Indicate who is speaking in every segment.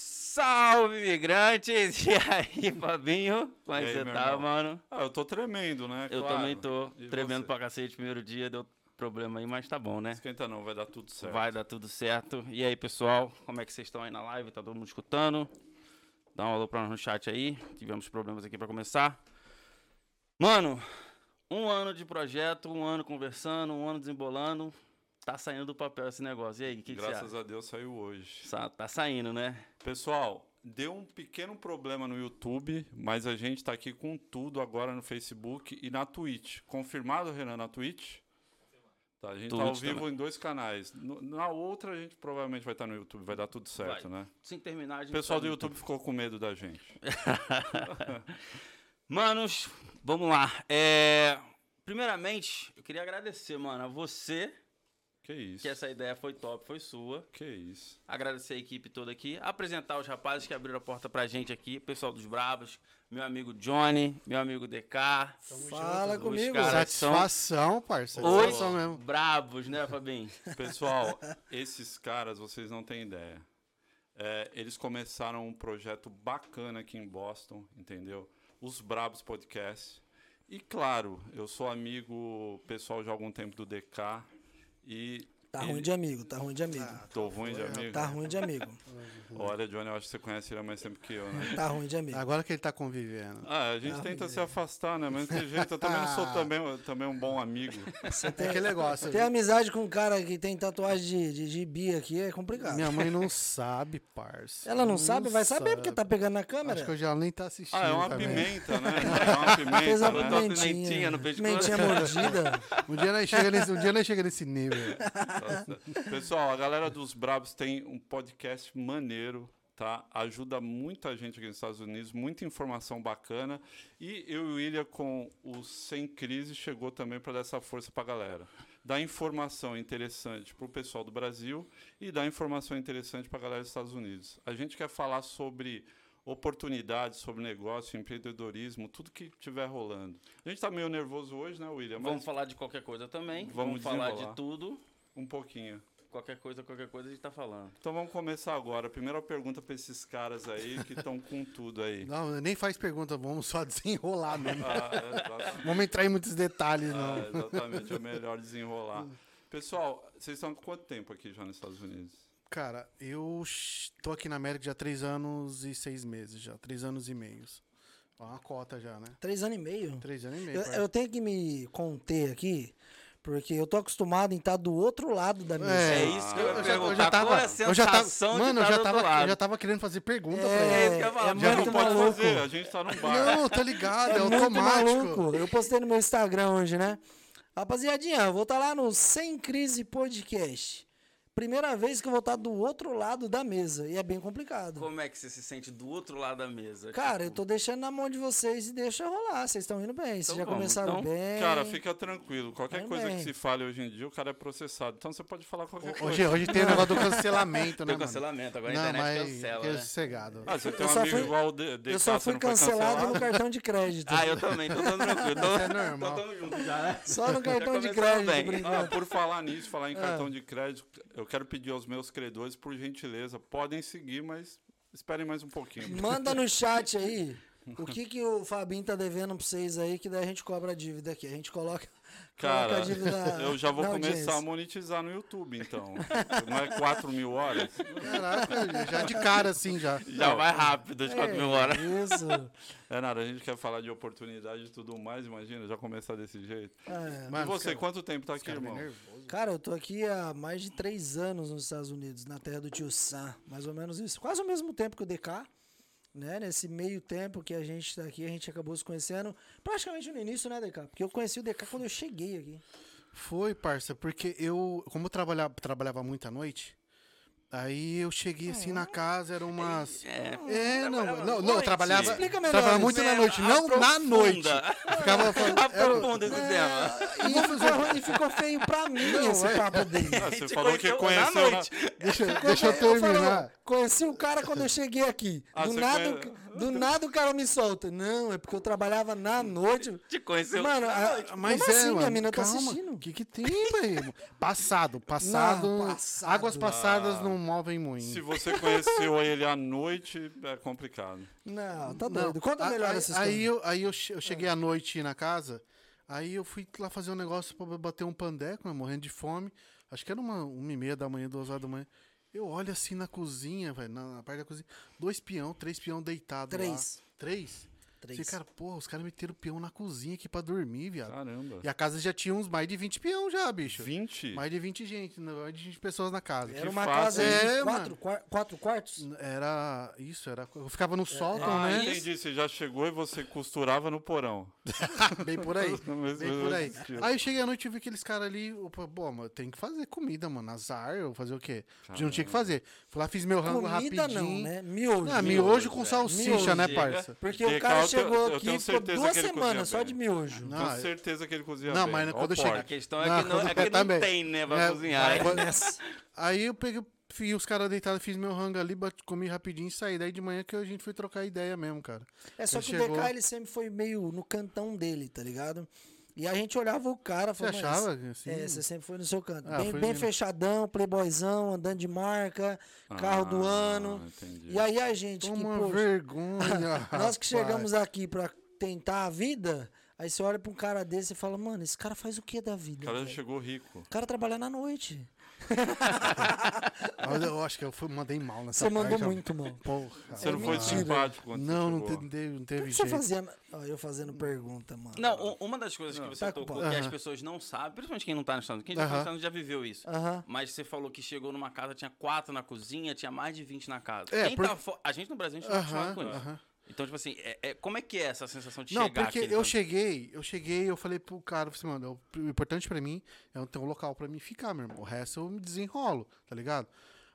Speaker 1: Salve, migrantes! E aí, Fabinho? Como é
Speaker 2: E
Speaker 1: que
Speaker 2: aí,
Speaker 1: você
Speaker 2: meu
Speaker 1: tá,
Speaker 2: irmão?
Speaker 1: mano?
Speaker 2: Ah, eu tô tremendo, né?
Speaker 1: Eu
Speaker 2: Claro.
Speaker 1: também tô
Speaker 2: E
Speaker 1: tremendo
Speaker 2: você?
Speaker 1: pra cacete. Primeiro dia deu problema aí, mas tá bom, né?
Speaker 2: Esquenta não, vai dar tudo certo.
Speaker 1: Vai dar tudo certo. E aí, pessoal? Como é que vocês estão aí na live? Tá todo mundo escutando? Dá um alô pra nós no chat aí. Tivemos problemas aqui pra começar. Mano, um ano de projeto, um ano conversando, um ano desembolando. Tá saindo do papel esse negócio. E aí, o que, que você
Speaker 2: Graças
Speaker 1: acha?
Speaker 2: a Deus saiu hoje.
Speaker 1: Sa- Tá saindo, né?
Speaker 2: Pessoal, deu um pequeno problema no YouTube, mas a gente tá aqui com tudo agora no Facebook e na Twitch. Confirmado, Renan, na Twitch? Tá, a gente tá ao
Speaker 1: Twitch
Speaker 2: vivo
Speaker 1: também.
Speaker 2: em dois canais. No- na outra, a gente provavelmente vai estar no YouTube, vai dar tudo certo, né?
Speaker 1: Sem terminar, a gente
Speaker 2: O pessoal
Speaker 1: tá
Speaker 2: do
Speaker 1: no
Speaker 2: YouTube ficou com medo da gente.
Speaker 1: É. Manos, vamos lá. É, Primeiramente, eu queria agradecer, mano, a você,
Speaker 2: Que isso?
Speaker 1: que essa ideia foi top, foi sua.
Speaker 2: Que isso?
Speaker 1: Agradecer a equipe toda aqui. Apresentar os rapazes que abriram a porta pra gente aqui, pessoal dos Brabos, meu amigo Johnny, meu amigo DK.
Speaker 3: Fala
Speaker 1: Os
Speaker 3: comigo.
Speaker 1: caras são-
Speaker 3: Satisfação, parça.
Speaker 1: Os
Speaker 3: Satisfação mesmo.
Speaker 1: Brabos, né, Fabinho?
Speaker 2: Pessoal, esses caras, vocês não têm ideia. É, eles começaram um projeto bacana aqui em Boston, entendeu? Os Brabos Podcast. E claro, eu sou amigo pessoal já há algum tempo do DK. E.
Speaker 4: Tá
Speaker 2: ele-
Speaker 4: ruim de amigo, tá ruim de amigo.
Speaker 2: Tô ruim de amigo?
Speaker 4: Tá ruim de amigo.
Speaker 2: Olha, Johnny, eu acho que você conhece ele há mais tempo que eu, né?
Speaker 4: Tá ruim de amigo.
Speaker 3: Agora que ele tá convivendo.
Speaker 2: Ah, a gente tenta se afastar, né? Mas não tem jeito, eu também não sou também, também um bom amigo.
Speaker 3: Tem aquele negócio.
Speaker 4: Ter amizade com um cara que tem tatuagem de, de gibi aqui é complicado.
Speaker 3: Minha mãe não sabe, parça.
Speaker 4: Ela não sabe, vai saber porque tá pegando na câmera.
Speaker 3: Acho que hoje ela nem tá assistindo.
Speaker 2: Ah, é uma
Speaker 3: também.
Speaker 2: pimenta, né? É uma pimenta,
Speaker 4: Fez uma
Speaker 2: né?
Speaker 1: Botou pimentinha
Speaker 4: pimentinha.
Speaker 1: no pescoço.
Speaker 4: Pimentinha mordida.
Speaker 3: Um dia ela chega nesse, um dia ela chega nesse nível.
Speaker 2: Pessoal, a galera dos Brabos tem um podcast maneiro, tá? Ajuda muita gente aqui nos Estados Unidos, muita informação bacana. E eu e o William, com o Sem Crise, chegou também para dar essa força para a galera. Dar informação interessante para o pessoal do Brasil e dar informação interessante para a galera dos Estados Unidos. A gente quer falar sobre oportunidades, sobre negócio, empreendedorismo, tudo que estiver rolando. A gente está meio nervoso hoje, né, William? Mas
Speaker 1: Vamos falar de qualquer coisa também. Vamos,
Speaker 2: Vamos
Speaker 1: falar de
Speaker 2: desenrolar.
Speaker 1: tudo.
Speaker 2: um pouquinho.
Speaker 1: Qualquer coisa, qualquer coisa a gente tá falando.
Speaker 2: Então vamos começar agora. Primeira pergunta pra esses caras aí que estão com tudo aí.
Speaker 3: Não, nem faz pergunta, vamos só desenrolar mesmo.
Speaker 2: Ah, exa-
Speaker 3: Vamos entrar em muitos detalhes,
Speaker 2: ah,
Speaker 3: não.
Speaker 2: exatamente, é melhor desenrolar. Pessoal, vocês estão há quanto tempo aqui já nos Estados Unidos?
Speaker 3: Cara, eu sh- tô aqui na América já há três anos e seis meses, já. Três anos e meios. Ó, uma cota já, né?
Speaker 4: Três anos e meio.
Speaker 3: Três anos e meio.
Speaker 4: Eu,
Speaker 3: parça.
Speaker 4: eu tenho que me conter aqui, porque eu tô acostumado em estar do outro lado da mesa.
Speaker 1: É
Speaker 3: É.
Speaker 1: isso que eu ia
Speaker 3: Eu já- eu
Speaker 1: perguntar.
Speaker 3: já tava.
Speaker 1: Qual é a sensação
Speaker 3: eu já tava
Speaker 1: de
Speaker 3: mano,
Speaker 1: tá
Speaker 3: eu, já
Speaker 1: do
Speaker 3: tava,
Speaker 1: outro lado?
Speaker 3: eu já tava querendo fazer pergunta
Speaker 4: É,
Speaker 3: pra
Speaker 1: isso que eu ia falar.
Speaker 4: é
Speaker 2: Já não
Speaker 4: muito
Speaker 2: pode
Speaker 4: maluco.
Speaker 2: fazer, a gente tá num bar.
Speaker 3: ela. Não, tá ligado, é,
Speaker 4: É muito
Speaker 3: automático.
Speaker 4: maluco. Eu postei no meu Instagram hoje, né? Rapaziadinha, eu vou estar lá no Sem Crise Podcast. Primeira vez que eu vou estar do outro lado da mesa. E é bem complicado.
Speaker 1: Como é que você se sente do outro lado da mesa?
Speaker 4: Cara, eu
Speaker 1: Tipo,
Speaker 4: tô deixando na mão de vocês e deixa rolar. Vocês estão indo bem. Vocês
Speaker 1: Então
Speaker 4: já
Speaker 1: vamos,
Speaker 4: começaram
Speaker 1: então.
Speaker 4: bem.
Speaker 2: Cara, fica tranquilo. Qualquer
Speaker 4: Vai
Speaker 2: coisa que
Speaker 4: bem.
Speaker 2: se fale hoje em dia, o cara é processado. Então você pode falar qualquer coisa.
Speaker 3: Hoje, hoje tem o negócio do cancelamento, né?
Speaker 1: Tem
Speaker 3: mano?
Speaker 1: cancelamento, agora a
Speaker 3: Não,
Speaker 1: internet
Speaker 3: mas
Speaker 1: cancela,
Speaker 3: fica
Speaker 1: né?
Speaker 3: sossegado.
Speaker 2: Ah, você tem
Speaker 4: Eu
Speaker 2: um
Speaker 4: só
Speaker 2: amigo
Speaker 4: fui-
Speaker 2: igual o D- DK,
Speaker 4: eu só
Speaker 2: você
Speaker 4: fui
Speaker 2: não foi Então, tá
Speaker 4: cancelado no cartão de crédito.
Speaker 1: Ah, eu também, tô tão tranquilo. Tô,
Speaker 3: é normal.
Speaker 1: Tô tão junto já, né?
Speaker 4: Só no cartão de
Speaker 1: começamos
Speaker 4: crédito,
Speaker 1: bem.
Speaker 4: por enquanto.
Speaker 2: Ah, por falar nisso, falar em cartão de crédito, eu quero pedir aos meus credores, por gentileza, podem seguir, mas esperem mais um pouquinho.
Speaker 4: Manda no chat aí o que, que o Fabinho tá devendo pra vocês aí, que daí a gente cobra a dívida aqui. A gente coloca, coloca
Speaker 2: Cara,
Speaker 4: a dívida.
Speaker 2: eu já vou
Speaker 4: na
Speaker 2: começar a
Speaker 4: audiência.
Speaker 2: monetizar no YouTube, então. Não é 4 mil horas?
Speaker 3: Caraca, já de cara assim, já.
Speaker 1: Já vai rápido, de 4 mil horas.
Speaker 4: Isso.
Speaker 2: É nada, a gente quer falar de oportunidade e tudo mais, imagina, já começar desse jeito.
Speaker 4: É.
Speaker 2: e
Speaker 3: Mano,
Speaker 2: você,
Speaker 3: os caras-
Speaker 2: quanto tempo tá
Speaker 3: os
Speaker 2: aqui,
Speaker 3: caras bem
Speaker 2: irmão?
Speaker 3: nervosos.
Speaker 4: Cara, eu tô aqui há mais de três anos nos Estados Unidos, na terra do tio Sam. Mais ou menos isso. Quase o mesmo tempo que o DK. Né? Nesse meio tempo que a gente tá aqui, a gente acabou se conhecendo praticamente no início, né, DK? Porque eu conheci o DK quando eu cheguei aqui.
Speaker 3: Foi, parça, porque eu, como eu trabalhava, trabalhava muito à noite, aí eu cheguei assim
Speaker 1: É.
Speaker 3: na casa, era umas. É, não,
Speaker 1: trabalhava
Speaker 3: não,
Speaker 1: noite?
Speaker 3: não, eu trabalhava,
Speaker 4: Explica melhor
Speaker 3: trabalhava
Speaker 4: isso.
Speaker 3: muito na
Speaker 1: Zero,
Speaker 3: noite, não na
Speaker 1: aprofunda.
Speaker 3: noite. Ficava falando,
Speaker 1: Aprofunda
Speaker 3: é.
Speaker 1: esse Tá tema.
Speaker 4: E ficou, e ficou feio pra mim esse papo dele.
Speaker 2: Ah,
Speaker 1: A
Speaker 2: você
Speaker 1: gente
Speaker 2: falou que
Speaker 1: conheceu na
Speaker 2: conheceu na-
Speaker 1: noite.
Speaker 3: deixa,
Speaker 4: Quando
Speaker 3: deixa é? eu
Speaker 4: falo,
Speaker 3: terminar.
Speaker 4: conheci o cara quando eu cheguei aqui.
Speaker 2: Ah,
Speaker 4: do,
Speaker 2: você
Speaker 4: nada, o
Speaker 2: conhe-
Speaker 4: ca- do nada o cara me solta. Não, é porque eu trabalhava na noite.
Speaker 1: Te conheceu.
Speaker 4: Mano, a-
Speaker 3: Mas
Speaker 4: como
Speaker 3: é,
Speaker 4: assim, minha
Speaker 3: mano,
Speaker 4: mina tá
Speaker 3: calma.
Speaker 4: assistindo?
Speaker 3: O que, que tem, velho? Passado, passado,
Speaker 4: Não, passado.
Speaker 3: Águas passadas não movem muito.
Speaker 2: Se você conheceu ele à noite, é complicado.
Speaker 4: Não, tá
Speaker 3: Não,
Speaker 4: doido. Conta
Speaker 3: a-
Speaker 4: melhor
Speaker 3: aí,
Speaker 4: essa história. É.
Speaker 3: Aí eu, aí eu che- eu cheguei à noite na casa, aí eu fui lá fazer um negócio pra bater um pandeco, né, morrendo de fome. Acho que era uma, uma e meia da manhã, duas horas da manhã. Eu olho assim na cozinha, velho, na, na parte da cozinha. Dois peão, três peão deitado lá.
Speaker 4: Três.
Speaker 3: Três?
Speaker 4: Três.
Speaker 3: Falei, cara, porra, os caras meteram peão na cozinha aqui pra dormir, viado.
Speaker 2: Caramba.
Speaker 3: E a casa já tinha uns mais de 20 peão já, bicho.
Speaker 2: 20?
Speaker 3: Mais de 20 gente, né, mais de 20 pessoas na casa.
Speaker 4: Era
Speaker 2: que
Speaker 4: uma
Speaker 2: fácil,
Speaker 4: casa
Speaker 3: hein?
Speaker 4: de
Speaker 3: É,
Speaker 4: quatro,
Speaker 3: mano.
Speaker 4: qua- quatro quartos?
Speaker 3: Era isso, era. Eu ficava no
Speaker 4: É,
Speaker 3: sótão,
Speaker 2: Ah,
Speaker 3: né?
Speaker 2: entendi. Você já chegou e você costurava no porão.
Speaker 3: Bem por aí.
Speaker 2: Mas-
Speaker 3: Bem
Speaker 2: mas
Speaker 3: por
Speaker 2: eu
Speaker 3: aí. Ah,
Speaker 2: assisti.
Speaker 3: Aí eu cheguei à noite e vi aqueles caras ali. Opa, pô, mas tem que fazer comida, mano. Azar, eu fazer o quê? Não tinha que fazer. Fui lá, fiz meu rango
Speaker 4: Comida
Speaker 3: rapidinho.
Speaker 4: não, né? Miojo.
Speaker 3: Ah, miojo com
Speaker 1: Miojo,
Speaker 3: salsicha,
Speaker 4: é.
Speaker 3: né,
Speaker 1: Miojo,
Speaker 3: parça?
Speaker 4: Porque
Speaker 2: DK,
Speaker 4: o cara
Speaker 2: eu tenho-
Speaker 4: chegou
Speaker 2: eu
Speaker 4: aqui
Speaker 2: tenho
Speaker 4: e ficou
Speaker 2: certeza
Speaker 4: duas
Speaker 2: que ele
Speaker 4: semanas
Speaker 2: cozinha
Speaker 4: só
Speaker 2: bem.
Speaker 4: de miojo.
Speaker 3: Não,
Speaker 2: Tenho
Speaker 3: é-
Speaker 2: certeza que ele cozinha
Speaker 3: Não,
Speaker 2: bem.
Speaker 3: mas
Speaker 2: Ó
Speaker 3: quando
Speaker 2: o
Speaker 3: eu cheguei-
Speaker 1: A
Speaker 2: porte.
Speaker 1: questão é
Speaker 3: Não,
Speaker 1: que não, é que não
Speaker 3: também.
Speaker 1: tem, né, pra
Speaker 3: É,
Speaker 1: cozinhar.
Speaker 3: quando-
Speaker 4: Nessa.
Speaker 3: Aí eu peguei, fui os caras deitados, fiz meu rango ali, bate- comi rapidinho e saí. Daí de manhã que a gente foi trocar ideia mesmo, cara.
Speaker 4: É só
Speaker 3: Ele
Speaker 4: que o
Speaker 3: chegou-
Speaker 4: DK ele sempre foi meio no cantão dele, tá ligado? E a gente olhava o cara
Speaker 3: Você
Speaker 4: falava. "Mano,
Speaker 3: achava assim?
Speaker 4: esse- É, você sempre foi no seu canto.
Speaker 3: Ah,
Speaker 4: bem
Speaker 3: foi
Speaker 4: bem
Speaker 3: mesmo.
Speaker 4: fechadão, playboyzão, andando de marca, carro do
Speaker 2: Ah,
Speaker 4: ano.
Speaker 2: entendi.
Speaker 4: E aí a gente que,
Speaker 3: Toma
Speaker 4: poxa,
Speaker 3: vergonha.
Speaker 4: nós que
Speaker 3: rapaz.
Speaker 4: chegamos aqui pra tentar a vida, aí você olha pra um cara desse e fala, mano, esse cara faz o que da vida?
Speaker 2: O cara
Speaker 4: velho?
Speaker 2: já chegou rico.
Speaker 4: O cara trabalha na noite.
Speaker 3: Mas eu acho que eu fui, mandei mal nessa
Speaker 4: Você mandou
Speaker 3: parte, ó.
Speaker 4: muito, mano.
Speaker 3: Porra.
Speaker 2: Você não foi
Speaker 4: mentira.
Speaker 2: simpático quando
Speaker 3: É
Speaker 2: você
Speaker 3: Não, não
Speaker 2: chegou.
Speaker 3: teve, não teve, não
Speaker 4: O
Speaker 3: teve
Speaker 4: que você
Speaker 3: jeito.
Speaker 4: fazia? na- Ó, eu fazendo pergunta, mano.
Speaker 1: Não, u- uma das coisas que você
Speaker 4: Tá
Speaker 1: tocou
Speaker 4: ocupado.
Speaker 1: que as
Speaker 3: Aham.
Speaker 1: pessoas não sabem, principalmente quem não tá no estado, quem já tá no
Speaker 3: Aham.
Speaker 1: estado já viveu isso.
Speaker 4: Aham.
Speaker 1: Mas você falou que chegou numa casa, tinha quatro na cozinha, tinha mais de 20 na casa.
Speaker 3: É,
Speaker 1: Quem
Speaker 3: por-
Speaker 1: tá fo- A gente no Brasil, a gente não tá
Speaker 3: Aham,
Speaker 1: acostumado com isso.
Speaker 3: aham.
Speaker 1: Então, tipo assim, é, é- como é que é essa sensação de
Speaker 3: Não,
Speaker 1: chegar
Speaker 3: porque
Speaker 1: àquele
Speaker 2: né?
Speaker 3: eu
Speaker 1: tanto?
Speaker 3: cheguei, eu cheguei, eu falei pro cara, eu falei assim, mano, o importante pra mim é eu ter um local pra mim ficar, meu irmão. O resto eu me desenrolo, tá ligado?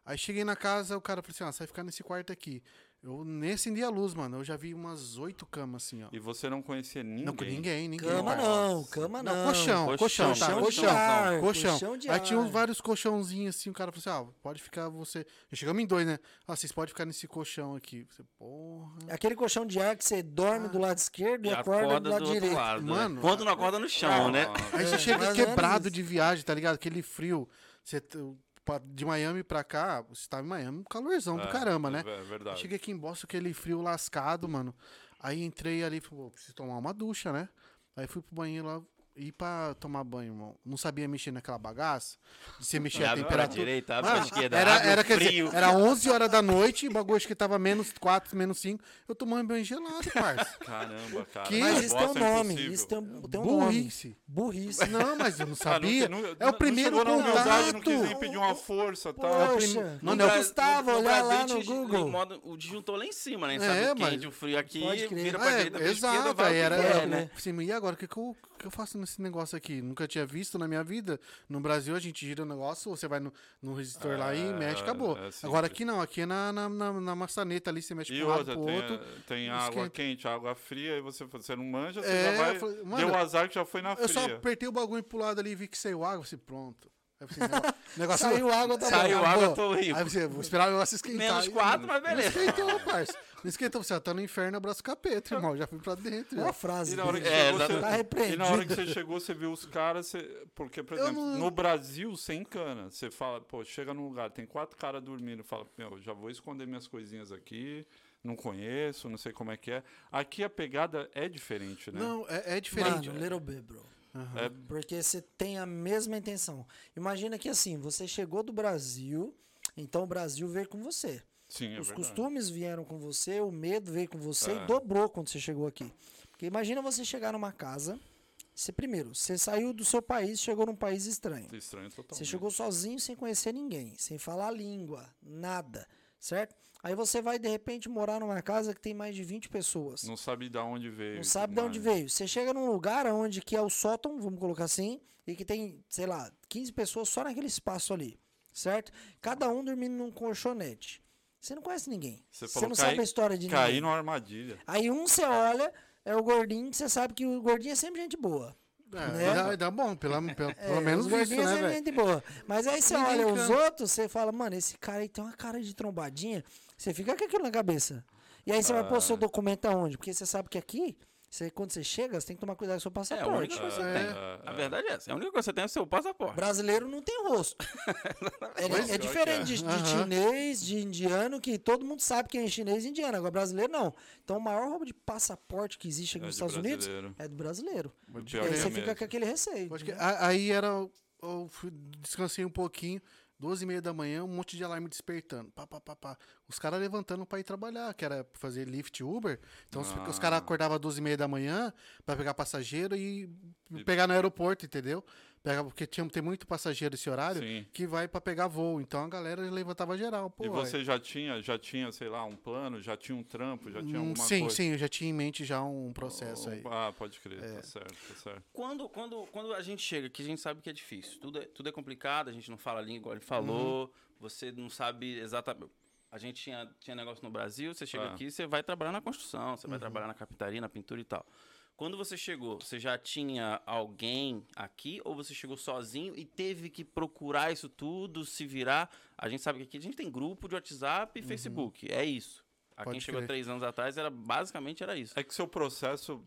Speaker 3: Aí cheguei na casa, o cara falou assim, ó, você vai ficar nesse quarto aqui. Eu nem acendi a luz, mano. Eu já vi umas oito camas assim, ó.
Speaker 2: E você não conhecia ninguém?
Speaker 3: Não com ninguém, ninguém.
Speaker 4: Cama
Speaker 3: parça.
Speaker 4: não, cama não.
Speaker 3: Não, colchão, colchão,
Speaker 1: colchão,
Speaker 3: tá,
Speaker 1: colchão,
Speaker 3: colchão,
Speaker 4: colchão,
Speaker 3: colchão.
Speaker 4: colchão de
Speaker 3: Aí tinha uns
Speaker 4: ar.
Speaker 3: vários colchãozinhos assim, o cara falou assim, ah, pode ficar você... Já chegamos em dois, né? Ah, vocês podem ficar nesse colchão aqui. Você, porra...
Speaker 4: Aquele colchão de ar que você dorme do lado esquerdo e,
Speaker 1: E
Speaker 4: acorda, do lado
Speaker 1: outro
Speaker 4: direito.
Speaker 1: lado, né?
Speaker 3: Mano,
Speaker 1: Quando não acorda no
Speaker 2: Ah,
Speaker 1: chão, né?
Speaker 3: Aí você
Speaker 4: É, mais
Speaker 3: chega
Speaker 4: ou menos
Speaker 3: quebrado
Speaker 4: isso.
Speaker 3: de viagem, tá ligado? Aquele frio. Você, t- pa- de Miami pra cá, você tá em Miami, um calorzão do caramba, né?
Speaker 2: É
Speaker 3: Eu
Speaker 2: verdade.
Speaker 3: cheguei aqui em Boston, aquele frio lascado, mano. Aí entrei ali, falei, "Pô, preciso tomar uma ducha, né? Aí fui pro banheiro lá, ir pra tomar banho, irmão. Não sabia mexer naquela bagaça, de você mexer a
Speaker 1: Abre pra
Speaker 3: temperatura.
Speaker 1: direita, abre pra
Speaker 3: Mano,
Speaker 1: esquerda,
Speaker 3: era,
Speaker 1: abre o
Speaker 3: era, quer
Speaker 1: frio.
Speaker 3: dizer, era 11 horas da noite, o bagulho acho que tava menos 4, menos 5. Eu tomando banho gelado, parça.
Speaker 2: Caramba, cara.
Speaker 3: Que-
Speaker 4: Mas isso tem um
Speaker 2: Boston é
Speaker 4: nome,
Speaker 2: impossível.
Speaker 4: isso tem, um- tem um
Speaker 3: Burrice.
Speaker 4: nome. Burrice.
Speaker 3: Não, mas eu não sabia.
Speaker 2: Ah, não-
Speaker 3: é o primeiro
Speaker 2: não chegou na humildade,
Speaker 3: contato.
Speaker 2: não quis nem pedir uma força, tá?
Speaker 4: Poxa,
Speaker 3: prim-
Speaker 4: não
Speaker 3: Mano, é o-
Speaker 4: custava olhar lá
Speaker 1: Brasil,
Speaker 4: no
Speaker 1: a gente de
Speaker 4: Google.
Speaker 1: modo- o disjuntor lá em cima, né? A gente
Speaker 3: É,
Speaker 1: sabe o
Speaker 3: mas-
Speaker 1: quente, o frio aqui,
Speaker 4: Pode crer.
Speaker 1: vira pra
Speaker 3: É,
Speaker 1: direita, pra esquerda,
Speaker 3: exato,
Speaker 1: vai
Speaker 3: aí
Speaker 1: o que
Speaker 3: era,
Speaker 1: vier,
Speaker 3: era,
Speaker 1: né?
Speaker 3: assim, e agora, o que, que, eu, o que eu faço nesse negócio aqui? Nunca tinha visto na minha vida. No Brasil, a gente gira o negócio, você vai no, no resistor lá e
Speaker 2: É,
Speaker 3: mexe, acabou.
Speaker 2: é simples.
Speaker 3: agora aqui não, aqui é na, na, na, na maçaneta ali, você mexe
Speaker 2: E
Speaker 3: pra um lado,
Speaker 2: outra,
Speaker 3: pro
Speaker 2: tem,
Speaker 3: outro.
Speaker 2: tem
Speaker 3: esquenta.
Speaker 2: água quente, água fria, e você, você não manja, você
Speaker 3: É,
Speaker 2: já
Speaker 3: eu
Speaker 2: vai.
Speaker 3: falei,
Speaker 2: deu
Speaker 3: mano,
Speaker 2: azar que já foi na fria.
Speaker 3: Eu só apertei o bagulho pro lado ali e vi que saiu água, assim, pronto. Aí eu falei, assim, o negócio
Speaker 4: Saiu água da
Speaker 1: Saiu
Speaker 4: boca.
Speaker 1: água,
Speaker 3: tá acabou.
Speaker 1: eu tô rico.
Speaker 3: Aí você, vou esperar o negócio esquentar.
Speaker 1: Menos
Speaker 3: Tá Aí,
Speaker 1: quatro, mas
Speaker 3: Não
Speaker 1: beleza.
Speaker 3: esquentou, parça. Não esquentou, você tá no inferno, abraço o capeta, irmão. Já fui pra dentro.
Speaker 4: Boa
Speaker 3: Já.
Speaker 4: frase.
Speaker 2: E na hora que
Speaker 1: É,
Speaker 2: chegou, você-
Speaker 4: Tá
Speaker 2: E na hora que
Speaker 4: repreendido.
Speaker 2: você chegou, você viu os caras, você- porque, por
Speaker 3: Eu
Speaker 2: exemplo,
Speaker 3: não-
Speaker 2: no Brasil, sem cana, você fala, pô, chega num lugar, tem quatro caras dormindo, fala, meu, já vou esconder minhas coisinhas aqui, não conheço, não sei como é que é. Aqui a pegada é diferente, né?
Speaker 3: Não, é, é diferente.
Speaker 4: Mano, little bit, bro.
Speaker 2: É,
Speaker 4: Porque você tem a mesma intenção. Imagina que assim, você chegou do Brasil, então o Brasil veio com você.
Speaker 2: sim, é
Speaker 4: Os
Speaker 2: verdade.
Speaker 4: costumes vieram com você, o medo veio com você
Speaker 2: É.
Speaker 4: e dobrou quando você chegou aqui. Porque imagina você chegar numa casa, você primeiro, você saiu do seu país, chegou num país estranho.
Speaker 2: É Estranho totalmente.
Speaker 4: Você chegou sozinho sem conhecer ninguém, sem falar a língua, nada, certo? Aí você vai de repente morar numa casa que tem mais de 20 pessoas.
Speaker 2: Não sabe de onde veio.
Speaker 4: Não
Speaker 2: e
Speaker 4: sabe de
Speaker 2: tudo
Speaker 4: onde
Speaker 2: mais.
Speaker 4: veio. Você chega num lugar onde que é o sótão, vamos colocar assim, e que tem, sei lá, 15 pessoas só naquele espaço ali, certo? Cada um dormindo num colchonete. Você não conhece ninguém.
Speaker 2: Você
Speaker 4: Você,
Speaker 2: falou,
Speaker 4: não
Speaker 2: "Caí-
Speaker 4: sabe a história de
Speaker 2: Caí
Speaker 4: ninguém.
Speaker 2: numa armadilha.
Speaker 4: Aí um você olha, é o gordinho, que você sabe que o gordinho é sempre gente boa.
Speaker 3: É,
Speaker 4: né?
Speaker 3: dá, dá bom, pelo, pelo,
Speaker 4: É,
Speaker 3: pelo menos
Speaker 4: os
Speaker 3: isso,
Speaker 4: gordinhos
Speaker 3: né,
Speaker 4: é
Speaker 3: velho?
Speaker 4: gente boa. Mas aí você
Speaker 3: Ninguém
Speaker 4: olha os
Speaker 3: canta.
Speaker 4: outros, você fala, mano, esse cara aí tem uma cara de trombadinha. Você fica com aquilo na cabeça. E aí você vai, pô, seu documento aonde? Porque você sabe que aqui Você, quando você chega, você tem que tomar cuidado com o seu
Speaker 1: É, a
Speaker 4: passaporte.
Speaker 1: única coisa que
Speaker 2: É,
Speaker 1: você
Speaker 3: né?
Speaker 1: tem.
Speaker 2: é,
Speaker 1: A
Speaker 2: é.
Speaker 1: verdade é essa. A única coisa que você tem é o seu passaporte.
Speaker 4: Brasileiro não tem rosto. Ele-
Speaker 2: Mas
Speaker 4: é
Speaker 2: eu
Speaker 4: diferente de, de
Speaker 3: Aham.
Speaker 4: chinês, de indiano, que todo mundo sabe quem é chinês e indiano. Agora, brasileiro não. Então, o maior roubo de passaporte que existe
Speaker 2: É
Speaker 4: aqui nos
Speaker 2: de
Speaker 4: Estados Unidos
Speaker 2: brasileiro.
Speaker 4: é do brasileiro.
Speaker 2: O pior
Speaker 4: E aí
Speaker 2: que é
Speaker 4: você
Speaker 2: mesmo.
Speaker 4: fica com aquele
Speaker 2: Uhum.
Speaker 4: receio.
Speaker 3: Pode que- a- aí era. o- Eu fui- descansei um pouquinho, 12 e meia da manhã, um monte de alarme despertando. Pá, pá, pá, pá. Os caras levantando pra ir trabalhar, que era fazer Lyft Uber. Então os- os
Speaker 2: Ah.
Speaker 3: caras acordavam 12 e meia da manhã pra pegar passageiro e pegar no aeroporto, entendeu? Pega, porque tinha, tem muito passageiro esse horário
Speaker 2: Sim.
Speaker 3: que vai pra pegar voo. Então a galera levantava geral. Pô, é,
Speaker 2: E
Speaker 3: ué.
Speaker 2: você já tinha, já tinha, sei lá, um plano, já tinha um trampo, já tinha
Speaker 3: Hum,
Speaker 2: alguma
Speaker 3: sim,
Speaker 2: coisa?
Speaker 3: sim, eu já tinha em mente já um processo aí. É.
Speaker 2: Ah, pode crer, tá certo, tá certo.
Speaker 1: Quando, quando, quando a gente chega, que a gente sabe que é difícil, tudo é, tudo é complicado, a gente não fala a língua, igual ele falou, você não sabe exatamente. A gente tinha, tinha negócio no Brasil, você chega
Speaker 2: Ah.
Speaker 1: aqui, você vai trabalhar na construção, você vai trabalhar na carpintaria, na pintura e tal. Quando você chegou, você já tinha alguém aqui ou você chegou sozinho e teve que procurar isso tudo, se virar? A gente sabe que aqui a gente tem grupo de WhatsApp e Facebook, é isso. A
Speaker 3: Pode
Speaker 1: quem chegou
Speaker 3: crer.
Speaker 1: três anos atrás era basicamente era isso.
Speaker 2: É que seu processo,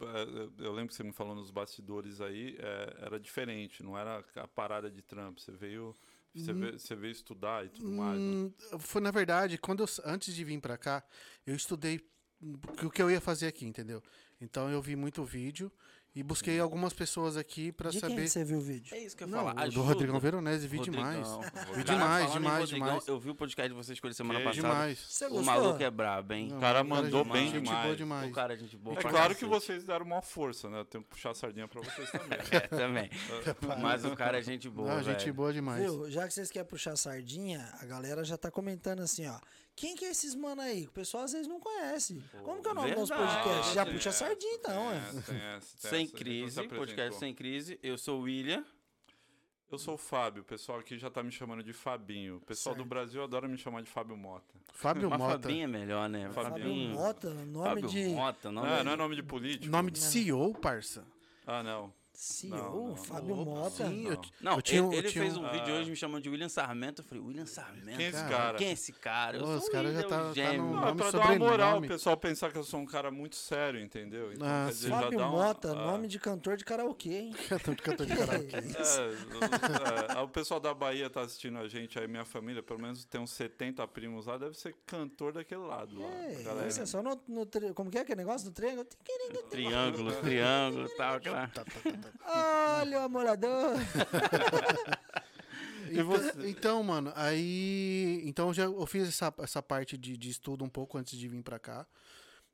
Speaker 2: é, eu lembro que você me falou nos bastidores aí, é, era diferente, não era a parada de trampo. Você veio, você veio, você veio estudar e tudo mais. né?
Speaker 3: Hum, foi na verdade quando eu, s- antes de vir pra cá eu estudei hum, o que eu ia fazer aqui entendeu então eu vi muito vídeo e busquei
Speaker 1: Uhum.
Speaker 3: algumas pessoas aqui pra
Speaker 4: De
Speaker 3: saber
Speaker 4: quem você viu o vídeo?
Speaker 1: É isso que eu ia
Speaker 3: não,
Speaker 1: falar.
Speaker 3: o do
Speaker 1: ajuda.
Speaker 3: Rodrigão Veronese vi
Speaker 1: Rodrigão.
Speaker 3: demais
Speaker 1: Rodrigão.
Speaker 3: vi
Speaker 1: Cara,
Speaker 3: demais
Speaker 1: falando em
Speaker 3: demais
Speaker 1: Rodrigão,
Speaker 3: demais
Speaker 1: Eu vi o podcast de vocês com ele semana
Speaker 2: Que
Speaker 1: passada.
Speaker 3: demais
Speaker 4: Você
Speaker 1: O
Speaker 4: gostou?
Speaker 1: maluco é brabo, hein?
Speaker 3: Não,
Speaker 2: O cara mandou
Speaker 1: demais.
Speaker 2: bem
Speaker 1: Gente
Speaker 3: boa
Speaker 2: demais.
Speaker 3: demais.
Speaker 1: O cara é gente boa.
Speaker 2: É
Speaker 1: pra
Speaker 2: claro que
Speaker 1: cacete.
Speaker 2: vocês deram uma força, né? Eu tenho que puxar a sardinha pra vocês também. né?
Speaker 1: É, também. Mas o cara é gente boa,
Speaker 3: Não,
Speaker 1: velho.
Speaker 3: gente boa demais
Speaker 4: Viu? Já que vocês querem puxar a sardinha, a galera já tá comentando assim, ó. Quem que é esses mano aí? O pessoal às vezes não conhece. Como que é o nome do nosso
Speaker 1: verdade.
Speaker 4: podcast? Já
Speaker 1: Ah,
Speaker 4: puxa a sardinha, então,
Speaker 2: Tem
Speaker 4: é.
Speaker 2: essa, tem essa, tem
Speaker 1: Sem
Speaker 2: essa. Então se
Speaker 1: crise, podcast
Speaker 2: apresentou.
Speaker 1: sem crise. Eu sou o William.
Speaker 2: Eu sou o Fábio, o pessoal aqui já tá me chamando de Fabinho. O pessoal do Brasil adora me chamar de Fábio Mota.
Speaker 3: Fábio
Speaker 1: Mas
Speaker 3: Mota
Speaker 1: Fabinho é melhor, né?
Speaker 2: Fabinho.
Speaker 4: Fábio
Speaker 1: Fabinho.
Speaker 4: Mota, nome
Speaker 1: Fábio
Speaker 4: de
Speaker 1: Mota,
Speaker 3: Ah,
Speaker 1: nome
Speaker 2: Não,
Speaker 1: de-
Speaker 2: não é nome de político?
Speaker 3: nome
Speaker 1: tipo, né?
Speaker 3: de CEO parça
Speaker 2: Ah, não.
Speaker 4: CEO,
Speaker 2: Não, não.
Speaker 4: Fábio
Speaker 3: Opa,
Speaker 4: Mota.
Speaker 3: sim, eu, ti-
Speaker 1: Não,
Speaker 3: eu tinha,
Speaker 1: ele,
Speaker 3: eu
Speaker 1: ele
Speaker 3: tinha
Speaker 1: fez um
Speaker 2: Ah.
Speaker 1: vídeo hoje me chamando de William Sarmento. Eu falei, William Sarmento?
Speaker 2: Quem é esse cara?
Speaker 1: Quem é esse cara? Eu
Speaker 3: Ô,
Speaker 1: sou
Speaker 3: esse
Speaker 1: o
Speaker 3: cara já
Speaker 1: William,
Speaker 3: tá-
Speaker 1: o
Speaker 3: tá
Speaker 1: gêmeo.
Speaker 3: no-
Speaker 2: Não, é
Speaker 3: nome e
Speaker 2: pra dar uma moral, o
Speaker 3: sobrenome.
Speaker 2: pessoal pensar que eu sou um cara muito sério, entendeu? Então, quer
Speaker 3: Ah, sim.
Speaker 2: dizer, já
Speaker 4: Fábio
Speaker 2: dá uma-
Speaker 4: Mota,
Speaker 2: ah,
Speaker 4: nome de cantor de karaokê, hein?
Speaker 3: cantor de cantor de karaokê.
Speaker 2: é, é, o pessoal da Bahia tá assistindo a gente aí, minha família, pelo menos tem uns 70 primos lá, deve ser cantor daquele lado lá.
Speaker 4: É,
Speaker 2: galera.
Speaker 4: isso é só no, no tri- Como que é aquele negócio do triângulo?
Speaker 1: Triângulo, triângulo e tal. Aquela...
Speaker 3: Tá, tá, tá, tá.
Speaker 4: Olha o amolador.
Speaker 3: Então, então, mano, aí. Então eu já eu fiz essa, essa parte de, de estudo um pouco antes de vir pra cá.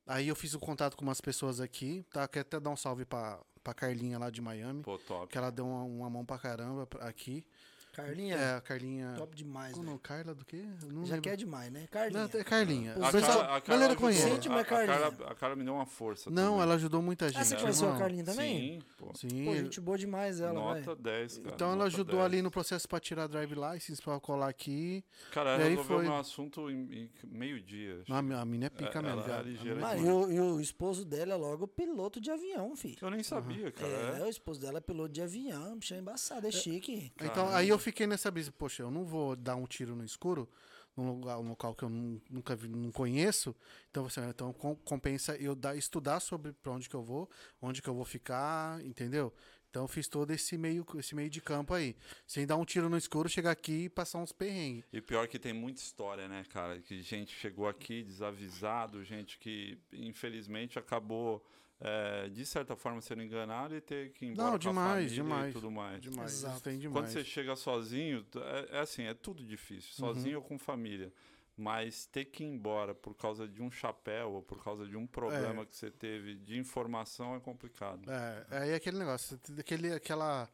Speaker 3: Aí eu fiz o contato com umas pessoas aqui, tá? Quero até dar um salve pra, pra Carlinha lá de Miami.
Speaker 2: Pô, top.
Speaker 3: Que ela deu uma, uma mão pra caramba pra- aqui.
Speaker 4: Carlinha,
Speaker 3: É, a Carlinha.
Speaker 4: top demais,
Speaker 3: Não,
Speaker 4: né?
Speaker 3: não, Carla do quê? Eu Não
Speaker 4: Já
Speaker 3: lembro.
Speaker 4: quer demais, né?
Speaker 3: Não,
Speaker 4: Carlinha.
Speaker 3: é Carlinha.
Speaker 4: A
Speaker 3: O pessoal-
Speaker 4: Carla-
Speaker 2: a
Speaker 3: galera
Speaker 2: ajudou-
Speaker 3: conhece.
Speaker 4: Sente, mas
Speaker 2: a, a, Carla,
Speaker 4: Carlinha.
Speaker 2: a Carla me deu uma força.
Speaker 3: Não,
Speaker 2: também.
Speaker 3: ela ajudou muita gente.
Speaker 4: Ah, você conheceu a
Speaker 3: irmão.
Speaker 4: Carlinha também?
Speaker 2: Sim, pô.
Speaker 3: Sim.
Speaker 4: Pô, gente tá boa demais ela,
Speaker 2: nota
Speaker 4: velho.
Speaker 2: 10, cara.
Speaker 3: Então ela
Speaker 2: nota
Speaker 3: ajudou
Speaker 2: 10.
Speaker 3: ali no processo pra tirar a drive license, pra colar aqui.
Speaker 2: Cara,
Speaker 3: E aí
Speaker 2: ela resolveu
Speaker 3: foi.
Speaker 2: meu assunto em, em meio-dia. acho.
Speaker 3: Não, a mina é pica
Speaker 2: É,
Speaker 3: mesmo,
Speaker 2: ela é
Speaker 3: viado.
Speaker 2: ligeira
Speaker 4: Ah,
Speaker 2: demais.
Speaker 4: e, o, e o esposo dela é logo piloto de avião, filho.
Speaker 2: Eu nem sabia, cara.
Speaker 4: É, o esposo dela é piloto de avião, bicho, é embaçado, é chique.
Speaker 3: Então, aí eu fiquei nessa brisa, poxa, eu não vou dar um tiro no escuro, num lugar, um local que eu nun- nunca vi, não conheço. Então, assim, então com- compensa eu dar, estudar sobre pra onde que eu vou, onde que eu vou ficar, entendeu? Então eu fiz todo esse meio, esse meio de campo aí. Sem dar um tiro no escuro, chegar aqui e passar uns perrengues.
Speaker 2: E pior é que tem muita história, né, cara? Que gente chegou aqui desavisado, gente que infelizmente acabou, eh, de certa forma, sendo enganada e ter que ir embora
Speaker 3: Não,
Speaker 2: com a
Speaker 3: demais,
Speaker 2: família e
Speaker 3: demais.
Speaker 2: tudo mais.
Speaker 3: Demais,
Speaker 4: Exato.
Speaker 3: isso tem
Speaker 2: Quando
Speaker 3: demais. Uhum.
Speaker 2: você chega sozinho, t- é, é assim, é tudo difícil. Sozinho ou com família. Mas ter que ir embora por causa de um chapéu ou por causa de um problema que você teve de informação é complicado.
Speaker 3: É, aí é aquele negócio, você tem aquele, aquela,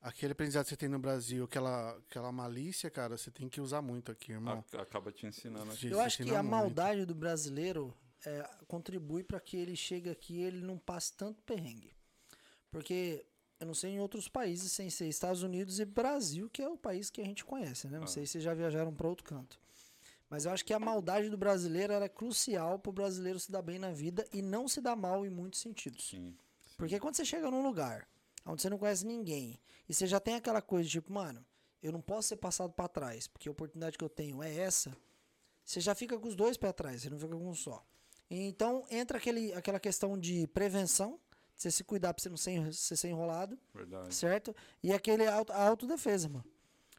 Speaker 3: aquele aprendizado que você tem no Brasil, aquela, aquela malícia, cara, você tem que usar muito aqui, irmão.
Speaker 2: Ac- Acaba te ensinando aqui.
Speaker 3: Te
Speaker 4: Ah, Eu acho que
Speaker 3: ensina
Speaker 4: a
Speaker 3: é muito.
Speaker 4: maldade do brasileiro é, contribui para que ele chegue aqui e ele não passe tanto perrengue. Porque eu não sei em outros países sem ser Estados Unidos e Brasil, que é o país que a gente conhece, né? Não sei se já viajaram para outro canto. Mas eu acho que a maldade do brasileiro era crucial para o brasileiro se dar bem na vida e não se dar mal em muitos sentidos.
Speaker 2: Sim.
Speaker 4: Porque quando você chega num lugar onde você não conhece ninguém e você já tem aquela coisa tipo, mano, eu não posso ser passado pra trás, porque a oportunidade que eu tenho é essa, você já fica com os dois pés atrás, você não fica com um só. Então entra aquele, aquela questão de prevenção Você se cuidar pra você não ser, en- você ser enrolado,
Speaker 2: Verdade.
Speaker 4: certo? E aquele auto, a autodefesa, mano.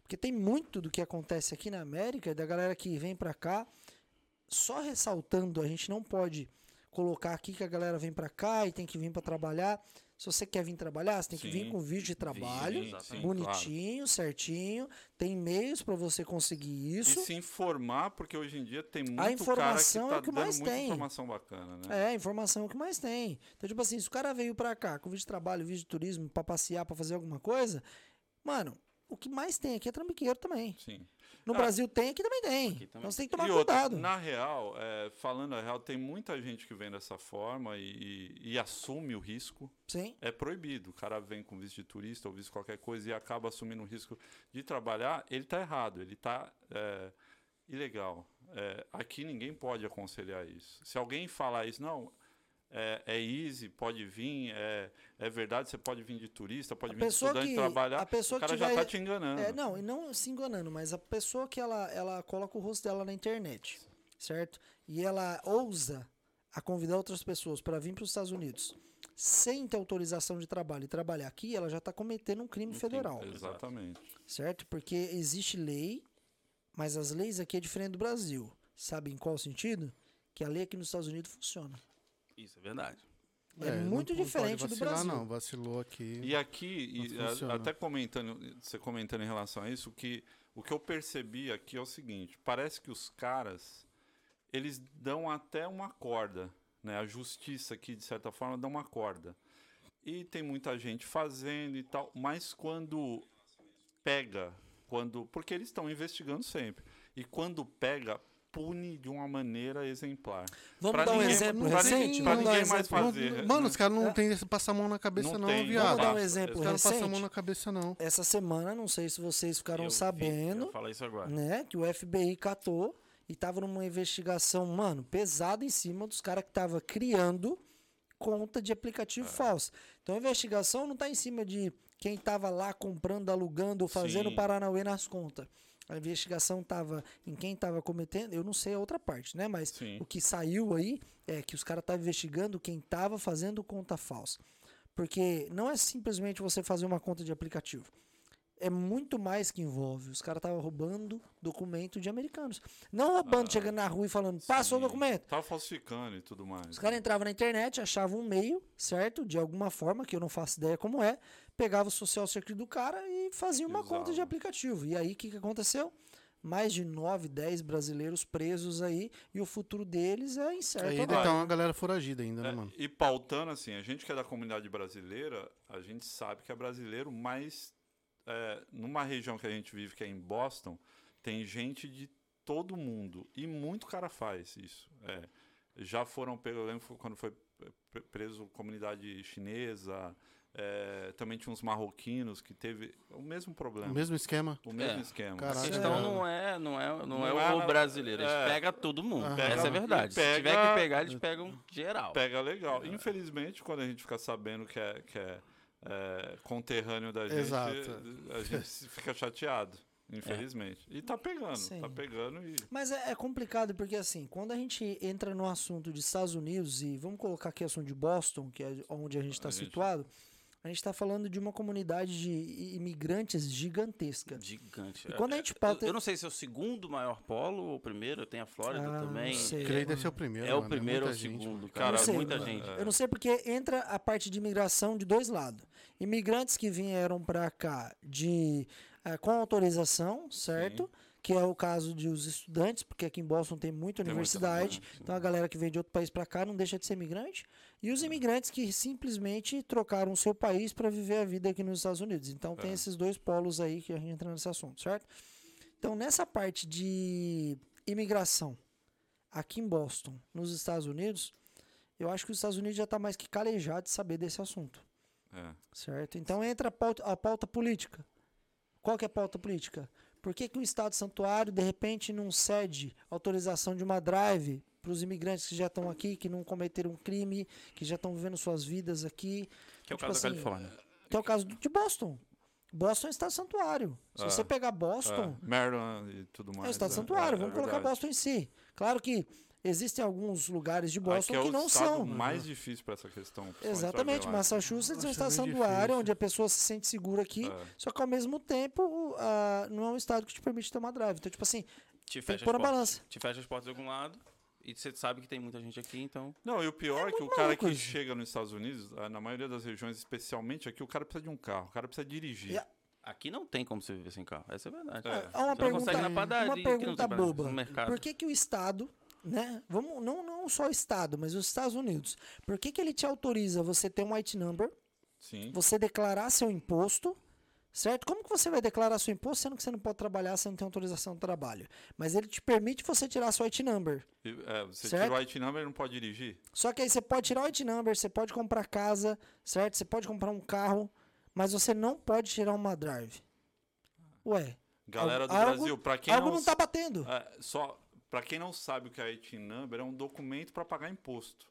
Speaker 4: Porque tem muito do que acontece aqui na América, da galera que vem pra cá. Só ressaltando, a gente não pode colocar aqui que a galera vem pra cá e tem que vir pra trabalhar. Se você quer vir trabalhar, você tem que vir
Speaker 2: Sim.
Speaker 4: com vídeo de trabalho,
Speaker 1: Sim, sim,
Speaker 4: bonitinho, certinho. Tem meios pra você conseguir isso.
Speaker 2: E se informar, porque hoje em dia tem muito
Speaker 4: informação é
Speaker 2: cara
Speaker 4: o
Speaker 2: que
Speaker 4: que
Speaker 2: tá dando
Speaker 4: mais
Speaker 2: muita
Speaker 4: tem.
Speaker 2: informação bacana, né?
Speaker 4: É, informação é o que mais tem. Então, tipo assim, se o cara veio pra cá com vídeo de trabalho, vídeo de turismo, pra passear, pra fazer alguma coisa, mano, o que mais tem aqui é trambiqueiro também.
Speaker 2: Sim.
Speaker 4: No
Speaker 2: Ah,
Speaker 4: Brasil tem, aqui também tem.
Speaker 1: aqui também.
Speaker 4: Então você tem que tomar
Speaker 2: e
Speaker 4: cuidado.
Speaker 2: Outra, na real, é, falando a real, tem muita gente que vem dessa forma e- e- e assume o risco.
Speaker 4: Sim.
Speaker 2: é proibido. O cara vem com visto de turista ou visto de qualquer coisa e acaba assumindo o risco de trabalhar, ele está errado, ele está ilegal. É, aqui ninguém pode aconselhar isso. Se alguém falar isso, não, é, é easy, pode vir, é, é verdade, você pode vir de turista, pode
Speaker 4: A
Speaker 2: vir de
Speaker 4: pessoa
Speaker 2: estudante
Speaker 4: que-
Speaker 2: trabalhar,
Speaker 4: a pessoa
Speaker 2: o cara
Speaker 4: que
Speaker 2: já
Speaker 4: tiver-
Speaker 2: está te enganando.
Speaker 4: É, não, e não se enganando, mas a pessoa que ela, ela coloca o rosto dela na internet, certo? E ela ousa a convidar outras pessoas para vir para os Estados Unidos sem ter autorização de trabalho e trabalhar aqui, ela já tá cometendo um crime federal.
Speaker 2: Exatamente.
Speaker 4: certo? Porque existe lei, mas as leis aqui é diferente do Brasil. Sabe em qual sentido? Que a lei aqui nos Estados Unidos funciona.
Speaker 1: Isso é verdade.
Speaker 4: É,
Speaker 3: não
Speaker 4: muito
Speaker 3: pode
Speaker 4: diferente do
Speaker 3: vacilar,
Speaker 4: Brasil.
Speaker 3: Não, vacilou aqui.
Speaker 2: E aqui, e
Speaker 3: Mas
Speaker 2: a-
Speaker 3: funciona.
Speaker 2: até comentando, você comentando em relação a isso, que o que eu percebi aqui é o seguinte: parece que os caras eles dão até uma corda, né? A justiça aqui de certa forma dá uma corda. E tem muita gente fazendo e tal, mas quando pega, quando porque eles estão investigando sempre. E quando pega, pune de uma maneira exemplar.
Speaker 4: Vamos
Speaker 2: Pra
Speaker 4: dar um
Speaker 2: ninguém-
Speaker 4: exemplo
Speaker 2: pra
Speaker 4: recente?
Speaker 2: ninguém- pra
Speaker 4: Vamos dar um
Speaker 2: ninguém mais
Speaker 4: exemplo, É.
Speaker 2: fazer.
Speaker 3: Não-
Speaker 2: né?
Speaker 3: Mano, os caras não têm esse passar a mão na cabeça, não,
Speaker 2: tem,
Speaker 3: viado.
Speaker 4: Vamos dar um
Speaker 2: passa.
Speaker 4: exemplo
Speaker 3: Os caras passam a mão
Speaker 4: recente?
Speaker 3: na cabeça, não.
Speaker 4: Essa semana, não sei se vocês ficaram
Speaker 1: Eu vi,
Speaker 4: sabendo,
Speaker 1: Eu falo isso agora.
Speaker 4: né? Que o FBI catou e tava numa investigação, mano, pesada em cima dos caras que tava criando conta de
Speaker 1: Ah.
Speaker 4: aplicativo falso. Então a investigação não tá em cima de quem tava lá comprando, alugando ou fazendo
Speaker 2: Sim.
Speaker 4: Paranauê nas contas. A investigação tava em quem tava cometendo, eu não sei a outra parte, né? Mas
Speaker 2: Sim.
Speaker 4: o que saiu aí é que os caras estavam investigando quem tava fazendo conta falsa. Porque não é simplesmente você fazer uma conta de aplicativo é muito mais que envolve. Os caras estavam roubando documento de americanos. Não roubando, chegando na rua e falando, passa o
Speaker 2: Ah, Sim.
Speaker 4: documento.
Speaker 2: Tava falsificando e tudo mais.
Speaker 4: Os caras entravam na internet, achavam um meio, certo? De alguma forma, que eu não faço ideia como é, pegava o social security do cara e fazia uma
Speaker 2: Exato.
Speaker 4: conta de aplicativo. E aí, o que, que aconteceu? Mais de 9, 10 brasileiros presos aí, e o futuro deles é incerto.
Speaker 3: Aí
Speaker 4: agora.
Speaker 3: ainda tá uma galera foragida ainda, né,
Speaker 2: É,
Speaker 3: mano?
Speaker 2: E pautando assim, a gente que é da comunidade brasileira, a gente sabe que é brasileiro, mas é, numa região que a gente vive, que é em Boston, tem gente de todo mundo. E muito cara faz isso. é. Já foram, pegos, eu lembro quando foi pre- preso comunidade chinesa, é, também tinha uns marroquinos que teve o mesmo
Speaker 1: então.
Speaker 3: O
Speaker 2: problema,
Speaker 3: mesmo esquema.
Speaker 2: o mesmo
Speaker 1: É.
Speaker 2: esquema.
Speaker 1: A
Speaker 3: Caralho.
Speaker 1: questão não é, não é, não é
Speaker 2: Não é
Speaker 1: o
Speaker 2: na-
Speaker 1: brasileiro. Eles
Speaker 2: é.
Speaker 1: pegam todo mundo.
Speaker 3: Aham.
Speaker 1: Essa é a verdade.
Speaker 2: Pega-
Speaker 1: Se tiver que pegar, eles pegam geral.
Speaker 2: Pega legal. Infelizmente, quando a gente fica sabendo que é, que é, é, conterrâneo da gente,
Speaker 3: Exato.
Speaker 2: a gente se fica chateado. Infelizmente. E tá pegando,
Speaker 4: Sim.
Speaker 2: tá pegando e.
Speaker 4: Mas é, é complicado porque, assim, quando a gente entra no assunto de Estados Unidos e vamos colocar aqui o assunto de Boston, que é onde a gente está
Speaker 2: A gente-
Speaker 4: situado, a gente está falando de uma comunidade de i- imigrantes gigantesca.
Speaker 1: Gigante.
Speaker 4: E quando a gente
Speaker 1: Eu-
Speaker 4: pauta.
Speaker 1: Eu, não sei se é o segundo maior polo ou o primeiro. Tem a Flórida
Speaker 4: Ah,
Speaker 1: também.
Speaker 4: não sei.
Speaker 3: Creio que deve ser o primeiro.
Speaker 1: É o
Speaker 3: mano,
Speaker 1: primeiro ou o
Speaker 3: muita gente,
Speaker 1: segundo,
Speaker 3: mano. É.
Speaker 1: cara.
Speaker 4: Eu não sei,
Speaker 1: muita
Speaker 4: mano.
Speaker 1: gente.
Speaker 4: Eu não sei porque entra a parte de imigração de dois lados. Imigrantes que vieram para cá de eh, com autorização, certo? Que é o caso dos estudantes, porque aqui em Boston tem muita
Speaker 2: Tem muita
Speaker 4: universidade.
Speaker 2: imigrante,
Speaker 4: então a galera que vem de outro país para cá não deixa de ser imigrante. E os imigrantes que simplesmente trocaram o seu país para viver a vida aqui nos Estados Unidos. Então tem esses dois polos aí que a gente entra nesse assunto, certo? Então nessa parte de imigração aqui em Boston, nos Estados Unidos, eu acho que os Estados Unidos já está mais que calejado de saber desse assunto,
Speaker 2: É.
Speaker 4: certo? Então entra a pauta, a pauta política. Qual que é a pauta política? Por que, que o Estado Santuário, de repente, não cede autorização de uma drive para os imigrantes que já estão aqui, que não cometeram um crime, que já estão vivendo suas vidas aqui?
Speaker 1: Que é o caso da
Speaker 4: Tipo
Speaker 2: tá
Speaker 4: assim,
Speaker 2: né?
Speaker 1: Califórnia.
Speaker 4: Que é o caso de Boston. Boston é Estado Santuário. Se
Speaker 2: Ah,
Speaker 4: você pegar Boston,
Speaker 2: É. Maryland e tudo mais.
Speaker 4: é o Estado
Speaker 2: né?
Speaker 4: Santuário,
Speaker 2: É,
Speaker 4: vamos
Speaker 2: é
Speaker 4: colocar
Speaker 2: verdade.
Speaker 4: Boston em si. Claro que Existem alguns lugares de
Speaker 2: Aqui
Speaker 4: Boston
Speaker 2: é o
Speaker 4: que não
Speaker 2: estado
Speaker 4: são.
Speaker 2: mais difícil para essa questão. principalmente
Speaker 4: Exatamente,
Speaker 2: Adelaide.
Speaker 4: Massachusetts é um
Speaker 3: Nossa, é
Speaker 4: estado
Speaker 3: bem
Speaker 4: santuário
Speaker 3: difícil.
Speaker 4: onde a pessoa se sente segura aqui,
Speaker 2: É.
Speaker 4: só que ao mesmo tempo o- ah, não é um estado que te permite tomar drive. Então, tipo assim,
Speaker 1: Te
Speaker 4: tem
Speaker 1: fecha,
Speaker 4: que
Speaker 1: as
Speaker 4: pôr na
Speaker 1: portas.
Speaker 4: balança.
Speaker 1: te fecha as portas de algum lado. E você sabe que tem muita gente aqui, então.
Speaker 2: Não, e o pior é, que o cara
Speaker 4: maluco
Speaker 2: que
Speaker 4: isso.
Speaker 2: chega nos Estados Unidos, ah, na maioria das regiões, especialmente aqui, o cara precisa de um carro, o cara precisa dirigir.
Speaker 4: Yeah.
Speaker 1: Aqui não tem como você viver sem carro. Essa é a verdade.
Speaker 2: É.
Speaker 4: É uma
Speaker 1: Você não
Speaker 4: pergunta,
Speaker 1: consegue ir na padaria,
Speaker 4: uma
Speaker 1: aqui não
Speaker 4: pergunta
Speaker 1: tem padaria,
Speaker 4: boba.
Speaker 1: no mercado.
Speaker 4: Por que, que o Estado, né? Vamos, não, não só o Estado, mas os Estados Unidos. Por que, que ele te autoriza você ter um white number,
Speaker 2: Sim.
Speaker 4: você declarar seu imposto, certo? Como que você vai declarar seu imposto sendo que você não pode trabalhar, você não tem autorização de trabalho? Mas ele te permite você tirar seu white number.
Speaker 2: E, é, você
Speaker 4: Certo.
Speaker 2: tira o IT number e não pode dirigir?
Speaker 4: Só que aí você pode tirar o IT number, você pode comprar casa, certo? Você pode comprar um carro, mas você não pode tirar uma drive. Ué,
Speaker 2: Galera do
Speaker 4: Algo-
Speaker 2: Brasil, para quem
Speaker 4: algo
Speaker 2: não,
Speaker 4: não tá batendo.
Speaker 2: É, só para quem não sabe o que é ITIN number, é um documento para pagar imposto.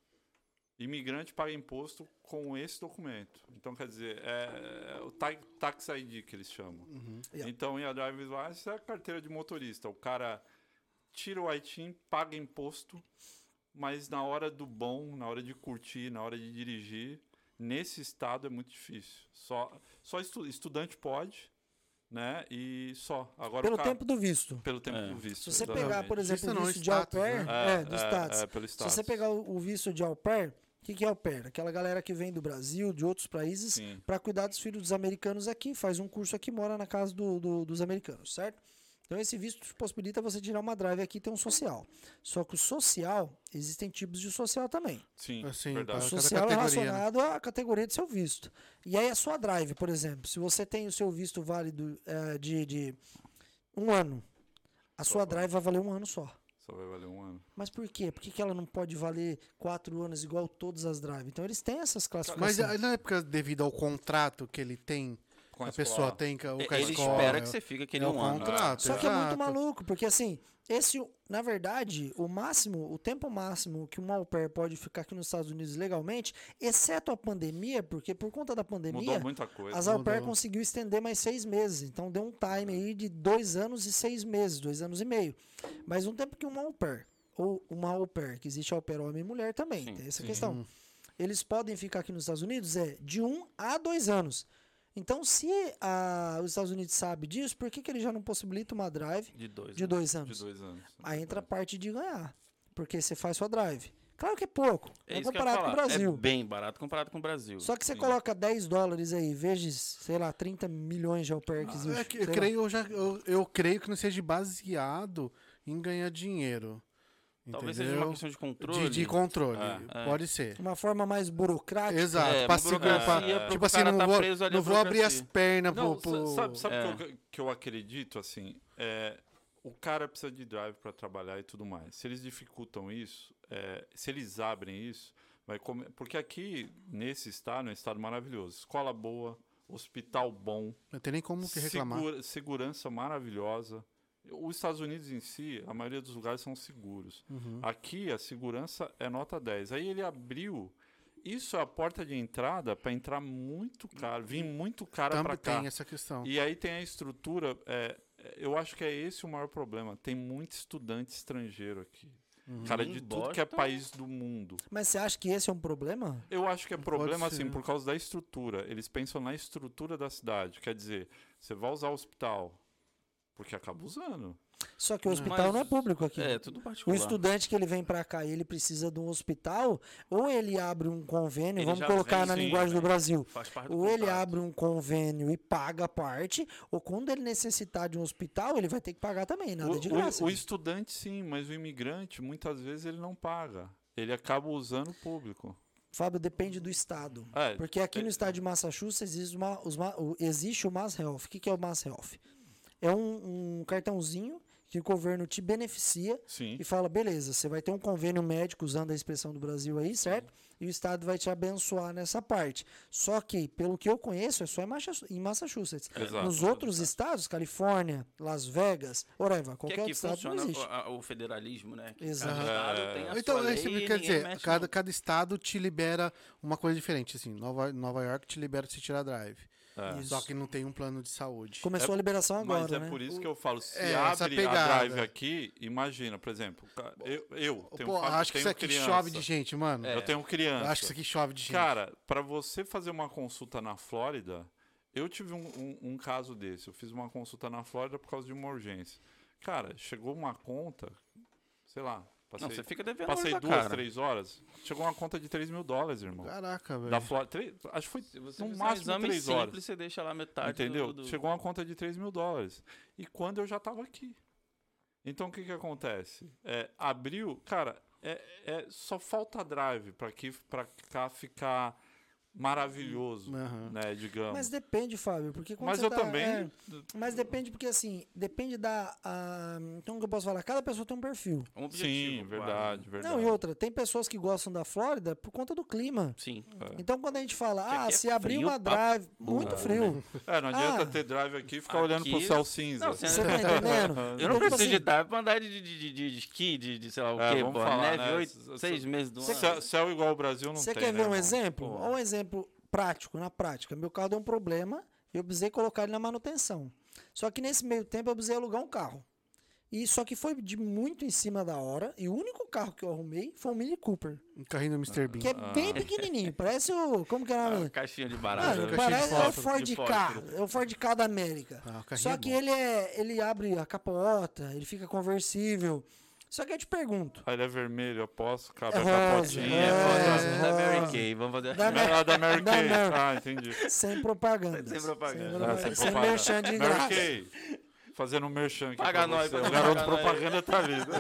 Speaker 2: Imigrante paga imposto com esse documento. Então, quer dizer, é, é o ta- Tax ID que eles chamam.
Speaker 4: Yeah.
Speaker 2: Então, e a driver's license é a carteira de motorista. O cara tira o ITIN, paga imposto, mas na hora do bom, na hora de curtir, na hora de dirigir, nesse estado é muito difícil. Só, só estu- estudante pode, né? E só. Agora é, o
Speaker 4: Pelo
Speaker 2: cara-
Speaker 4: tempo do visto.
Speaker 2: pelo tempo
Speaker 1: É.
Speaker 2: do visto.
Speaker 4: Se você
Speaker 2: exatamente.
Speaker 4: pegar, por exemplo,
Speaker 3: Visto não,
Speaker 4: o visto de au
Speaker 3: status, né?
Speaker 4: pair,
Speaker 2: É,
Speaker 4: é, do status.
Speaker 2: é, pelo
Speaker 4: Se
Speaker 2: status.
Speaker 4: você pegar o o visto de au pair, o que, que é au pair? Aquela galera que vem do Brasil, de outros países,
Speaker 2: Sim.
Speaker 4: para cuidar dos filhos dos americanos aqui, faz um curso aqui, mora na casa do- do- dos americanos, certo? Então esse visto te possibilita você tirar uma drive aqui e ter um social. Só que o social, existem tipos de social também.
Speaker 2: Sim,
Speaker 3: Assim,
Speaker 4: O
Speaker 2: verdade.
Speaker 3: Cada
Speaker 4: social é
Speaker 3: categoria, né?
Speaker 4: relacionado à categoria do seu visto. E aí a sua drive, por exemplo, se você tem o seu visto válido eh, de, de um ano, a sua drive vai valer um ano só.
Speaker 2: Só vai valer um ano.
Speaker 4: Mas por quê? Por que, que ela não pode valer quatro anos igual todas as drives? Então eles têm essas
Speaker 3: Mas
Speaker 4: classificações.
Speaker 3: ah, na época, devido ao contrato que ele tem,
Speaker 2: Com
Speaker 3: a
Speaker 2: escola.
Speaker 3: pessoa tem com a
Speaker 1: E-
Speaker 3: com a
Speaker 1: Ele
Speaker 3: escola.
Speaker 1: espera
Speaker 3: é-
Speaker 1: que você fique
Speaker 3: é
Speaker 1: aquele
Speaker 3: o
Speaker 1: um ano.
Speaker 3: contrato,
Speaker 4: Só que é muito
Speaker 3: exato.
Speaker 4: maluco, porque assim, esse, na verdade, o máximo, o tempo máximo que um au pair pode ficar aqui nos Estados Unidos legalmente, exceto a pandemia, porque por conta da pandemia,
Speaker 2: Mudou muita coisa.
Speaker 4: as au pair
Speaker 3: Mudou.
Speaker 4: conseguiu estender mais seis meses. Então deu um time aí de dois anos e seis meses, dois anos e meio. Mas um tempo que um au pair, ou uma au pair, que existe au pair homem e mulher também,
Speaker 1: Sim,
Speaker 4: tem essa
Speaker 1: sim.
Speaker 4: questão. Eles podem ficar aqui nos Estados Unidos é de um a dois anos. Então, se a- os Estados Unidos sabe disso, por que, que ele já não possibilita uma drive
Speaker 1: De dois. é.
Speaker 4: de
Speaker 1: né?
Speaker 4: dois anos?
Speaker 2: De dois anos.
Speaker 4: Aí entra a parte de ganhar, porque você faz sua drive. Claro que é pouco,
Speaker 1: É
Speaker 4: é
Speaker 1: isso que eu ia
Speaker 4: comparado com o
Speaker 1: falar.
Speaker 4: Brasil.
Speaker 1: É bem barato comparado com o Brasil.
Speaker 4: Só que você
Speaker 2: Sim.
Speaker 4: coloca 10 dólares aí, veja, sei lá, 30 milhões de au pair que existe.
Speaker 3: É que eu,
Speaker 4: sei lá.
Speaker 3: creio, eu, já, eu, eu creio que não seja baseado em ganhar dinheiro.
Speaker 1: Talvez seja uma
Speaker 3: entendeu?
Speaker 1: questão de controle.
Speaker 3: de, de controle.
Speaker 2: É,
Speaker 1: é.
Speaker 3: Pode ser.
Speaker 4: Uma forma mais burocrática.
Speaker 3: Exato.
Speaker 1: É, uma
Speaker 3: pra segurar, pra-
Speaker 1: burocracia pro
Speaker 3: tipo assim,
Speaker 1: cara
Speaker 3: não
Speaker 1: tá
Speaker 3: vou,
Speaker 1: preso ali
Speaker 3: não
Speaker 1: à
Speaker 3: vou abrir as
Speaker 1: burocracia.
Speaker 3: pernas
Speaker 2: Não,
Speaker 3: pro. pro-
Speaker 2: sa- sabe, sabe
Speaker 1: É.
Speaker 2: o que, eu, que eu acredito, assim? É, o cara precisa de drive para trabalhar e tudo mais. Se eles dificultam isso, é, se eles abrem isso, vai come- porque aqui, nesse estado, é um estado maravilhoso. Escola boa, hospital bom,
Speaker 3: Não tem nem como que reclamar.
Speaker 2: segura- segurança maravilhosa. Os Estados Unidos em si, a maioria dos lugares são seguros.
Speaker 3: Uhum.
Speaker 2: Aqui a segurança é nota 10. Aí ele abriu. Isso é a porta de entrada para entrar muito caro, vir muito caro para
Speaker 3: Também
Speaker 2: cá.
Speaker 3: tem essa questão.
Speaker 2: E aí tem a estrutura. é, eu acho que é esse o maior problema. Tem muito estudante estrangeiro aqui.
Speaker 3: Uhum.
Speaker 2: Cara, de tudo que é
Speaker 1: Boston.
Speaker 2: país do mundo.
Speaker 4: Mas você acha que esse é um problema?
Speaker 2: Eu acho que é
Speaker 3: pode
Speaker 2: problema,
Speaker 3: ser,
Speaker 2: assim,
Speaker 3: né?
Speaker 2: por causa da estrutura. Eles pensam na estrutura da cidade. Quer dizer, você vai usar o hospital, porque acaba usando.
Speaker 4: Só que o
Speaker 3: Mas-
Speaker 4: hospital não é público aqui.
Speaker 1: É, tudo
Speaker 4: O
Speaker 1: particular.
Speaker 4: estudante que ele vem pra cá e ele precisa de um hospital, ou ele abre um convênio,
Speaker 1: Ele
Speaker 4: vamos
Speaker 1: já
Speaker 4: colocar
Speaker 1: vem,
Speaker 4: na
Speaker 1: sim,
Speaker 4: linguagem do
Speaker 1: né?
Speaker 4: Brasil.
Speaker 1: Faz parte do
Speaker 4: Ou ele
Speaker 1: contrato.
Speaker 4: abre um convênio e paga a parte, ou quando ele necessitar de um hospital, ele vai ter que pagar também, nada
Speaker 2: o,
Speaker 4: de
Speaker 2: o-
Speaker 4: graça.
Speaker 2: o estudante, sim, mas o imigrante, muitas vezes, ele não paga. Ele acaba usando o público.
Speaker 4: Fábio, depende do estado.
Speaker 2: É,
Speaker 4: Porque aqui no
Speaker 2: é-
Speaker 4: estado de Massachusetts existe, uma, os ma- o, existe o Mass Health. O que, que é o Mass Health? É um, um cartãozinho que o governo te beneficia
Speaker 2: Sim.
Speaker 4: e fala, beleza, você vai ter um convênio médico usando a expressão do Brasil aí, certo? E o Estado vai te abençoar nessa parte. Só que, pelo que eu conheço, é só em Macha- em Massachusetts.
Speaker 2: Exato.
Speaker 4: Nos outros estados, Califórnia, Las Vegas, Oreva,
Speaker 1: Que
Speaker 4: qualquer
Speaker 1: aqui
Speaker 4: outro estado
Speaker 1: funciona
Speaker 4: não
Speaker 1: o,
Speaker 4: existe.
Speaker 1: a- o federalismo, né? Que cada
Speaker 4: Exato. é
Speaker 1: estado tem a sua
Speaker 3: Então,
Speaker 1: lei
Speaker 3: isso
Speaker 1: e
Speaker 3: quer
Speaker 1: ninguém
Speaker 3: dizer,
Speaker 1: mexe,
Speaker 3: cada,
Speaker 1: não.
Speaker 3: cada estado te libera uma coisa diferente, assim. Nova, Nova York te libera se tirar drive.
Speaker 1: É.
Speaker 4: Isso.
Speaker 3: Só que não tem um plano de saúde.
Speaker 4: Começou a liberação agora,
Speaker 2: Mas é
Speaker 4: né?
Speaker 2: por isso que eu falo, se
Speaker 3: É, essa
Speaker 2: abre a
Speaker 3: pegada.
Speaker 2: drive aqui, imagina, por exemplo, ca- eu, eu
Speaker 1: um
Speaker 2: tenho,
Speaker 3: Pô,
Speaker 2: fa-
Speaker 3: acho que
Speaker 2: tenho
Speaker 3: isso aqui
Speaker 2: criança.
Speaker 3: chove de gente, mano.
Speaker 1: É,
Speaker 2: Eu tenho criança.
Speaker 3: Acho que isso aqui chove de gente.
Speaker 2: Cara, pra você fazer uma consulta na Flórida, eu tive um, um- um caso desse. Eu fiz uma consulta na Flórida por causa de uma urgência. Cara, chegou uma conta, sei lá, passei,
Speaker 1: Não, você fica devendo
Speaker 2: passei
Speaker 1: olho pra
Speaker 2: duas,
Speaker 1: cara.
Speaker 2: três horas. Chegou uma conta de 3 mil dólares, irmão.
Speaker 3: Caraca, velho.
Speaker 2: Da Flórida. três- Acho que foi
Speaker 1: é. Se você
Speaker 2: no
Speaker 1: fizer
Speaker 2: máximo
Speaker 1: um exame
Speaker 2: três
Speaker 1: simples,
Speaker 2: horas.
Speaker 1: você deixa lá metade do-
Speaker 2: Entendeu?
Speaker 1: do...
Speaker 2: Chegou uma conta de 3 mil dólares. E quando eu já tava aqui. Então o que que acontece? É, abriu, cara, é, é- só falta drive para que para cá ficar maravilhoso,
Speaker 3: Aham.
Speaker 2: né, digamos. Mas,
Speaker 4: Mas depende, Fábio, porque quando você
Speaker 2: eu
Speaker 4: tá-
Speaker 2: também
Speaker 4: é, mas depende, porque assim, depende da. a- como que eu posso falar? Cada pessoa tem um perfil.
Speaker 1: É um
Speaker 2: Sim,
Speaker 1: objetivo,
Speaker 2: verdade, verdade.
Speaker 4: Não, e outra, tem pessoas que gostam da Flórida por conta do clima.
Speaker 1: claro. Sim.
Speaker 4: Então quando a gente fala, ah,
Speaker 1: É. aqui é
Speaker 4: se abrir
Speaker 1: frio né?
Speaker 4: uma
Speaker 1: pra
Speaker 4: drive, muito
Speaker 1: porra,
Speaker 4: frio.
Speaker 2: É, não adianta
Speaker 4: Ah.
Speaker 2: ter drive aqui e ficar olhando pro
Speaker 1: Aqui-
Speaker 2: céu cinza.
Speaker 1: Não, você-
Speaker 4: Você tá entendendo?
Speaker 1: Eu não
Speaker 4: Então, tipo
Speaker 1: preciso de
Speaker 4: assim,
Speaker 1: dar pra andar de, de, de, de, de esqui, de, de sei lá o
Speaker 2: É,
Speaker 1: quê,
Speaker 2: vamos
Speaker 1: pô.
Speaker 2: falar,
Speaker 1: Neve,
Speaker 2: né?
Speaker 1: oito,
Speaker 2: Cê-
Speaker 1: seis meses do ano.
Speaker 2: Céu, céu igual ao Brasil não
Speaker 4: Você
Speaker 2: tem.
Speaker 4: quer
Speaker 2: né,
Speaker 4: ver um
Speaker 2: irmão?
Speaker 4: exemplo?
Speaker 1: Pô.
Speaker 4: Olha Um exemplo prático, na prática. Meu carro deu um problema, eu precisei colocar ele na manutenção. Só que nesse meio tempo eu precisei alugar um carro. E só que foi de muito em cima da hora, e o único carro que eu arrumei foi um Mini Cooper,
Speaker 3: Um carrinho do Mr. Bean.
Speaker 4: que é bem pequenininho, parece o, como que era?
Speaker 1: Ah,
Speaker 4: nome?
Speaker 1: caixinha de
Speaker 4: né? Mano,
Speaker 1: barata.
Speaker 3: Nunca achei
Speaker 4: parece
Speaker 3: de
Speaker 4: é o
Speaker 3: fósforo,
Speaker 4: Ford
Speaker 1: de
Speaker 4: K,
Speaker 1: fósforo.
Speaker 4: é o Ford K da América.
Speaker 3: Ah, o carrinho
Speaker 4: Só
Speaker 3: é
Speaker 4: que
Speaker 3: bom.
Speaker 4: ele é, ele abre a capota, ele fica conversível. Só que eu te pergunto,
Speaker 2: Ah, ele é vermelho, eu aposto,
Speaker 4: É
Speaker 2: cabra
Speaker 4: rosa,
Speaker 2: capotinha.
Speaker 1: É,
Speaker 4: É,
Speaker 1: foda, da Mary
Speaker 4: ó.
Speaker 1: Kay, vamos fazer...
Speaker 4: Da Mary-
Speaker 2: Ah, da Mary
Speaker 4: Da
Speaker 2: Kay.
Speaker 4: Mary-
Speaker 2: Ah, entendi.
Speaker 4: sem propaganda.
Speaker 1: Sem propaganda.
Speaker 4: Sem,
Speaker 2: Ah,
Speaker 4: propaganda,
Speaker 2: sem
Speaker 4: sem
Speaker 2: propaganda.
Speaker 4: merchan de
Speaker 2: Mary
Speaker 4: graça.
Speaker 2: Kay, Fazendo um merchan aqui.
Speaker 1: Paga
Speaker 2: pra
Speaker 1: nós,
Speaker 2: você.
Speaker 1: paga
Speaker 2: O garoto
Speaker 1: nós.
Speaker 2: propaganda tá vindo.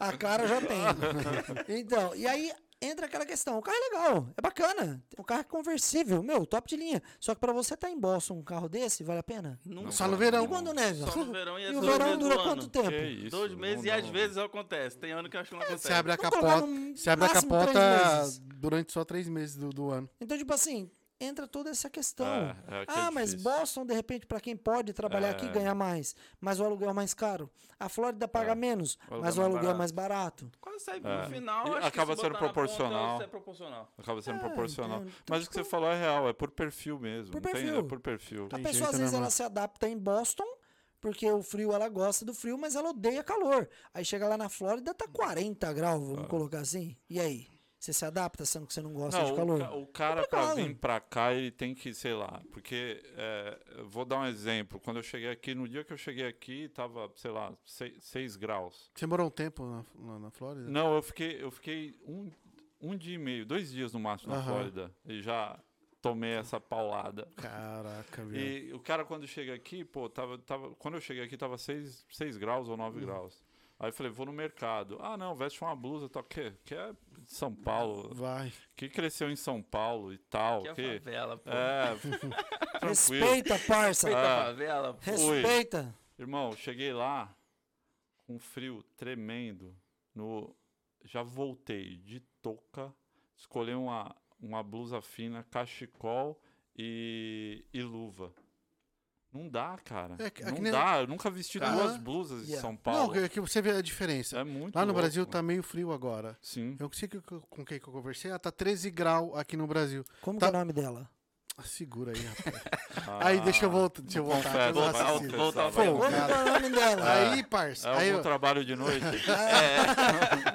Speaker 4: A cara já tem. Então, e aí entra aquela questão. O carro é legal, é bacana. O carro é conversível, meu, top de linha. Só que pra você estar em Boston um carro desse, vale a pena?
Speaker 1: Nunca.
Speaker 3: Só no verão.
Speaker 4: E quando é neva?
Speaker 1: Só no verão e é
Speaker 4: o
Speaker 1: dois
Speaker 4: verão
Speaker 1: meses
Speaker 4: dura
Speaker 1: do ano.
Speaker 4: quanto tempo?
Speaker 2: Que isso, um
Speaker 1: Dois
Speaker 2: não
Speaker 1: mevezes e
Speaker 2: dá,
Speaker 1: às
Speaker 2: não.
Speaker 1: vezes acontece. Tem ano que eu acho que não acontece.
Speaker 3: Você abre a
Speaker 4: Vamos colocar
Speaker 3: capota,
Speaker 4: no
Speaker 3: você abre a
Speaker 4: máximo
Speaker 3: capota
Speaker 4: três meses.
Speaker 3: durante só três meses do, do ano.
Speaker 4: Então, tipo assim, entra toda essa questão.
Speaker 2: É, é que é
Speaker 4: ah, mas
Speaker 2: difícil.
Speaker 4: Boston, de repente, pra quem pode trabalhar
Speaker 1: É.
Speaker 4: aqui e ganhar mais, mas o aluguel é mais caro. A Flórida paga menos,
Speaker 1: É, aluguel
Speaker 4: mas
Speaker 1: mais
Speaker 4: o aluguel é
Speaker 1: barato.
Speaker 4: mais barato.
Speaker 1: Quase sai
Speaker 2: É.
Speaker 1: no final.
Speaker 2: E
Speaker 1: acho que
Speaker 2: acaba
Speaker 1: se
Speaker 2: sendo
Speaker 1: botar na ponta,
Speaker 2: proporcional.
Speaker 1: isso é proporcional.
Speaker 2: Acaba sendo
Speaker 4: Ah,
Speaker 2: proporcional.
Speaker 4: entendo. Então,
Speaker 2: Mas o que você
Speaker 4: tipo-
Speaker 2: falou é real, é por perfil mesmo.
Speaker 4: Por
Speaker 2: não tem-
Speaker 4: perfil. Tá
Speaker 2: é por perfil.
Speaker 4: a
Speaker 3: Tem
Speaker 4: pessoa
Speaker 3: jeito,
Speaker 4: às
Speaker 3: né,
Speaker 4: vezes ela
Speaker 3: mano?
Speaker 4: se adapta em Boston, porque o frio ela gosta do frio, mas ela odeia calor. Aí chega lá na Flórida, tá 40 graus, vamos colocar assim. E aí? Você se adapta sendo que você não gosta
Speaker 2: Não,
Speaker 4: de
Speaker 2: o
Speaker 4: calor?
Speaker 2: ca- o, cara pra
Speaker 4: Complicado.
Speaker 2: vir pra cá, ele tem que, sei lá, porque é, eu vou dar um exemplo. Quando eu cheguei aqui, no dia que eu cheguei aqui, tava, sei lá, 6 graus.
Speaker 3: Você morou um tempo na, na, na Flórida?
Speaker 2: Não, eu fiquei, eu fiquei um, um dia e meio, dois dias no máximo na
Speaker 3: Aham.
Speaker 2: Flórida. E já tomei essa paulada.
Speaker 3: Caraca, velho.
Speaker 2: E o cara, quando chega aqui, pô, tava, tava, quando eu cheguei aqui, tava 6, graus ou 9 graus. Aí eu falei, vou no mercado. Ah, não, veste uma blusa, tal, que, que é de São Paulo,
Speaker 3: Vai.
Speaker 2: que cresceu em São Paulo e tal.
Speaker 1: Que é a
Speaker 2: Que,
Speaker 1: favela, pô.
Speaker 2: é, tranquilo.
Speaker 4: Respeita, parça.
Speaker 1: Respeita
Speaker 2: Ah.
Speaker 1: a favela, pô.
Speaker 4: Respeita.
Speaker 2: Irmão, cheguei lá com um frio tremendo. No, já voltei de touca, escolhi uma, uma blusa fina, cachecol e, e luva. Não dá, cara.
Speaker 3: É que- é
Speaker 2: não
Speaker 3: que nem-
Speaker 2: dá. Eu nunca vesti
Speaker 3: Cara,
Speaker 2: duas blusas em
Speaker 4: yeah.
Speaker 2: São Paulo.
Speaker 3: Não, é que, que você vê a diferença.
Speaker 2: É muito
Speaker 3: Lá no
Speaker 2: louco, né?
Speaker 3: Brasil
Speaker 2: mano.
Speaker 3: tá meio frio agora.
Speaker 2: Sim.
Speaker 3: Eu sei que, que- com quem que eu conversei, ah, tá 13 graus aqui no Brasil.
Speaker 4: Como
Speaker 3: Tá.
Speaker 4: que é o nome dela?
Speaker 3: Ah, Segura aí, rapaz. aí deixa eu voltar. Deixa eu voltar.
Speaker 2: Ah, confesso,
Speaker 3: pelo
Speaker 2: voltar ao-
Speaker 3: raciocínio.
Speaker 2: voltar ao-
Speaker 3: Pô,
Speaker 4: Como que
Speaker 3: cara.
Speaker 4: é o nome dela?
Speaker 3: Aí, parça.
Speaker 2: Ah, É
Speaker 3: aí
Speaker 2: algum
Speaker 3: eu,
Speaker 2: trabalho de noite?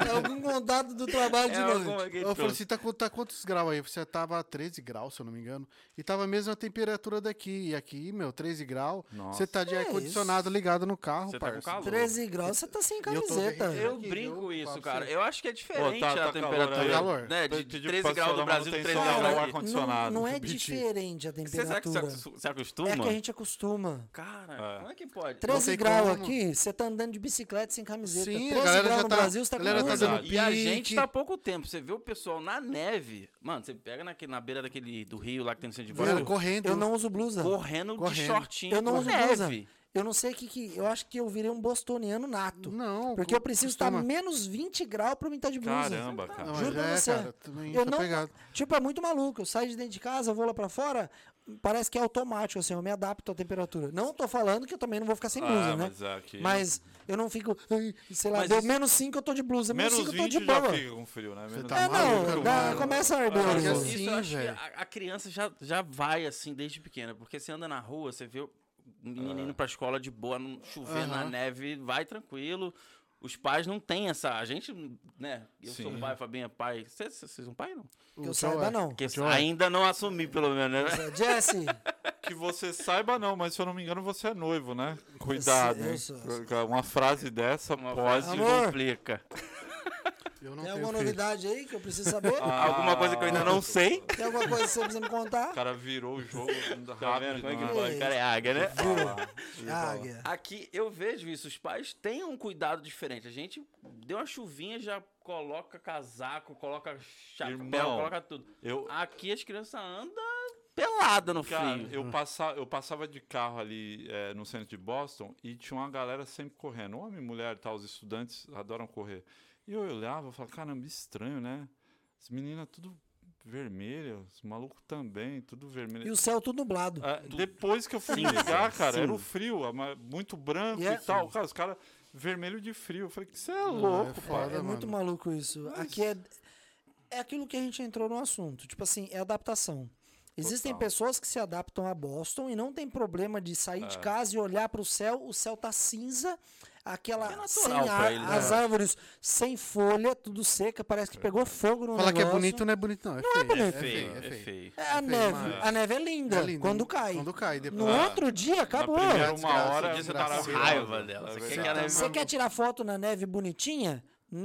Speaker 4: É algum contato do trabalho de
Speaker 1: É
Speaker 4: noite.
Speaker 1: alguma que
Speaker 3: eu falei
Speaker 1: trouxe.
Speaker 3: assim, tá, qu- tá quantos graus aí? Você tava a 13 graus, se eu não me engano. E tava a mesma temperatura daqui. E aqui, meu, 13 graus.
Speaker 2: Nossa.
Speaker 3: Você tá de
Speaker 4: É
Speaker 3: ar-condicionado ligado no carro,
Speaker 1: Você tá com
Speaker 3: parça.
Speaker 1: calor?
Speaker 4: 13 graus, você tá sem
Speaker 3: tô
Speaker 4: camiseta.
Speaker 3: derretendo.
Speaker 1: Eu
Speaker 3: Aqui,
Speaker 1: brinco
Speaker 3: eu
Speaker 1: isso,
Speaker 3: faço
Speaker 1: cara.
Speaker 3: isso.
Speaker 1: Eu acho que é diferente
Speaker 2: Pô, tá-
Speaker 1: a
Speaker 2: tá calor
Speaker 1: temperatura.
Speaker 2: aí.
Speaker 3: Tá calor.
Speaker 1: Né? De
Speaker 2: Pedi pro
Speaker 1: 13
Speaker 2: pessoal
Speaker 1: graus
Speaker 2: da
Speaker 1: do Brasil,
Speaker 2: manutenção
Speaker 1: 13
Speaker 2: ligar
Speaker 1: graus
Speaker 2: o
Speaker 1: daqui.
Speaker 2: ar-condicionado.
Speaker 4: Não, não é
Speaker 3: Bitinho.
Speaker 4: diferente a
Speaker 1: Você será que
Speaker 4: temperatura.
Speaker 1: você se acostuma?
Speaker 4: É que a gente acostuma.
Speaker 1: Cara,
Speaker 2: É.
Speaker 1: como é que pode?
Speaker 3: Não
Speaker 4: 13
Speaker 3: sei
Speaker 4: graus
Speaker 3: como.
Speaker 4: aqui, você tá andando de bicicleta sem camiseta.
Speaker 3: Sim, a
Speaker 4: 13
Speaker 3: galera
Speaker 4: graus
Speaker 3: já
Speaker 4: no
Speaker 3: tá-
Speaker 4: Brasil, você tá
Speaker 3: a
Speaker 4: com
Speaker 3: galera tá
Speaker 4: blusa.
Speaker 3: dando
Speaker 1: E a
Speaker 3: pique.
Speaker 1: gente tá há pouco tempo. Você vê o pessoal na neve. Mano, você pega naquele, na beira daquele, do rio lá que tem no centro de
Speaker 3: Galera
Speaker 1: Boston,
Speaker 3: correndo.
Speaker 4: Eu não uso blusa.
Speaker 1: correndo, de
Speaker 3: correndo.
Speaker 1: shortinho.
Speaker 4: Eu não
Speaker 1: com
Speaker 4: uso blusa.
Speaker 1: neve.
Speaker 4: Eu não sei o que, que. Eu acho que eu virei um bostoniano nato.
Speaker 3: Não,
Speaker 4: porque eu
Speaker 3: co-
Speaker 4: preciso estar
Speaker 3: costuma.
Speaker 4: menos 20 graus pra mim estar de blusa.
Speaker 2: Caramba,
Speaker 3: Não,
Speaker 2: cara.
Speaker 3: mas
Speaker 4: né? Juro pra
Speaker 3: é,
Speaker 4: você.
Speaker 3: cara, também
Speaker 4: Eu
Speaker 3: tá
Speaker 4: não-
Speaker 3: pegado.
Speaker 4: Tipo, é muito maluco. Eu saio de dentro de casa, vou lá pra fora. parece que é automático, assim, eu me adapto à temperatura. Não tô falando que eu também não vou ficar sem blusa,
Speaker 2: Ah,
Speaker 4: né?
Speaker 3: é
Speaker 2: mas aqui-
Speaker 4: Mas eu não fico, ai, sei lá,
Speaker 1: Mas
Speaker 4: deu
Speaker 1: isso-
Speaker 4: menos 5 eu tô de blusa, menos
Speaker 5: Menos
Speaker 4: 5 eu tô de
Speaker 5: 20 já
Speaker 4: boa.
Speaker 5: fica com frio, né? Menos
Speaker 3: tá
Speaker 4: É,
Speaker 3: maluco,
Speaker 4: não,
Speaker 3: cara,
Speaker 4: dá-
Speaker 3: mano.
Speaker 4: começa a arder.
Speaker 3: Cara,
Speaker 1: Mas
Speaker 3: que
Speaker 4: mano.
Speaker 1: isso,
Speaker 3: assim,
Speaker 1: isso eu acho que
Speaker 3: velho.
Speaker 1: a, a criança já, já vai assim desde pequena, porque você anda na rua, você vê o menino indo pra escola de boa, não chover na
Speaker 3: Aham.
Speaker 1: neve, vai tranquilo. Os pais não têm essa. A gente, né? Eu sou
Speaker 2: Sim.
Speaker 1: pai, Fabinho é pai. Vocês vocês são pai, não?
Speaker 3: O
Speaker 4: Que eu
Speaker 3: seu
Speaker 4: saiba,
Speaker 3: é.
Speaker 4: não. é,
Speaker 1: Porque ainda não assumi, pelo menos, né?
Speaker 4: Jesse,
Speaker 5: Que você saiba, não, mas se eu não me engano, você é noivo, né? Cuidado.
Speaker 4: eu
Speaker 5: hein?
Speaker 4: sou-
Speaker 5: Uma frase dessa
Speaker 1: Uma
Speaker 5: pode.
Speaker 1: frase
Speaker 4: Amor.
Speaker 1: complica.
Speaker 3: Eu não tenho
Speaker 4: tem alguma
Speaker 3: filho.
Speaker 4: É novidade aí que eu preciso saber?
Speaker 1: Alguma coisa que eu ainda não sei.
Speaker 4: Tem alguma coisa que você precisa me contar?
Speaker 5: O cara virou o jogo rápido.
Speaker 1: Tá vendo como é que
Speaker 5: né?
Speaker 1: pode? O cara é águia, né?
Speaker 4: Águia.
Speaker 1: Aqui eu vejo isso, os pais têm um cuidado diferente. A gente deu uma chuvinha, já coloca casaco, coloca chapéu,
Speaker 2: Irmão,
Speaker 1: coloca tudo.
Speaker 2: Eu,
Speaker 1: Aqui as crianças andam pelada no
Speaker 2: Cara,
Speaker 1: Ah, frio.
Speaker 2: eu, passa, eu passava de carro ali eh, no centro de Boston e tinha uma galera sempre correndo. Homem, mulher e tal, os estudantes adoram correr. E eu olhava e falava, caramba, estranho, né? As meninas tudo vermelho, os malucos também, tudo vermelho.
Speaker 4: E o céu tudo nublado.
Speaker 2: Ah, depois que eu fui
Speaker 1: Cinza,
Speaker 2: ligar, cara, era o
Speaker 1: cinza.
Speaker 2: frio, a ma- muito branco
Speaker 4: E é-
Speaker 2: e tal. Cara, os caras vermelho de frio. Eu falei, que você é
Speaker 3: é
Speaker 2: louco,
Speaker 3: foda,
Speaker 4: É muito
Speaker 3: mano.
Speaker 4: maluco isso. Aqui é. É aquilo que a gente entrou no assunto. Tipo assim, é adaptação. Existem
Speaker 2: Total.
Speaker 4: pessoas que se adaptam a Boston e não tem problema de sair de casa e olhar para o céu, o céu tá cinza, aquela
Speaker 1: É natural
Speaker 4: sem
Speaker 1: pra
Speaker 4: ar,
Speaker 1: eles, né?
Speaker 4: as árvores sem folha, tudo seca, parece que pegou fogo no
Speaker 3: Falar que é
Speaker 4: negócio.
Speaker 3: bonito não é bonito, não. É feio.
Speaker 1: é, feio, é feio,
Speaker 4: É a
Speaker 3: feio,
Speaker 4: neve,
Speaker 3: mas-
Speaker 4: a neve é linda,
Speaker 3: É lindo.
Speaker 4: quando cai.
Speaker 3: Quando cai. é. Depois...
Speaker 4: No outro dia acabou.
Speaker 2: Na primeira uma
Speaker 3: desgraça,
Speaker 2: hora,
Speaker 3: desgraça. né?
Speaker 2: maravilhoso.
Speaker 1: Raiva dela.
Speaker 2: É
Speaker 1: Você
Speaker 2: verdade.
Speaker 1: quer que ela-
Speaker 4: Você quer tirar foto na neve bonitinha?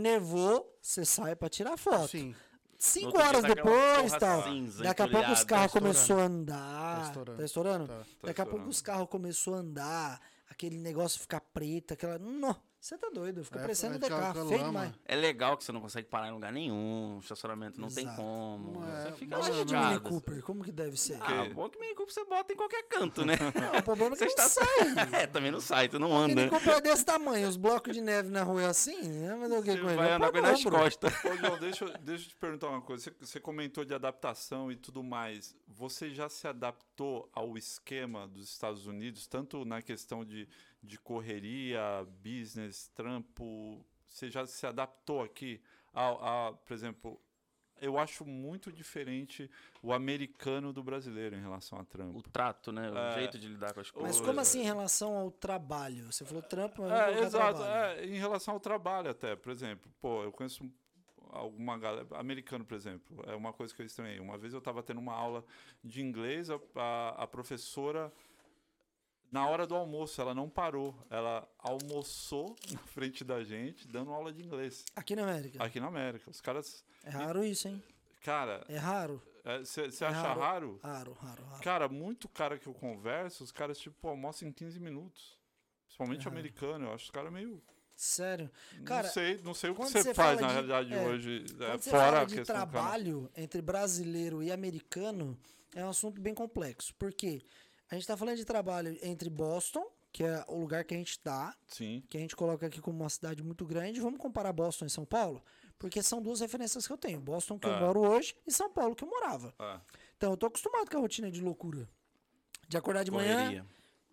Speaker 4: Nevou, você sai pra tirar foto.
Speaker 3: Sim.
Speaker 1: No
Speaker 4: Cinco
Speaker 1: outro dia
Speaker 4: horas
Speaker 1: tá aquela
Speaker 4: depois,
Speaker 1: porra
Speaker 4: tal.
Speaker 1: cinza,
Speaker 4: Daqui a pouco os
Speaker 1: entulhada,
Speaker 4: carros
Speaker 3: tá
Speaker 4: começou a andar.
Speaker 3: Tá estourando.
Speaker 4: Tá estourando?
Speaker 3: Tá.
Speaker 4: Daqui a pouco
Speaker 2: estourando.
Speaker 4: os carros começou a andar. Aquele negócio ficar preto, aquela. Não, você tá doido, fica
Speaker 3: É,
Speaker 4: parecendo
Speaker 3: é
Speaker 4: de
Speaker 3: aquela-
Speaker 4: carro,
Speaker 3: aquela
Speaker 4: feio
Speaker 3: lama.
Speaker 4: demais.
Speaker 1: É legal que você não consegue parar em lugar nenhum, estacionamento não tem
Speaker 4: Exato.
Speaker 1: como.
Speaker 3: Não é-
Speaker 1: você fica
Speaker 3: não é
Speaker 4: Imagina de
Speaker 1: lascado.
Speaker 4: Mini Cooper, como que deve ser?
Speaker 1: Ah, bom que Mini Cooper você bota em qualquer canto, né?
Speaker 4: Não, o problema é que
Speaker 1: Você
Speaker 4: não
Speaker 1: está
Speaker 4: sai.
Speaker 1: É, também não sai, tu não
Speaker 4: Mini
Speaker 2: né?
Speaker 1: anda.
Speaker 4: Cooper é desse tamanho, os blocos de neve na rua é assim, né? Mas o que
Speaker 1: Você
Speaker 4: com ele?
Speaker 1: vai
Speaker 4: Eu
Speaker 1: andar com
Speaker 4: pago
Speaker 1: ele nas
Speaker 4: ombro.
Speaker 1: costas.
Speaker 2: Ô, João, deixa, eu- deixa eu te perguntar uma coisa. Você, você comentou de adaptação e tudo mais. Você já se adaptou ao esquema dos Estados Unidos, tanto na questão de, de correria, business, trampo? Você já se adaptou aqui? ao- A, por exemplo, eu acho muito diferente o americano do brasileiro em relação a trampo.
Speaker 1: O trato, né? O
Speaker 2: É.
Speaker 1: jeito de lidar com as coisas. né?
Speaker 4: Mas como assim em relação ao trabalho? Você falou trampo, mas
Speaker 2: É,
Speaker 4: não é
Speaker 2: exato.
Speaker 4: trabalho.
Speaker 2: é, em relação ao trabalho até, por exemplo, pô, eu conheço um- alguma galera, americano, por exemplo, é uma coisa que eu estranhei. Uma vez eu estava tendo uma aula de inglês, a, a- a professora, na hora do almoço, ela não parou, ela almoçou na frente da gente, dando aula de inglês,
Speaker 4: Aqui na América.
Speaker 2: aqui na América. Os caras,
Speaker 4: É raro isso, hein?
Speaker 2: cara,
Speaker 4: É raro.
Speaker 2: você
Speaker 4: É
Speaker 2: acha
Speaker 4: raro.
Speaker 2: raro?
Speaker 4: Raro, raro, raro.
Speaker 2: Cara, muito cara que eu converso, os caras, tipo, almoçam em 15 minutos. Principalmente
Speaker 4: É raro.
Speaker 2: americano, eu acho os caras meio...
Speaker 4: Sério. Cara,
Speaker 2: não sei, não sei o que
Speaker 4: quando
Speaker 2: você,
Speaker 4: você
Speaker 2: faz na
Speaker 4: fala de-
Speaker 2: realidade
Speaker 4: é,
Speaker 2: hoje, é,
Speaker 4: quando você
Speaker 2: fora
Speaker 4: fala
Speaker 2: a
Speaker 4: de
Speaker 2: questão
Speaker 4: trabalho entre brasileiro e americano, é um assunto bem complexo. Por quê? A gente tá falando de trabalho entre Boston, que é o lugar que a gente tá,
Speaker 2: Sim.
Speaker 4: que a gente coloca aqui como uma cidade muito grande. Vamos comparar Boston e São Paulo? Porque são duas referências que eu tenho. Boston, que eu
Speaker 1: Tá.
Speaker 2: É.
Speaker 4: moro hoje, e São Paulo, que eu morava.
Speaker 2: É.
Speaker 4: Então, eu tô acostumado com a rotina de loucura. De acordar de manhã,
Speaker 1: Correria.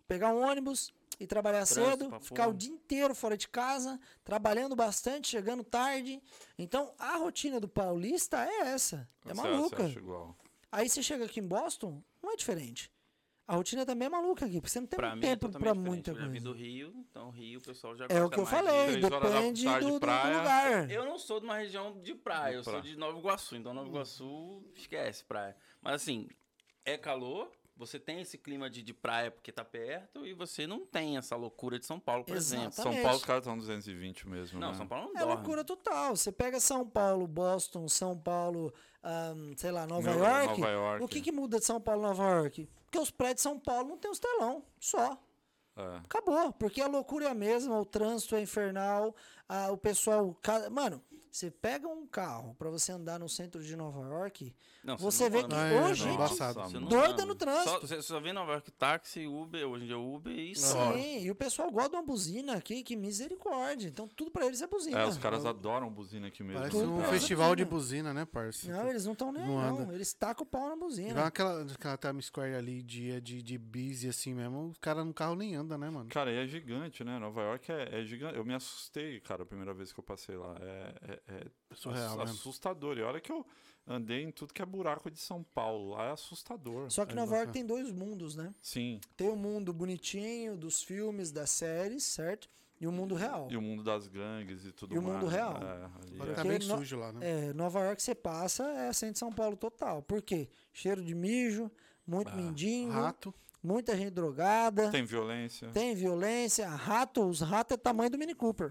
Speaker 4: pegar um ônibus e trabalhar
Speaker 1: Trânsito
Speaker 4: cedo,
Speaker 1: pra
Speaker 4: ficar o
Speaker 1: porra.
Speaker 4: dia inteiro fora de casa, trabalhando bastante, chegando tarde. Então, a rotina do paulista é essa. É
Speaker 2: Você acha-
Speaker 4: maluca.
Speaker 2: você acha igual.
Speaker 4: Aí você chega aqui em Boston, não é diferente. A rotina também é maluca aqui, porque você não tem
Speaker 1: Pra
Speaker 4: muito
Speaker 1: mim é
Speaker 4: tempo
Speaker 1: totalmente diferente.
Speaker 4: pra muita
Speaker 1: Eu já vim do
Speaker 4: coisa.
Speaker 1: Rio, então Rio o pessoal já
Speaker 4: É o
Speaker 1: gosta
Speaker 4: que eu
Speaker 1: mais de-
Speaker 4: falei,
Speaker 2: três horas da
Speaker 4: depende do,
Speaker 2: tarde,
Speaker 4: do
Speaker 2: praia.
Speaker 4: lugar.
Speaker 1: Eu não sou de uma região de praia, eu
Speaker 2: De
Speaker 1: sou
Speaker 2: praia.
Speaker 1: de Nova Iguaçu, então
Speaker 4: Hum.
Speaker 1: Nova Iguaçu esquece praia. Mas assim, é calor, você tem esse clima de, de praia porque tá perto e você não tem essa loucura de São Paulo, por exemplo.
Speaker 2: São
Speaker 4: Exatamente.
Speaker 2: Paulo, os caras estão 220 mesmo,
Speaker 1: Não,
Speaker 2: né?
Speaker 1: São Paulo não
Speaker 4: É
Speaker 1: dorme.
Speaker 4: loucura total. Você pega São Paulo, Boston, São Paulo, ahn, sei lá, Nova
Speaker 2: Nova-
Speaker 4: York.
Speaker 2: Nova York.
Speaker 4: O que, que muda de São Paulo e Nova York? Porque os prédios de São Paulo não tem os telão, só.
Speaker 2: É.
Speaker 4: Acabou, porque a loucura é a mesma, o trânsito é infernal, a- o pessoal. ca- Mano, Você pega um carro pra você andar no centro de Nova York,
Speaker 1: Não,
Speaker 4: Você vê
Speaker 1: anda.
Speaker 4: que
Speaker 3: Ai,
Speaker 4: hoje-
Speaker 3: não, é
Speaker 4: gente,
Speaker 3: embaçado.
Speaker 1: Você não
Speaker 4: doida
Speaker 1: anda.
Speaker 4: no trânsito.
Speaker 1: Só- Você só vê em Nova York táxi, Uber, hoje em dia Uber e só.
Speaker 4: Sim, e o pessoal gosta de uma buzina aqui, que misericórdia. Então tudo pra eles é buzina.
Speaker 2: É, os caras adoram buzina aqui mesmo.
Speaker 1: assim.
Speaker 3: Parece
Speaker 2: né,
Speaker 3: um
Speaker 2: cara?
Speaker 3: festival de buzina, né, parça?
Speaker 4: Não, eles não estão nem aí,
Speaker 3: Não
Speaker 4: não.
Speaker 3: anda.
Speaker 4: Eles tacam o pau na buzina.
Speaker 3: Igual aquela, aquela Times Square ali, dia de, de busy assim mesmo, os caras no carro nem andam, né, mano?
Speaker 2: Cara, e é gigante, né? Nova York é, é gigante. Eu me assustei, cara, a primeira vez que eu passei lá. É, é- é
Speaker 3: Surreal,
Speaker 2: ass-
Speaker 3: né?
Speaker 2: assustador. E olha que eu andei em tudo que é buraco de São Paulo. Lá é assustador.
Speaker 4: Só que
Speaker 3: É
Speaker 4: Nova York
Speaker 3: bacana.
Speaker 4: tem dois mundos, né?
Speaker 2: Sim.
Speaker 4: Tem o mundo bonitinho, dos filmes, das séries, certo? E o mundo real.
Speaker 2: E o mundo das gangues e tudo
Speaker 4: E o
Speaker 2: mais.
Speaker 4: mundo real.
Speaker 2: É, ali
Speaker 3: Agora
Speaker 2: é-
Speaker 3: tá
Speaker 4: Porque
Speaker 3: bem
Speaker 4: no-
Speaker 3: sujo lá, né?
Speaker 4: É, Nova York você passa, é centro de São Paulo total. Por quê? Cheiro de mijo, muito mindinho,
Speaker 3: Rato.
Speaker 4: muita gente drogada, tem,
Speaker 2: Tem violência.
Speaker 4: violência, rato, os ratos é tamanho do Mini Cooper.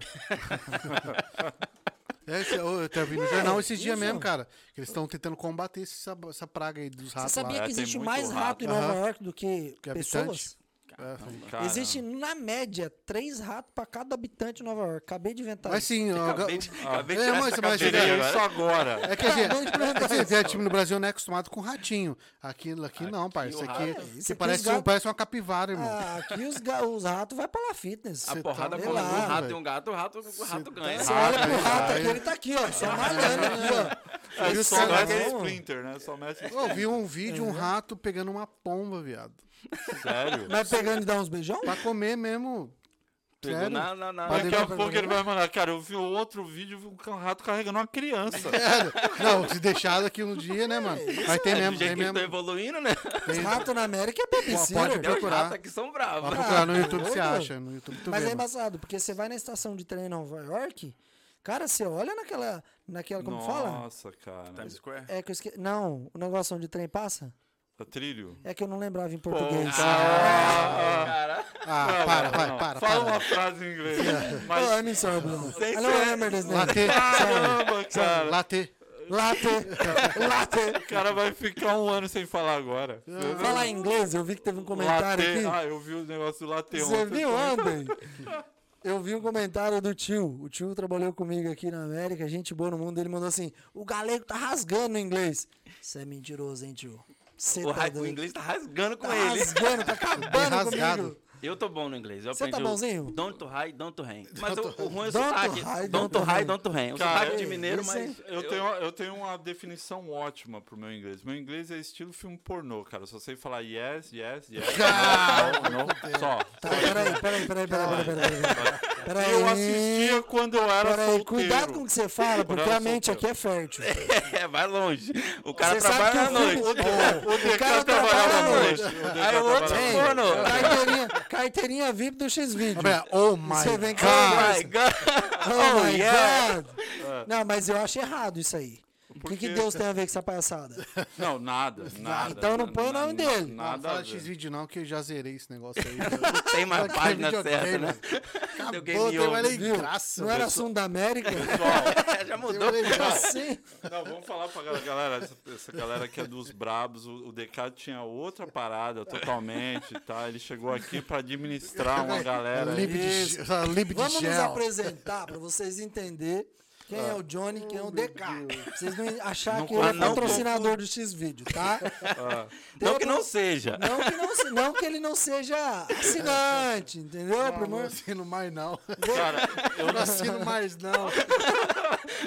Speaker 3: É, esse- ô, eu tava vindo no jornal esses dias
Speaker 4: isso.
Speaker 3: mesmo, cara. Que eles estão tentando combater essa, essa praga aí dos
Speaker 4: Você
Speaker 3: ratos
Speaker 4: sabia
Speaker 3: lá.
Speaker 2: É,
Speaker 4: que
Speaker 2: tem
Speaker 4: existe
Speaker 2: muito
Speaker 4: mais rato,
Speaker 2: rato.
Speaker 4: em Nova
Speaker 3: Aham.
Speaker 4: York do que,
Speaker 3: Que habitante.
Speaker 4: pessoas?
Speaker 3: É, sim.
Speaker 2: Cara,
Speaker 4: Existe, na média, três ratos pra cada habitante de Nova York. Acabei de inventar
Speaker 3: Mas sim, ó,
Speaker 1: Acabei de, acabei de
Speaker 3: é,
Speaker 1: tirar
Speaker 3: mas-
Speaker 1: essa
Speaker 3: mas-
Speaker 1: cabeça
Speaker 2: Tirei
Speaker 1: agora.
Speaker 2: isso agora.
Speaker 3: É que a gente, é que a gente- time no Brasil não é acostumado com ratinho. Aquilo aqui não, parça.
Speaker 1: o
Speaker 3: Isso
Speaker 1: rato-
Speaker 3: aqui,
Speaker 1: É,
Speaker 4: isso
Speaker 3: que
Speaker 4: aqui os
Speaker 3: parece, um,
Speaker 4: gatos-
Speaker 3: parece uma capivara, irmão.
Speaker 4: Ah, aqui os, ga- os ratos vai pra lá fitness.
Speaker 1: A
Speaker 3: Cê
Speaker 1: porrada
Speaker 3: tá
Speaker 1: coloca um
Speaker 4: melado,
Speaker 1: rato
Speaker 3: velho.
Speaker 1: e um gato, o rato, o rato ganha.
Speaker 4: Você tá olha pro
Speaker 3: Ai,
Speaker 4: rato
Speaker 3: ai.
Speaker 4: aqui, ele tá aqui, ó.
Speaker 3: É,
Speaker 4: Só malhando aqui,
Speaker 2: É
Speaker 3: Isso
Speaker 2: só
Speaker 3: é
Speaker 2: mestre
Speaker 4: legal.
Speaker 2: Splinter, né? Só mestre
Speaker 3: Eu vi um vídeo,
Speaker 4: Uhum.
Speaker 3: um rato pegando uma pomba, viado.
Speaker 2: Sério.
Speaker 4: ó. Vai pegando e dá uns beijão?
Speaker 3: Pra comer mesmo.
Speaker 1: Pegou
Speaker 3: Sério?
Speaker 1: na, na, na-
Speaker 3: Mas-
Speaker 2: Daqui a
Speaker 3: Vai-
Speaker 2: pouco
Speaker 3: vai-
Speaker 2: ele vai mandar. Cara, eu vi outro vídeo, vi um rato carregando uma criança.
Speaker 3: Sério. Não, se deixado aqui um dia, né,
Speaker 4: É
Speaker 3: mano? Mas tem
Speaker 1: Do
Speaker 3: mesmo,
Speaker 1: jeito
Speaker 3: tem
Speaker 1: que eles estão
Speaker 3: mesmo.
Speaker 1: evoluindo, né?
Speaker 4: Os ratos na América é
Speaker 3: pode
Speaker 4: babysitter.
Speaker 1: Até os
Speaker 3: procurar.
Speaker 1: ratos aqui são
Speaker 3: Vai
Speaker 1: bravos.
Speaker 3: procurar no YouTube, você
Speaker 4: doido.
Speaker 3: acha. No YouTube tu
Speaker 4: Mas
Speaker 3: vê.
Speaker 4: é
Speaker 3: mano.
Speaker 4: embaçado, porque você vai na estação de trem em Nova York, cara, você olha naquela, naquela como fala?
Speaker 2: Nossa, cara.
Speaker 1: Times Square.
Speaker 4: É que eu esque... Não, o negócio onde o trem passa?
Speaker 2: Tá Trilho.
Speaker 4: É que eu não lembrava em português.
Speaker 1: Cara,
Speaker 3: Ah, para, vai, para,
Speaker 2: Fala
Speaker 3: para.
Speaker 2: uma frase em inglês.
Speaker 4: Oh,
Speaker 2: Mas
Speaker 4: I'm sorry, Bruno.
Speaker 2: Sem
Speaker 4: I don't
Speaker 2: ser-
Speaker 4: remember this name.
Speaker 3: Later,
Speaker 2: caramba, cara.
Speaker 3: later.
Speaker 4: Latte. Latte.
Speaker 2: O cara vai ficar um ano sem falar agora.
Speaker 4: Falar em inglês, eu vi que teve um comentário
Speaker 2: Latte-
Speaker 4: aqui.
Speaker 2: Ah, eu vi o negócio do latte
Speaker 4: Você
Speaker 2: ontem.
Speaker 4: viu ontem? Eu vi um comentário do tio. O tio trabalhou comigo aqui na América, gente boa no mundo. Ele mandou assim: o galego tá rasgando o inglês. Você é mentiroso, hein, tio? Você
Speaker 1: o, ra-
Speaker 4: tá
Speaker 1: o
Speaker 4: doido.
Speaker 1: inglês tá rasgando com
Speaker 4: Tá
Speaker 2: é
Speaker 1: ele.
Speaker 4: rasgando, tá acabando
Speaker 3: rasgado.
Speaker 4: comigo.
Speaker 1: Eu tô bom no inglês. Eu
Speaker 4: Você tá
Speaker 1: aprendi o
Speaker 4: bonzinho?
Speaker 1: Don't to high, don't to hang. Mas o, o ruim é o
Speaker 4: Don't to
Speaker 1: sotaque.
Speaker 4: high,
Speaker 1: Don't to high, don't to hang. O
Speaker 2: Cara,
Speaker 1: sotaque de
Speaker 2: é,
Speaker 1: mineiro,
Speaker 4: isso
Speaker 1: mas...
Speaker 2: Eu tenho, eu tenho uma definição ótima pro meu inglês. Meu inglês é estilo filme pornô, cara. Eu só sei falar yes, yes, yes. não, não, só.
Speaker 4: Tá, peraí, peraí, peraí, peraí, peraí, peraí. peraí. Peraí.
Speaker 2: Eu assistia quando eu era
Speaker 4: Peraí,
Speaker 2: solteiro.
Speaker 4: cuidado com o que você fala, porque
Speaker 2: era
Speaker 4: a mente
Speaker 2: solteiro.
Speaker 4: aqui é fértil.
Speaker 1: É, vai longe. O cara
Speaker 4: Você sabe que
Speaker 1: trabalha à
Speaker 4: o filme-
Speaker 1: noite.
Speaker 4: Ô,
Speaker 2: O
Speaker 4: O
Speaker 2: Deca
Speaker 4: cara trabalha
Speaker 2: trabalhava
Speaker 4: à
Speaker 2: à
Speaker 4: noite.
Speaker 2: noite.
Speaker 1: Aí o outro
Speaker 4: Ei,
Speaker 1: porno.
Speaker 4: carteirinha, carteirinha VIP do X-Video.
Speaker 3: Olha, Oh
Speaker 4: Você vem
Speaker 3: my
Speaker 4: com a
Speaker 3: God.
Speaker 1: Ai, God.
Speaker 4: Oh,
Speaker 1: Oh,
Speaker 4: my
Speaker 1: yeah.
Speaker 4: God! Não, mas eu acho errado isso aí. O que, que
Speaker 2: quê?
Speaker 4: Deus tem a ver com essa palhaçada?
Speaker 2: Não, nada, nada.
Speaker 4: Então não põe o nome
Speaker 2: na-
Speaker 4: dele.
Speaker 3: Não,
Speaker 2: Nada. a
Speaker 3: fala
Speaker 2: ver.
Speaker 3: X-Vídeo não, que eu já zerei esse negócio aí.
Speaker 1: Tem mais
Speaker 3: Aquele
Speaker 1: página
Speaker 3: videogame,
Speaker 1: certa, né?
Speaker 3: mano.
Speaker 1: Deu
Speaker 3: Acabou,
Speaker 1: game
Speaker 3: tem mais
Speaker 1: over.
Speaker 3: nem
Speaker 4: Viu?
Speaker 3: graça.
Speaker 4: não era assunto da América?
Speaker 1: Já mudou.
Speaker 3: Tem mais nem graça.
Speaker 4: Assim?
Speaker 2: Não, vamos falar pra galera, galera, essa, essa galera que é dos brabos, o, o Decado tinha outra parada totalmente, tá? Ele chegou aqui pra administrar uma galera. aí.
Speaker 3: Lib de, essa lib de
Speaker 4: Vamos nos
Speaker 3: gel.
Speaker 4: apresentar para vocês entenderem quem é o Johnny, quem é o DK. Vocês não achar que
Speaker 1: Ah,
Speaker 4: ele é
Speaker 1: não
Speaker 4: patrocinador do X-Video, tá?
Speaker 3: Ah.
Speaker 1: Não que não seja.
Speaker 4: Não que não, se- não que ele não seja assinante, entendeu?
Speaker 3: Eu não
Speaker 4: Primor...
Speaker 3: assino mais, não.
Speaker 2: Cara,
Speaker 3: Eu não assino mais, não.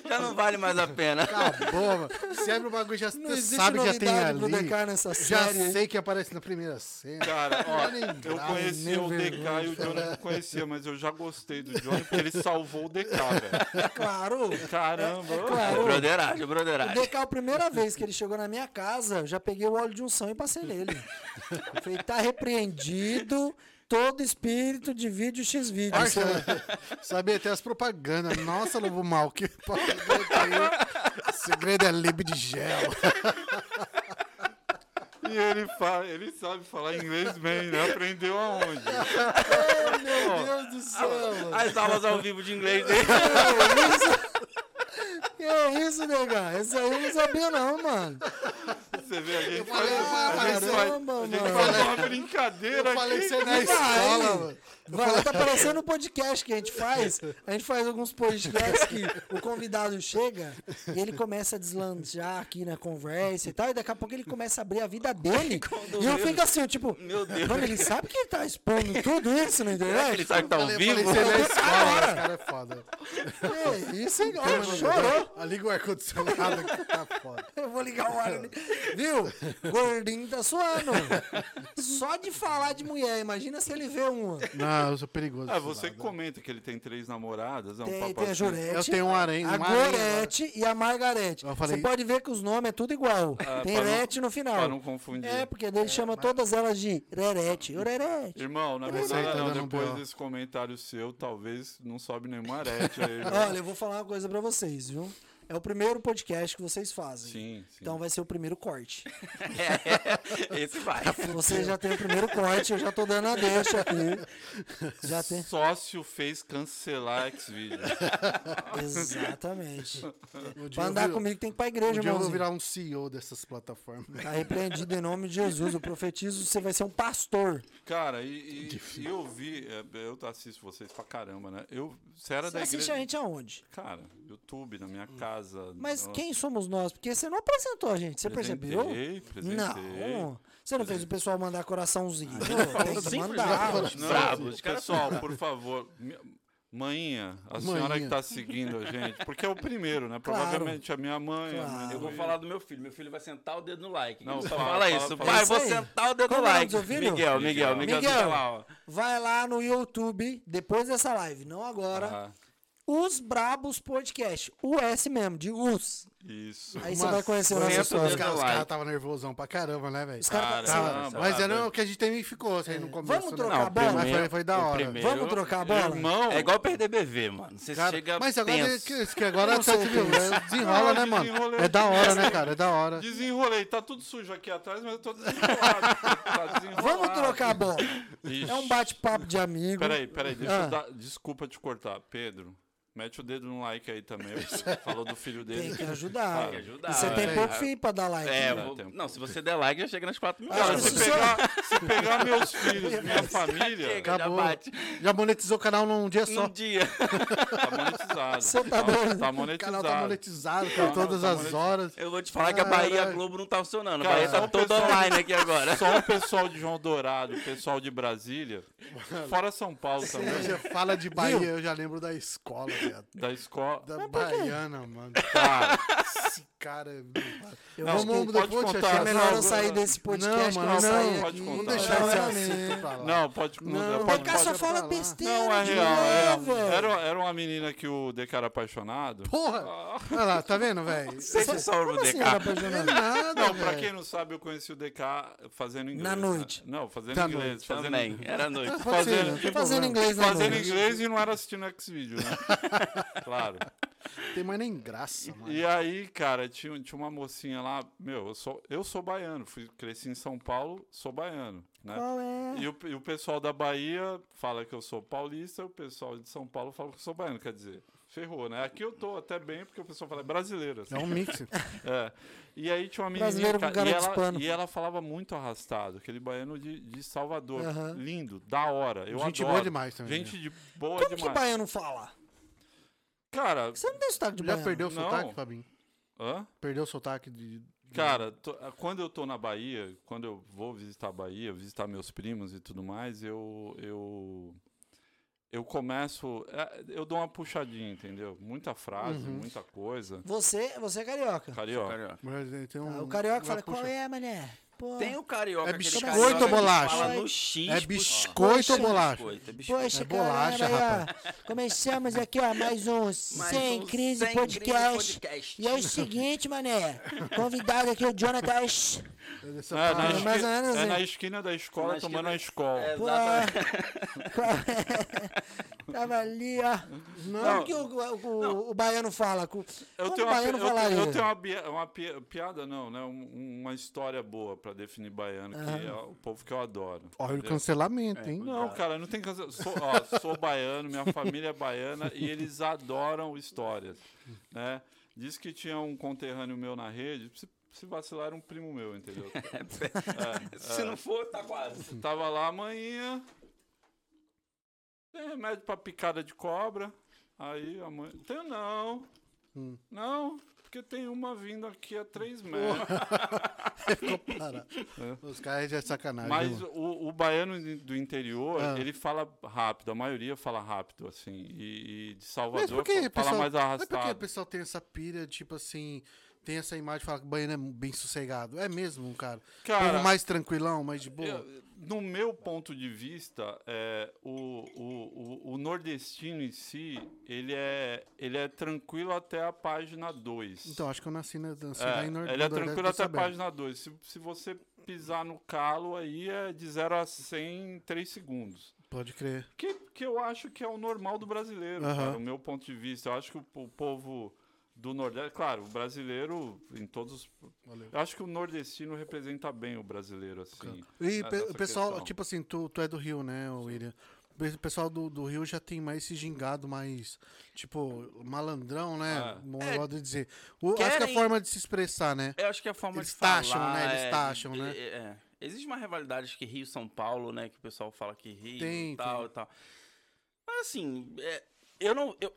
Speaker 1: Já não vale mais a pena.
Speaker 3: Acabou, mano. Se abre o bagulho, já
Speaker 4: Não
Speaker 3: você
Speaker 4: existe
Speaker 3: sabe que já tem
Speaker 4: novidade pro
Speaker 3: ali.
Speaker 4: DK nessa
Speaker 3: Já
Speaker 4: série. hein?
Speaker 3: sei que aparece na primeira cena.
Speaker 2: cara, ó,
Speaker 3: Olha,
Speaker 2: eu
Speaker 3: grau,
Speaker 2: conhecia
Speaker 4: nem
Speaker 2: o DK
Speaker 4: vergonha.
Speaker 2: e o Johnny não conhecia, mas eu já gostei do Johnny porque ele salvou o DK, velho.
Speaker 4: Claro!
Speaker 2: Caramba,
Speaker 4: Claro.
Speaker 1: Broderagem,
Speaker 4: O
Speaker 1: broderagem.
Speaker 4: DK, a primeira vez que ele chegou na minha casa, eu já peguei o óleo de unção e passei nele. Falei, tá repreendido todo espírito de vídeo X vídeo.
Speaker 3: Parça, sabia até as propagandas. Nossa, lobo mal, que propaganda aí. O segredo é lib de gel.
Speaker 2: e ele, fala, ele sabe falar inglês bem, né? Aprendeu aonde?
Speaker 3: Meu Deus do céu.
Speaker 1: As aulas ao vivo de inglês dele.
Speaker 4: Que isso, DK? Isso aí eu não sabia um não, mano.
Speaker 2: Você vê, a gente faz,
Speaker 3: falei,
Speaker 2: a gente faz,
Speaker 4: Caramba,
Speaker 2: a gente
Speaker 4: mano.
Speaker 2: faz uma brincadeira
Speaker 3: Eu falei
Speaker 2: aqui.
Speaker 3: que você é da
Speaker 4: vai.
Speaker 3: escola, mano.
Speaker 4: Vai, tá parecendo um podcast que a gente faz. A gente faz alguns podcasts que o convidado chega e ele começa a deslanjar aqui na conversa e tal. E daqui a pouco ele começa a abrir a vida dele. e eu fico assim, eu, tipo, mano, ele sabe que ele tá expondo tudo isso na internet?
Speaker 1: Ele sabe que tá ao
Speaker 3: Eu
Speaker 1: vivo?
Speaker 3: falei, você não é escola,
Speaker 4: Cara.
Speaker 3: esse cara é foda.
Speaker 4: É, isso aí, ó,
Speaker 3: Mano,
Speaker 4: chorou.
Speaker 3: Liga o ar-condicionado que tá foda.
Speaker 4: Eu vou ligar o ar ali. Viu? Gordinho tá suando. Só de falar de mulher, imagina se ele vê um uma.
Speaker 3: Não, eu sou perigoso.
Speaker 2: Ah,
Speaker 3: desse
Speaker 4: né?
Speaker 2: você
Speaker 3: lado.
Speaker 2: comenta que ele tem três namoradas, é um
Speaker 4: Tem,
Speaker 2: papo
Speaker 4: tem a
Speaker 2: assim.
Speaker 4: Jurete.
Speaker 3: Eu tenho um harém,
Speaker 4: A
Speaker 3: uma harém agora.
Speaker 4: Gorete e a Margarete.
Speaker 3: Eu falei-
Speaker 4: Você pode ver que os nomes é tudo igual. tem
Speaker 2: Ah, pra não-
Speaker 4: Rete no final.
Speaker 2: pra não confundir.
Speaker 4: É, porque ele chama todas elas de Rerete. Ô, Rerete.
Speaker 2: Irmão, na
Speaker 3: sei,
Speaker 2: verdade,
Speaker 3: tá
Speaker 2: não,
Speaker 3: dando um
Speaker 2: depois
Speaker 3: B.O.
Speaker 2: desse comentário seu, talvez não sobe nenhum arete aí. viu?
Speaker 4: Olha, eu vou falar uma coisa pra vocês, viu? É o primeiro podcast que vocês fazem.
Speaker 2: Sim, sim.
Speaker 4: Então vai ser o primeiro corte.
Speaker 1: Esse vai.
Speaker 4: Você já tem o primeiro corte, eu já tô dando a deixa aqui. Já tem.
Speaker 2: Sócio fez cancelar X-Video.
Speaker 4: Exatamente.
Speaker 3: Um dia
Speaker 4: Pra
Speaker 3: eu
Speaker 4: andar
Speaker 3: vi-
Speaker 4: comigo tem que ir pra
Speaker 3: Um
Speaker 4: igreja,
Speaker 3: dia eu vou
Speaker 4: irmãozinho.
Speaker 3: virar um CEO dessas plataformas.
Speaker 4: Tá repreendido em nome de Jesus. Eu profetizo, você vai ser um pastor.
Speaker 2: Cara, e, e- e eu vi, é, eu assisto vocês pra caramba, né? Eu, você era
Speaker 4: Você
Speaker 2: da
Speaker 4: assiste
Speaker 2: igreja.
Speaker 4: a gente aonde?
Speaker 2: Cara, YouTube, na minha casa.
Speaker 4: Mas
Speaker 2: no-
Speaker 4: quem é somos nós? Porque você não apresentou a gente, você percebeu?
Speaker 2: Então, Apresentei, apresentei.
Speaker 4: Não. Você não fez o pessoal mandar coraçãozinho.
Speaker 2: Ah,
Speaker 4: Tem que
Speaker 1: Simples,
Speaker 4: mandar.
Speaker 2: Não,
Speaker 1: Brabo, os caras
Speaker 2: pessoal, por favor. mi- Mãinha, a senhora que
Speaker 3: Mãinha.
Speaker 2: tá seguindo a gente, porque é o primeiro, né?
Speaker 4: Claro.
Speaker 2: Provavelmente a minha mãe. a minha
Speaker 4: Claro.
Speaker 1: Eu vou
Speaker 2: mãe.
Speaker 1: falar do meu filho. Meu filho vai sentar o dedo no like.
Speaker 2: Não,
Speaker 1: Não, só
Speaker 2: fala,
Speaker 1: fala,
Speaker 2: fala,
Speaker 1: isso.
Speaker 2: fala.
Speaker 1: Vai,
Speaker 4: É isso
Speaker 1: vou
Speaker 4: aí.
Speaker 1: sentar o dedo
Speaker 4: Qual
Speaker 1: no
Speaker 4: é o nome
Speaker 1: like.
Speaker 4: do ouvido?
Speaker 1: Miguel, Miguel, Miguel,
Speaker 4: Miguel.
Speaker 1: tá lá, ó.
Speaker 4: Vai lá no YouTube, depois dessa live, não agora.
Speaker 2: Ah,
Speaker 4: Os Brabos Podcast. O S mesmo, de Us.
Speaker 2: isso.
Speaker 4: Aí você
Speaker 3: Mas
Speaker 4: vai conhecer o nosso
Speaker 1: senta
Speaker 3: Os
Speaker 1: dentro
Speaker 4: história.
Speaker 1: da-
Speaker 3: caras os
Speaker 1: like.
Speaker 3: caras tava nervosão pra caramba, né, velho?
Speaker 4: Os caras
Speaker 2: Caramba.
Speaker 4: tá-
Speaker 3: Tava,
Speaker 2: Caramba.
Speaker 3: mas era o que a gente também ficou, assim, no começo.
Speaker 4: É, Vamos
Speaker 3: né?
Speaker 4: trocar a bola?
Speaker 3: Mas foi, foi da
Speaker 1: o
Speaker 3: hora.
Speaker 1: primeiro-
Speaker 4: Vamos trocar a bola?
Speaker 2: Irmão,
Speaker 1: É igual perder BV, mano. Você
Speaker 3: Cara,
Speaker 1: chega
Speaker 3: mas agora, é
Speaker 1: tenso.
Speaker 3: que, que agora
Speaker 4: Eu não
Speaker 3: você
Speaker 4: sei o
Speaker 3: viu,
Speaker 4: que é isso.
Speaker 3: é, desenrola, né,
Speaker 2: Caralho,
Speaker 3: mano?
Speaker 2: desenrolei.
Speaker 3: É da hora, né, cara? É da hora.
Speaker 4: assim-
Speaker 2: Desenrolei, tá tudo sujo aqui atrás, mas eu tô desenrolado. tá desenrolado.
Speaker 4: Vamos trocar a bola.
Speaker 2: Ixi.
Speaker 4: É um bate-papo de amigo.
Speaker 2: Peraí, peraí, deixa
Speaker 4: Ah.
Speaker 2: eu dar. Desculpa te cortar, Pedro. Mete o dedo no like aí também. porque Falou do filho
Speaker 4: Tem
Speaker 2: dele.
Speaker 4: que ajudar.
Speaker 2: Tem que É.
Speaker 1: ajudar,
Speaker 4: E você tem
Speaker 1: velho.
Speaker 4: pouco filho pra dar like. né?
Speaker 1: É,
Speaker 2: Não dá
Speaker 1: vou-
Speaker 2: tempo.
Speaker 1: Ah, não, se você der like, já chega nas 4 mil
Speaker 4: Cara,
Speaker 1: horas.
Speaker 2: se,
Speaker 4: você-
Speaker 2: pegar, se pegar meus filhos, minha família,
Speaker 1: Chega, já
Speaker 3: Acabou.
Speaker 1: bate.
Speaker 3: Já monetizou o canal num dia
Speaker 2: Hum,
Speaker 3: só.
Speaker 1: Um dia.
Speaker 2: tá monetizado.
Speaker 4: Você tá doido?
Speaker 2: tá
Speaker 3: O canal tá
Speaker 2: monetizado.
Speaker 3: monetizado, com todas
Speaker 2: tá
Speaker 3: as
Speaker 2: monetizado.
Speaker 3: horas.
Speaker 1: Eu vou te falar que a Bahia
Speaker 3: Caralho.
Speaker 1: Globo não tá funcionando. A
Speaker 2: Cara,
Speaker 1: Bahia
Speaker 2: só
Speaker 1: tá
Speaker 2: o
Speaker 1: toda
Speaker 2: pessoal-
Speaker 1: online aqui agora.
Speaker 2: Só o pessoal de João Dourado, o pessoal de Brasília, fora São Paulo também,
Speaker 3: Você fala de Bahia, eu já lembro da escola, viado.
Speaker 2: da tá. escola.
Speaker 3: Da baiana, mano.
Speaker 2: Cara,
Speaker 3: Esse cara é.
Speaker 4: Eu
Speaker 3: Vamos,
Speaker 4: acho que
Speaker 3: vamos,
Speaker 2: pode
Speaker 3: depois te
Speaker 2: contar.
Speaker 3: achar-
Speaker 4: é melhor eu
Speaker 2: Não,
Speaker 4: sair
Speaker 2: não,
Speaker 4: desse
Speaker 3: não,
Speaker 4: podcast que eu
Speaker 3: mano,
Speaker 4: vou
Speaker 3: não,
Speaker 4: sair
Speaker 2: pode
Speaker 4: aqui. É.
Speaker 2: contar.
Speaker 3: Vamos
Speaker 2: Não,
Speaker 3: deixar esse
Speaker 4: pra
Speaker 3: assunto
Speaker 4: mim.
Speaker 3: pra lá.
Speaker 2: não, pode.
Speaker 3: Não,
Speaker 2: pode,
Speaker 4: O cara só
Speaker 3: Pode
Speaker 4: fala
Speaker 3: falar.
Speaker 4: besteira.
Speaker 2: Não, é
Speaker 4: é de
Speaker 2: real,
Speaker 4: mulher,
Speaker 2: é real.
Speaker 4: velho.
Speaker 2: Era, era uma menina que o DK era apaixonado.
Speaker 3: Porra! Olha lá, tá vendo, velho?
Speaker 1: Sente só o
Speaker 4: Como assim era
Speaker 1: DK.
Speaker 3: Não é
Speaker 4: apaixonado?
Speaker 3: nada,
Speaker 2: Não, pra
Speaker 3: velho.
Speaker 2: quem não sabe, eu conheci o DK fazendo inglês.
Speaker 4: Na
Speaker 2: né?
Speaker 4: noite.
Speaker 2: Não, fazendo
Speaker 3: Da
Speaker 2: inglês.
Speaker 3: noite.
Speaker 2: Fazendo,
Speaker 1: Também, era noite.
Speaker 3: Pode ser,
Speaker 2: Tá fazendo-
Speaker 3: não tem
Speaker 4: Fazendo
Speaker 3: problema.
Speaker 4: inglês na
Speaker 2: fazendo
Speaker 4: noite.
Speaker 2: inglês e não era assistindo X-Video, né? claro.
Speaker 3: Tem mais nem graça, mano.
Speaker 2: E é aí, cara, tinha, tinha uma mocinha lá, meu, eu sou, eu sou baiano, fui, cresci em São Paulo, sou baiano, né?
Speaker 4: Qual é?
Speaker 2: E o, e o pessoal da Bahia fala que eu sou paulista, o pessoal de São Paulo fala que eu sou baiano, quer dizer, ferrou, né? Aqui eu tô até bem, porque o pessoal fala é brasileiro, assim.
Speaker 3: É um mix.
Speaker 2: É. E aí tinha uma menina
Speaker 4: Brasileiro com cara
Speaker 2: e,
Speaker 4: de
Speaker 2: ela,
Speaker 4: hispano.
Speaker 2: e ela falava muito arrastado, aquele baiano de, de Salvador,
Speaker 4: Aham.
Speaker 2: lindo, da hora, eu
Speaker 3: Gente
Speaker 2: adoro.
Speaker 3: boa demais também, né?
Speaker 2: Gente de boa
Speaker 4: Como que
Speaker 2: demais.
Speaker 4: baiano fala?
Speaker 2: Cara,
Speaker 4: Você não tem sotaque de
Speaker 3: Já
Speaker 4: baiano.
Speaker 3: perdeu o
Speaker 2: Não.
Speaker 3: sotaque, Fabinho?
Speaker 2: hã?
Speaker 3: Perdeu o sotaque de.
Speaker 4: Né?
Speaker 2: Cara, tô- ah, quando eu tô na Bahia, quando eu vou visitar a Bahia, visitar meus primos e tudo mais, eu eu eu começo, é, eu dou uma puxadinha, entendeu? Muita frase,
Speaker 4: Uhum.
Speaker 2: muita coisa.
Speaker 4: Você, você é carioca. Ah,
Speaker 2: Carioca.
Speaker 3: Mas Tem um,
Speaker 4: o carioca
Speaker 3: uma
Speaker 4: fala,
Speaker 3: puxa-
Speaker 4: qual é, mané? Pô,
Speaker 1: Tem um o carioca.
Speaker 3: É
Speaker 1: aquele
Speaker 3: biscoito
Speaker 1: carioca
Speaker 3: ou
Speaker 1: que
Speaker 3: bolacha?
Speaker 1: Fala no X,
Speaker 3: É
Speaker 1: pô.
Speaker 3: biscoito ou
Speaker 4: Poxa.
Speaker 3: bolacha?
Speaker 1: Biscoito, é biscoito.
Speaker 4: Poxa,
Speaker 3: É bolacha,
Speaker 4: galera, aí, ó, começamos aqui, ó, mais um
Speaker 1: Mais
Speaker 4: Sem
Speaker 1: um
Speaker 4: Crise
Speaker 1: Sem Crise
Speaker 4: podcast.
Speaker 1: Podcast.
Speaker 4: E é o seguinte, mané, convidado aqui o Jonathan.
Speaker 3: É dessa
Speaker 2: É, na,
Speaker 3: parada.
Speaker 4: Ah,
Speaker 2: esqui-
Speaker 4: mais ou menos
Speaker 2: é
Speaker 4: assim.
Speaker 2: na esquina da escola
Speaker 1: Na esquina-
Speaker 2: tomando a escola.
Speaker 1: É,
Speaker 4: Pô,
Speaker 1: exatamente.
Speaker 4: qual- Tava ali, ó. Não, é que o, o- o- o baiano fala. co-
Speaker 2: Eu
Speaker 4: como
Speaker 2: tenho,
Speaker 4: o
Speaker 2: uma, pi-
Speaker 4: baiano
Speaker 2: eu, tenho-
Speaker 4: falaria?
Speaker 2: eu tenho uma, bia- uma pi- piada, não, né? Um- uma história boa pra definir baiano, que é o povo que eu adoro.
Speaker 3: Olha o cancelamento, hein?
Speaker 2: É. Não, cara, não tem cansa- Sou, ó, sou baiano, minha família é baiana e eles adoram histórias, né? Diz que tinha um conterrâneo meu na rede, se, se vacilar era um primo meu, entendeu? É,
Speaker 1: Se não for, tá quase.
Speaker 2: Tava lá amanhã, Tem remédio pra picada de cobra. Aí a mãe. Tem não. Não, porque tem uma vindo aqui a três metros.
Speaker 3: Ficou parado. Os caras já é sacanagem.
Speaker 2: Mas
Speaker 3: mano.
Speaker 2: o, o baiano de- do interior,
Speaker 3: Ah.
Speaker 2: ele fala rápido, a maioria fala rápido, assim. E, e de
Speaker 3: Mas
Speaker 2: Salvador
Speaker 3: por que
Speaker 2: fa-
Speaker 3: o
Speaker 2: fala
Speaker 3: pessoal-
Speaker 2: mais
Speaker 3: mas por que o
Speaker 2: arrastado.
Speaker 3: pessoal tem essa pilha, tipo assim, tem essa imagem de falar que o baiano é bem sossegado? É mesmo, cara?
Speaker 2: Cara,
Speaker 3: Povo mais tranquilão, mais de boa?
Speaker 2: Eu- no meu ponto de vista, é, o, o, o, o nordestino em si, ele é, ele é tranquilo até a página 2.
Speaker 3: Então, acho que eu nasci na nasci lá
Speaker 2: É,
Speaker 3: em Nor-
Speaker 2: ele é
Speaker 3: no Nordeste,
Speaker 2: tranquilo
Speaker 3: tô
Speaker 2: até a
Speaker 3: sabendo.
Speaker 2: página 2. Se, se você pisar no calo, aí é de 0 a 100 em 3 segundos.
Speaker 3: Pode crer.
Speaker 2: Que, que eu acho que é o normal do brasileiro,
Speaker 3: Aham.
Speaker 2: cara, o meu ponto de vista. Eu acho que o, po- o povo do Nordeste. Claro, o brasileiro, em todos. os-
Speaker 3: Valeu.
Speaker 2: Eu acho que o nordestino representa bem o brasileiro, assim.
Speaker 3: E
Speaker 2: né,
Speaker 3: pe-
Speaker 2: nessa
Speaker 3: o pessoal,
Speaker 2: questão.
Speaker 3: tipo assim, tu, tu é do Rio, né, ô William? O pessoal do, do Rio já tem mais esse gingado, mais, tipo, malandrão, né?
Speaker 2: É.
Speaker 3: Bom modo de dizer. O- acho que é a
Speaker 1: Querem-
Speaker 3: forma de se expressar, né?
Speaker 1: Eu acho que é a forma
Speaker 3: Eles
Speaker 1: de falar...
Speaker 3: taxam, né? Eles
Speaker 1: é-
Speaker 3: taxam,
Speaker 1: é-
Speaker 3: né?
Speaker 1: É, Existe uma rivalidade acho que Rio e São Paulo, né? Que o pessoal fala que Rio
Speaker 3: Tem,
Speaker 1: e tal
Speaker 3: tem.
Speaker 1: e tal. Mas assim, é, eu não... eu-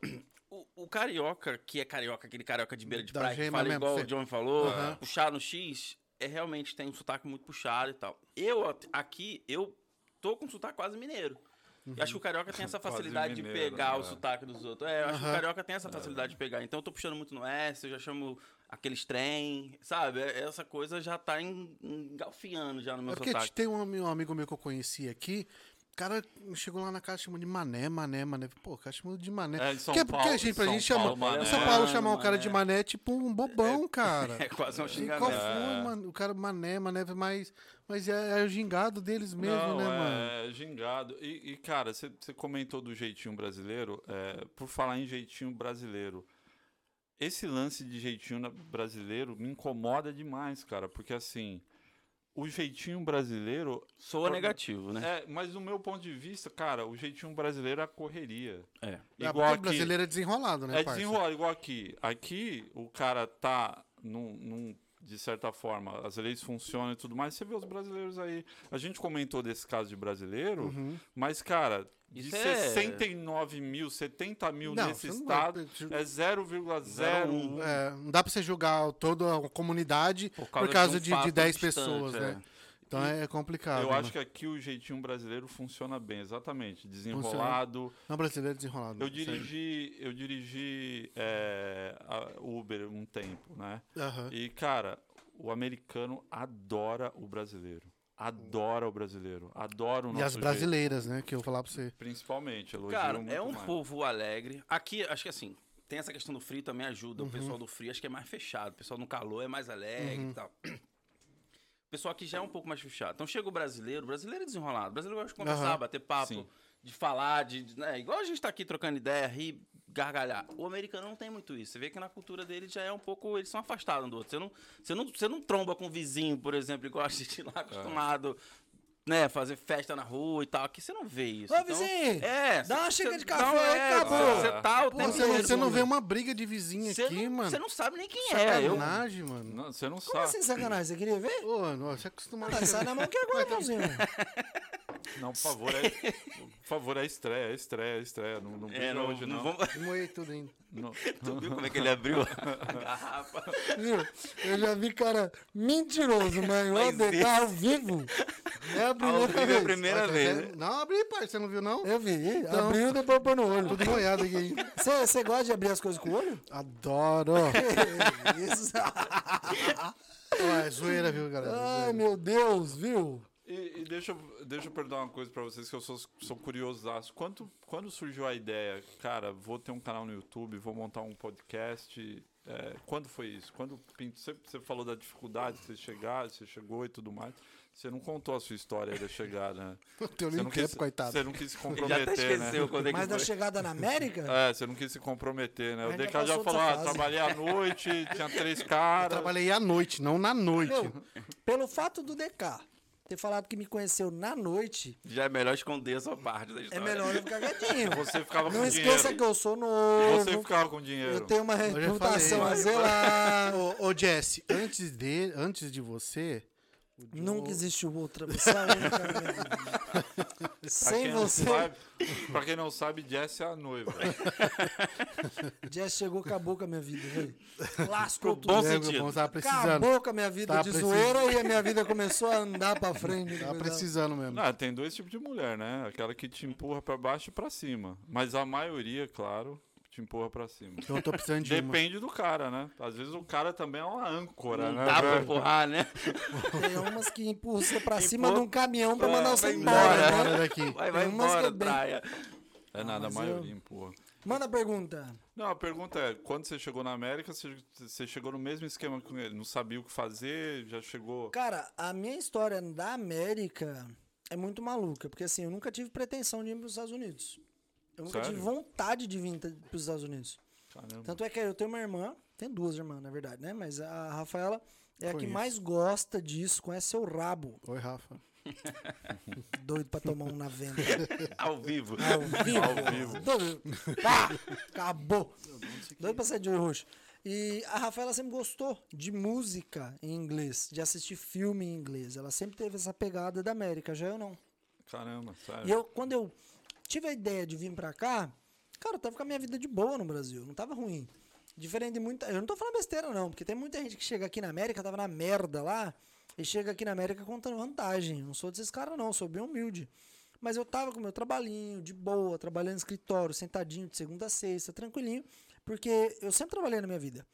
Speaker 1: o, o carioca, que é carioca, aquele carioca de beira de
Speaker 3: Da
Speaker 1: praia, que
Speaker 3: gema
Speaker 1: fala
Speaker 3: mesmo,
Speaker 1: igual
Speaker 3: sei.
Speaker 1: o John falou,
Speaker 3: Aham.
Speaker 1: puxar no X, é realmente tem um sotaque muito puxado e tal. Eu, at- aqui, eu tô com sotaque quase mineiro. Eu acho que o carioca tem essa
Speaker 2: Quase
Speaker 1: facilidade de
Speaker 2: mineiro,
Speaker 1: pegar o
Speaker 2: né?
Speaker 1: sotaque dos outros. É, eu acho que o
Speaker 3: Aham.
Speaker 1: carioca tem essa facilidade de pegar. Então eu tô puxando muito no S, eu já chamo aqueles trem, sabe? É- Essa coisa já tá en- engalfinhando já no meu
Speaker 3: É porque
Speaker 1: sotaque.
Speaker 3: tem um, ami- um amigo meu que eu conheci aqui, o cara chegou lá na casa chamando de mané, mané, mané. Pô, o cara chamou de mané.
Speaker 2: É, em São
Speaker 3: que é porque,
Speaker 2: Paulo-
Speaker 3: gente, pra
Speaker 2: São
Speaker 3: gente chamar.
Speaker 2: Paulo, mané.
Speaker 3: em São Paulo
Speaker 1: Mano,
Speaker 3: chamar o cara de
Speaker 1: mané.
Speaker 3: mané é tipo um bobão, cara.
Speaker 1: É quase um
Speaker 3: E qual
Speaker 1: xingamento.
Speaker 3: foi, mano? O cara mané, mané, mas, mas é, é o gingado deles mesmo,
Speaker 2: Não,
Speaker 3: né,
Speaker 2: é,
Speaker 3: mano?
Speaker 2: é gingado. E, e, cara, você comentou do jeitinho brasileiro. é, por falar em jeitinho brasileiro, esse lance de jeitinho na- brasileiro me incomoda demais, cara. Porque, assim, o jeitinho brasileiro...
Speaker 1: Soa negativo, né?
Speaker 2: É, mas do meu ponto de vista, cara, o jeitinho brasileiro é a correria.
Speaker 1: É.
Speaker 3: É,
Speaker 2: Igual
Speaker 3: porque
Speaker 2: aqui,
Speaker 3: brasileiro é desenrolado, né,
Speaker 2: é
Speaker 3: parça?
Speaker 2: desenrolar, igual aqui. Aqui, o cara tá num, num- de certa forma, as leis funcionam e tudo mais. Você vê os brasileiros aí. A gente comentou desse caso de brasileiro,
Speaker 3: Uhum.
Speaker 2: mas, cara, de
Speaker 1: Isso é-
Speaker 2: 69 mil, 70 mil
Speaker 3: Não,
Speaker 2: nesse
Speaker 3: você não vai-
Speaker 2: estado, é 0,01.
Speaker 3: É, não dá pra você julgar toda a comunidade por causa, de, de,
Speaker 1: é um fato
Speaker 3: 10
Speaker 1: distante,
Speaker 3: pessoas,
Speaker 1: é.
Speaker 3: né? Então é complicado.
Speaker 2: Eu
Speaker 3: né,
Speaker 2: acho
Speaker 3: mano?
Speaker 2: que aqui o jeitinho brasileiro funciona bem, exatamente. Desenrolado.
Speaker 3: Não, brasileiro é desenrolado.
Speaker 2: Eu dirigi, eu dirigi é, a Uber um tempo, né?
Speaker 3: Aham.
Speaker 2: E, cara, o americano adora o brasileiro. Adora o brasileiro. Adora o nosso
Speaker 3: E as
Speaker 2: jeito.
Speaker 3: brasileiras, né? Que eu vou falar pra você.
Speaker 2: Principalmente, elogiam
Speaker 1: Cara,
Speaker 2: muito
Speaker 1: é um
Speaker 2: mais.
Speaker 1: povo alegre. Aqui, acho que assim, tem essa questão do frio também ajuda.
Speaker 4: Uhum.
Speaker 1: O pessoal do frio acho que é mais fechado. O pessoal no calor é mais alegre
Speaker 4: Uhum.
Speaker 1: e tal. O pessoal aqui já é um pouco mais fechado. Então chega o brasileiro, o brasileiro é desenrolado. O brasileiro gosta de conversar,
Speaker 3: Aham.
Speaker 1: bater papo,
Speaker 2: Sim.
Speaker 1: de falar, de. de- né? Igual a gente tá aqui trocando ideia, rir, gargalhar. O americano não tem muito isso. Você vê que na cultura dele já é um pouco. Eles são afastados um do outro. Você não, você não, você não tromba com o vizinho, por exemplo, igual a gente
Speaker 2: É.
Speaker 1: lá acostumado. Né, fazer festa na rua e tal. Aqui você não vê isso.
Speaker 4: Ô,
Speaker 1: Então,
Speaker 4: vizinho,
Speaker 1: É,
Speaker 4: dá
Speaker 1: cê-
Speaker 4: uma xícara
Speaker 1: cê
Speaker 4: de
Speaker 1: dá
Speaker 4: café
Speaker 1: uma-
Speaker 4: aí,
Speaker 1: é,
Speaker 4: acabou.
Speaker 1: Você tá o
Speaker 3: Pô,
Speaker 1: tempo
Speaker 3: você, não,
Speaker 1: inteiro
Speaker 3: você não
Speaker 1: com-
Speaker 3: vê uma briga de vizinho
Speaker 1: Cê
Speaker 3: aqui,
Speaker 1: não-
Speaker 3: mano.
Speaker 1: Você não sabe nem quem é. Eu,
Speaker 3: Sacanagem, mano.
Speaker 2: Não, você não
Speaker 4: Como
Speaker 2: sabe.
Speaker 4: assim, sacanagem? Você queria ver?
Speaker 3: Ô, não, você é acostumado.
Speaker 4: Ah, sai na mão que agora, irmãozinho.
Speaker 2: Não, por favor, é, por favor, é estreia, é estreia, é estreia. Não, não briga
Speaker 1: é, não,
Speaker 2: hoje, não.
Speaker 1: não vamos-
Speaker 3: Moei tudo ainda.
Speaker 2: Não.
Speaker 1: Tu viu como é que ele abriu a garrafa?
Speaker 4: Viu? Eu já vi cara mentiroso, mas eu
Speaker 1: Mas
Speaker 4: odeio
Speaker 1: esse-
Speaker 4: ao vivo. É a
Speaker 1: Ao
Speaker 4: primeira
Speaker 1: vivo é a
Speaker 4: vez.
Speaker 1: primeira
Speaker 3: Olha,
Speaker 1: vez.
Speaker 3: tá vendo? Não, abri, pai. Você não viu, não?
Speaker 4: Eu vi. Abriu depois pôr no olho.
Speaker 3: Tudo moiado aqui ainda.
Speaker 4: Você gosta de abrir as coisas com o olho?
Speaker 3: Adoro.
Speaker 4: Isso.
Speaker 3: Pô, é zoeira, viu, galera?
Speaker 4: Ai,
Speaker 3: Zoeira.
Speaker 4: meu Deus, viu?
Speaker 2: E, e deixa, eu- deixa eu perguntar uma coisa pra vocês que eu sou, sou curiosaço. Quanto, quando surgiu a ideia, cara, vou ter um canal no YouTube, vou montar um podcast? é, quando foi isso? Quando pin- você, você falou da dificuldade de você chegar, você chegou e tudo mais. Você não contou a sua história da chegada, né?
Speaker 3: Não tenho
Speaker 2: Você
Speaker 3: nem
Speaker 2: não
Speaker 3: tempo,
Speaker 2: quis,
Speaker 3: um coitado.
Speaker 2: você não quis se
Speaker 1: Ele já até
Speaker 2: comprometer, né?
Speaker 1: esqueceu quando é que
Speaker 4: Mas da
Speaker 1: foi.
Speaker 4: chegada na América?
Speaker 2: É, você não quis se comprometer, né? O
Speaker 4: Mas já
Speaker 2: DK já
Speaker 4: passou dessa
Speaker 2: falou, ah,
Speaker 4: fase.
Speaker 2: trabalhei à noite, tinha três caras.
Speaker 3: Trabalhei à noite, não na noite.
Speaker 4: Meu, pelo fato do DK ter falado que me conheceu na noite,
Speaker 1: Já é melhor esconder essa parte da
Speaker 4: é
Speaker 1: história.
Speaker 4: melhor eu ficar quietinho.
Speaker 2: Você ficava
Speaker 4: Não
Speaker 2: com
Speaker 4: esqueça
Speaker 2: dinheiro.
Speaker 4: que eu sou novo.
Speaker 2: Você ficava com dinheiro.
Speaker 4: Eu tenho uma
Speaker 3: já
Speaker 4: reputação tá a
Speaker 3: falei.
Speaker 4: zelar.
Speaker 3: Ô, ô Jesse, antes de, antes de você, O Joe-
Speaker 4: Nunca existiu outra. Você é a única mesmo.
Speaker 5: Pra
Speaker 4: Sem
Speaker 2: é
Speaker 5: quem não
Speaker 2: um
Speaker 4: você,
Speaker 5: sabe- pra quem não sabe, Jess é a noiva.
Speaker 4: Jess chegou, acabou com a minha vida. velho.
Speaker 1: Pro
Speaker 4: Lascou
Speaker 1: bom
Speaker 4: tudo.
Speaker 3: Lembra,
Speaker 1: sentido.
Speaker 3: né, irmão, tava tá precisando.
Speaker 4: Acabou com a minha vida
Speaker 3: Tava
Speaker 4: de
Speaker 3: precisando.
Speaker 4: zoeira e a minha vida começou a andar pra frente.
Speaker 3: Tava
Speaker 4: entendeu?
Speaker 3: Tá precisando mesmo.
Speaker 5: Não, tem dois tipos de mulher, né? Aquela que te empurra pra baixo e pra cima. Mas a maioria, claro, te empurra pra cima.
Speaker 3: Então eu tô precisando de uma.
Speaker 5: Depende do cara, né? Às vezes o cara também é uma âncora,
Speaker 1: Não
Speaker 5: né?
Speaker 1: dá pra
Speaker 5: velho?
Speaker 1: Tá, empurrar, né?
Speaker 4: Tem umas que empurram você pra cima de
Speaker 1: Empurra.
Speaker 4: um caminhão pra
Speaker 1: É,
Speaker 4: mandar você
Speaker 1: vai
Speaker 4: embora,
Speaker 1: embora.
Speaker 4: né?
Speaker 3: Bora daqui.
Speaker 1: Vai, vai
Speaker 4: Tem umas que é
Speaker 1: embora,
Speaker 4: bem-
Speaker 1: praia.
Speaker 5: É nada, a
Speaker 4: mas eu-
Speaker 5: maioria empurra.
Speaker 4: Manda a pergunta.
Speaker 5: Não, a pergunta é, quando você chegou na América, você, você chegou no mesmo esquema com ele? Não sabia o que fazer, já chegou...
Speaker 4: Cara, a minha história da América é muito maluca, porque assim, eu nunca tive pretensão de ir para os Estados Unidos. Eu nunca
Speaker 5: Sério?
Speaker 4: tive vontade de vir para os Estados Unidos.
Speaker 5: Caramba.
Speaker 4: Tanto é que eu tenho uma irmã, tenho duas irmãs, na verdade, né? Mas a Rafaela é a que
Speaker 3: Conheço.
Speaker 4: mais gosta disso, conhece seu rabo.
Speaker 3: Oi, Rafa.
Speaker 4: Doido pra tomar um na venda.
Speaker 1: Ao vivo.
Speaker 4: Ao vivo. Doido. Pá! Acabou. Doido pra sair de olho roxo. E a Rafaela sempre gostou de música em inglês, de assistir filme em inglês. Ela sempre teve essa pegada da América, já eu não.
Speaker 5: Caramba, sério.
Speaker 4: E eu, quando eu tive a ideia de vir pra cá, cara, eu tava com a minha vida de boa no Brasil, não tava ruim. Diferente de muita. Eu não tô falando besteira, não, porque tem muita gente que chega aqui na América, tava na merda lá, e chega aqui na América contando vantagem. Eu Não sou desses caras, não, sou bem humilde. Mas eu tava com o meu trabalhinho, de boa, trabalhando no escritório, sentadinho, de segunda a sexta, tranquilinho, porque eu sempre trabalhei na minha vida.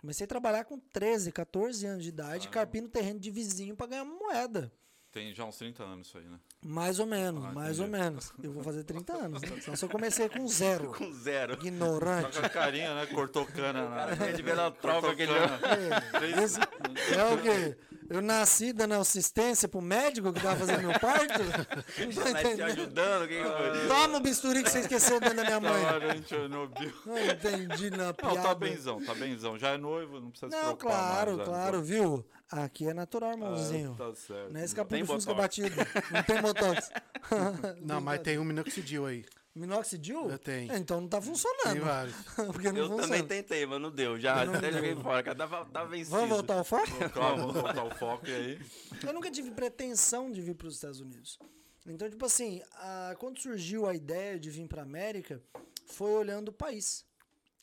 Speaker 4: Comecei a trabalhar com 13, 14 anos de idade, carpindo terreno de vizinho pra ganhar moeda.
Speaker 5: Tem já uns 30 anos isso aí, né?
Speaker 4: Mais ou menos,
Speaker 5: Ah,
Speaker 4: mais ou
Speaker 5: entendi.
Speaker 4: menos. Eu vou fazer 30 anos. Né? Então, se eu comecei com zero.
Speaker 1: Com zero.
Speaker 4: Ignorante.
Speaker 5: Só com a carinha, né? Cortou cana. né?
Speaker 1: Cara, de ver na tropa que ele
Speaker 4: É, esse- é o quê? Eu nasci dando assistência pro médico que tava fazendo meu parto? Não tô
Speaker 1: vai te
Speaker 4: entendendo.
Speaker 1: ajudando. Que que foi?
Speaker 4: Toma o bisturi que você esqueceu dentro da minha
Speaker 5: Tá
Speaker 4: mãe.
Speaker 5: lá, a gente nobiu.
Speaker 4: Não entendi na
Speaker 5: Não,
Speaker 4: piada.
Speaker 5: tá benzão, tá benzão. Já é noivo, não precisa se
Speaker 4: Não,
Speaker 5: preocupar
Speaker 4: claro,
Speaker 5: mais, né?
Speaker 4: claro, viu? Aqui é natural, irmãozinho.
Speaker 5: Tá certo.
Speaker 4: Não é esse capim
Speaker 1: Tem
Speaker 4: de fusca
Speaker 1: botox.
Speaker 4: batido. Não tem botox.
Speaker 3: Não, mas tem um minoxidil aí.
Speaker 4: Minoxidil?
Speaker 3: Eu tenho.
Speaker 4: Então não tá funcionando.
Speaker 3: Tem vários.
Speaker 5: Tá
Speaker 4: Porque não
Speaker 1: Eu
Speaker 4: funciona.
Speaker 1: também tentei, mas não deu. Já até joguei fora. Cara, tava, tava vencido.
Speaker 4: Vamos voltar ao foco?
Speaker 5: Calma, vamos voltar o foco e aí.
Speaker 4: Eu nunca tive pretensão de vir para os Estados Unidos. Então, tipo assim, a- quando surgiu a ideia de vir para América, foi olhando o país.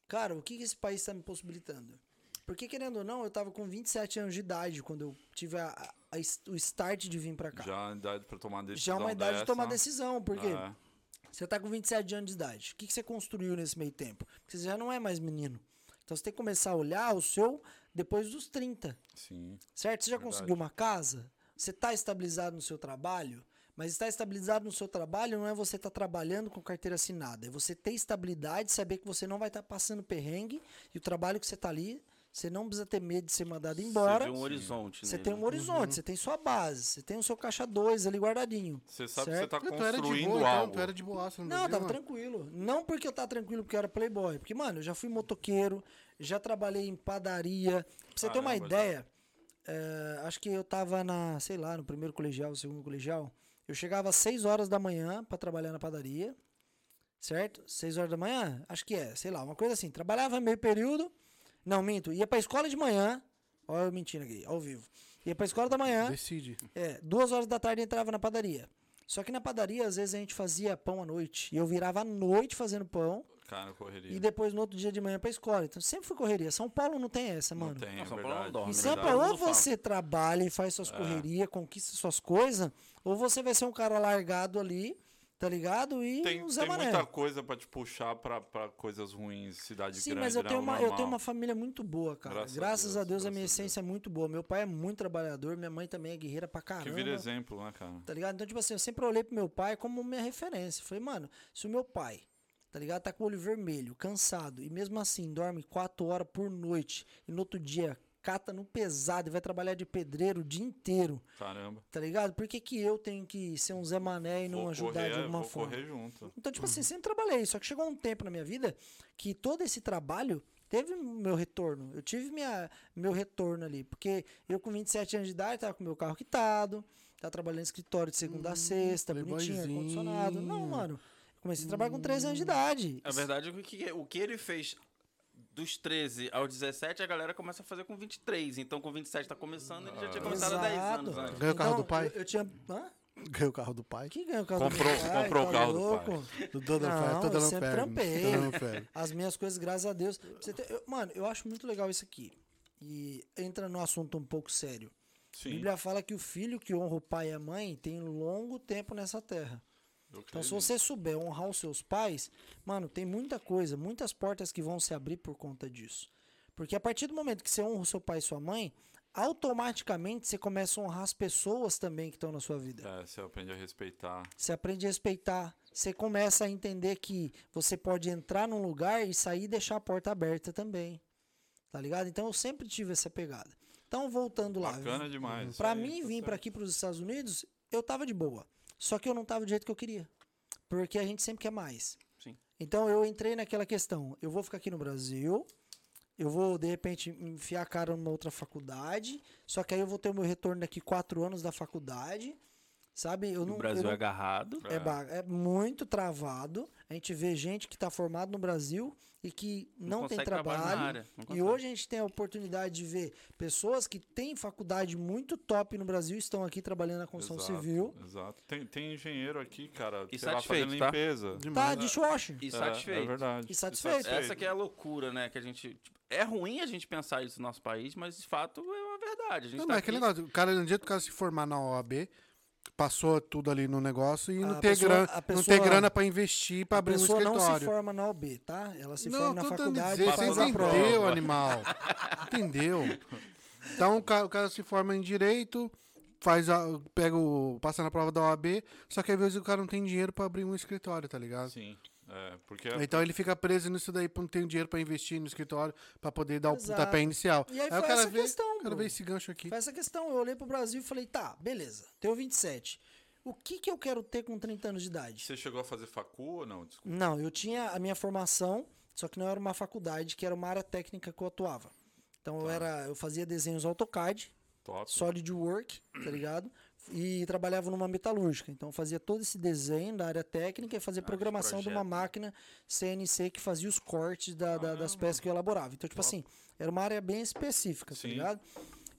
Speaker 4: Cara, o que, que esse país está me possibilitando? Porque, querendo ou não, eu tava com 27 anos de idade quando eu tive a- a- a es- o start de vir para cá. Já,
Speaker 5: Já é uma idade pra tomar decisão.
Speaker 4: é uma idade
Speaker 5: dessa.
Speaker 4: de tomar decisão, porque
Speaker 5: Ah,
Speaker 4: você tá com 27 anos de idade. O que, que você construiu nesse meio tempo? Porque você já não é mais menino. Então, você tem que começar a olhar o seu depois dos 30.
Speaker 5: sim.
Speaker 4: Certo? Você já conseguiu uma casa? Você está estabilizado no seu trabalho? Mas estar estabilizado no seu trabalho não é você estar trabalhando com carteira assinada. É você ter estabilidade, saber que você não vai estar passando perrengue e o trabalho que você está ali, você não precisa ter medo de ser mandado
Speaker 1: Você
Speaker 4: embora.
Speaker 1: viu um horizonte
Speaker 4: Você
Speaker 1: nele.
Speaker 4: tem um
Speaker 5: Uhum.
Speaker 4: horizonte, você tem sua base, você tem o seu caixa 2 ali guardadinho.
Speaker 5: Você sabe que você tá
Speaker 3: Tu era de
Speaker 5: construindo
Speaker 3: boa, então.
Speaker 5: algo.
Speaker 3: Tu era de boaça no
Speaker 4: Não, eu
Speaker 3: Brasil,
Speaker 4: tava
Speaker 3: mano.
Speaker 4: tranquilo. Não porque eu tava tranquilo porque eu era playboy. Porque, mano, eu já fui motoqueiro, já trabalhei em padaria. Pra você ter uma
Speaker 5: Caramba,
Speaker 4: ideia, eh, acho que eu tava na, sei lá, no primeiro colegial, segundo colegial. Eu chegava às 6 horas da manhã pra trabalhar na padaria. Certo? 6 horas da manhã? Acho que é, sei lá, uma coisa assim. Trabalhava meio período. Não, minto. Ia pra escola de manhã. Olha eu mentindo aqui, ao vivo. Ia pra escola da manhã.
Speaker 3: Decide.
Speaker 4: É, duas horas da tarde eu entrava na padaria. Só que na padaria, às vezes, a gente fazia pão à noite. E eu virava à noite fazendo pão.
Speaker 5: Cara, correria.
Speaker 4: E depois, no outro dia de manhã, pra escola. Então, sempre foi correria. São Paulo não tem essa,
Speaker 5: Não
Speaker 4: mano.
Speaker 5: tem,
Speaker 1: Não,
Speaker 5: é
Speaker 1: São Paulo não
Speaker 5: verdade.
Speaker 1: dorme,
Speaker 4: Em
Speaker 1: né?
Speaker 4: São
Speaker 1: verdade.
Speaker 4: Paulo, ou
Speaker 1: Todo mundo
Speaker 4: você trabalha e faz
Speaker 5: É.
Speaker 4: suas correrias, conquista suas coisas, ou você vai ser um cara largado ali, tá ligado? E
Speaker 5: Tem,
Speaker 4: um Zé
Speaker 5: tem
Speaker 4: Mané.
Speaker 5: muita coisa pra te puxar pra, pra coisas ruins, cidade
Speaker 4: Sim,
Speaker 5: grande,
Speaker 4: mas eu
Speaker 5: né?
Speaker 4: tenho,
Speaker 5: O
Speaker 4: uma, eu
Speaker 5: normal.
Speaker 4: tenho uma família muito boa, cara. Graças,
Speaker 5: Graças a
Speaker 4: a
Speaker 5: Deus,
Speaker 4: Deus, a minha
Speaker 5: graças a Deus.
Speaker 4: essência é muito boa. Meu pai é muito trabalhador, minha mãe também é guerreira pra caramba.
Speaker 5: Que vira exemplo, né, cara?
Speaker 4: Tá ligado? Então, tipo assim, eu sempre olhei pro meu pai como minha referência. Falei, mano, se o meu pai, tá ligado, tá com o olho vermelho, cansado, e mesmo assim dorme quatro horas por noite, e no outro dia cata no pesado e vai trabalhar de pedreiro o dia inteiro,
Speaker 5: Caramba.
Speaker 4: tá ligado? Por que, que eu tenho que ser um Zé Mané e não
Speaker 5: vou
Speaker 4: ajudar
Speaker 5: correr,
Speaker 4: de alguma
Speaker 5: vou
Speaker 4: forma?
Speaker 5: correr junto.
Speaker 4: Então, tipo
Speaker 3: Uhum.
Speaker 4: assim, sempre trabalhei. Só que chegou um tempo na minha vida que todo esse trabalho teve meu retorno. Eu tive minha, meu retorno ali. Porque eu, com 27 anos de idade, tava com meu carro quitado, tava trabalhando no escritório de segunda a sexta, bonitinho,
Speaker 3: Hum, playboyzinho. Hum.
Speaker 4: ar-condicionado.
Speaker 2: É
Speaker 4: Não, mano. Eu comecei a trabalhar com 13 anos de idade.
Speaker 1: é, Na verdade, o que, o que ele fez dos 13 aos 17, a galera começa a fazer com 23. Então, com 27 tá começando, ele já
Speaker 4: Ah.
Speaker 1: tinha começado há 10 anos antes.
Speaker 3: Ganhou o carro do pai?
Speaker 4: Então, Eu, eu tinha. Hã?
Speaker 3: Ganhou o carro do pai?
Speaker 4: Quem ganhou o carro
Speaker 2: Comprou-
Speaker 4: do meu pai?
Speaker 2: comprou o
Speaker 4: Tá
Speaker 2: carro do
Speaker 4: louco?
Speaker 3: Do Dando
Speaker 4: Não, é
Speaker 3: Fé, tô
Speaker 4: eu
Speaker 3: dando
Speaker 4: sempre
Speaker 3: fé.
Speaker 4: trampei.
Speaker 3: Tô dando fé.
Speaker 4: As minhas coisas, graças a Deus. Pra você ter- eu- mano, eu acho muito legal isso aqui. E entra no assunto um pouco sério. A
Speaker 2: Sim.
Speaker 4: Bíblia é fala que o filho que honra o pai e a mãe tem longo tempo nessa terra.
Speaker 2: eu
Speaker 4: Então,
Speaker 2: creio
Speaker 4: se você souber honrar os seus pais, mano, tem muita coisa, muitas portas que vão se abrir por conta disso. Porque a partir do momento que você honra o seu pai e sua mãe, automaticamente você começa a honrar as pessoas também que estão na sua vida.
Speaker 2: É, você aprende a respeitar.
Speaker 4: Você aprende a respeitar. Você começa a entender que você pode entrar num lugar e sair e deixar a porta aberta também. Tá ligado? Então eu sempre tive essa pegada. Então, voltando lá.
Speaker 2: Bacana demais.
Speaker 4: Pra
Speaker 2: Isso aí,
Speaker 4: mim,
Speaker 2: tá
Speaker 4: vir pra
Speaker 2: certo.
Speaker 4: aqui pros Estados Unidos, eu tava de boa. Só que eu não tava do jeito que eu queria. Porque a gente sempre quer mais.
Speaker 1: Sim.
Speaker 4: Então eu entrei naquela questão. Eu vou ficar aqui no Brasil. Eu vou, de repente, enfiar a cara numa outra faculdade. Só que aí eu vou ter o meu retorno daqui quatro anos da faculdade. Sabe? Eu
Speaker 1: O
Speaker 4: não, eu
Speaker 1: Brasil
Speaker 4: não-
Speaker 1: é agarrado.
Speaker 4: é, ba- é muito travado. A gente vê gente que está formado no Brasil e que não, tem
Speaker 1: consegue trabalho na
Speaker 4: trabalho.
Speaker 1: área, não
Speaker 4: e
Speaker 1: consegue.
Speaker 4: hoje a gente tem a oportunidade de ver pessoas que têm faculdade muito top no Brasil e estão aqui trabalhando na construção
Speaker 2: Exato,
Speaker 4: civil.
Speaker 2: Exato. Tem, tem engenheiro aqui, cara,
Speaker 1: E
Speaker 2: sei lá,
Speaker 1: satisfeito,
Speaker 2: fazendo
Speaker 1: tá?
Speaker 2: limpeza.
Speaker 4: Tá,
Speaker 3: Demais.
Speaker 4: dishwasher.
Speaker 1: E
Speaker 2: É, É,
Speaker 1: satisfeito.
Speaker 2: verdade.
Speaker 4: E satisfeito.
Speaker 1: Essa que é a loucura, né? Que a gente. tipo, é ruim a gente pensar isso no nosso país, mas de fato é uma verdade. A gente
Speaker 3: Não,
Speaker 1: tá
Speaker 3: mas é aquele
Speaker 1: aqui-
Speaker 3: negócio, o cara, no dia do cara se formar na OAB, passou tudo ali no negócio e não,
Speaker 4: A
Speaker 3: ter,
Speaker 4: pessoa-
Speaker 3: grana,
Speaker 4: a
Speaker 3: não
Speaker 4: pessoa-
Speaker 3: ter grana pra investir, pra
Speaker 4: A
Speaker 3: abrir um
Speaker 4: pessoa não se
Speaker 3: escritório.
Speaker 4: forma na OB, tá? Ela se
Speaker 3: Não,
Speaker 4: forma na
Speaker 3: tô tentando
Speaker 4: faculdade
Speaker 3: dizer,
Speaker 4: e
Speaker 3: você
Speaker 4: faz
Speaker 2: Passou
Speaker 4: a
Speaker 2: na
Speaker 3: entendeu,
Speaker 4: prova.
Speaker 2: prova.
Speaker 3: animal. Entendeu? Então o ca- o cara, se forma em direito, faz a, pega o, passa na prova da OAB, só que às vezes o cara não tem dinheiro pra abrir um escritório, tá ligado?
Speaker 2: Sim. É, porque
Speaker 3: Então ele fica preso nisso daí, porque não tem dinheiro pra investir no escritório, pra poder dar
Speaker 4: Exato.
Speaker 3: o pontapé inicial.
Speaker 4: E aí
Speaker 3: o
Speaker 4: foi
Speaker 3: cara
Speaker 4: essa
Speaker 3: vê,
Speaker 4: questão,
Speaker 3: o cara
Speaker 4: Bruno.
Speaker 3: vê esse gancho aqui.
Speaker 4: Foi essa questão. Eu olhei pro Brasil e falei, tá, beleza, tenho 27. O que, que eu quero ter com 30 anos de idade?
Speaker 2: você chegou a fazer facu ou não? Desculpa.
Speaker 4: Não, eu tinha a minha formação, só que não era uma faculdade, que era uma área técnica que eu atuava. Então
Speaker 2: Tá.
Speaker 4: eu era, eu fazia desenhos AutoCAD,
Speaker 2: Top.
Speaker 4: SolidWork, tá ligado? E trabalhava numa metalúrgica. Então eu fazia todo esse desenho da área técnica e
Speaker 2: Ah,
Speaker 4: fazia programação de uma
Speaker 1: projeto, né?
Speaker 4: máquina CNC que fazia os cortes da- da-
Speaker 2: Ah,
Speaker 4: das peças que eu elaborava. Então, tipo assim, era uma área bem específica,
Speaker 2: Sim.
Speaker 4: tá ligado?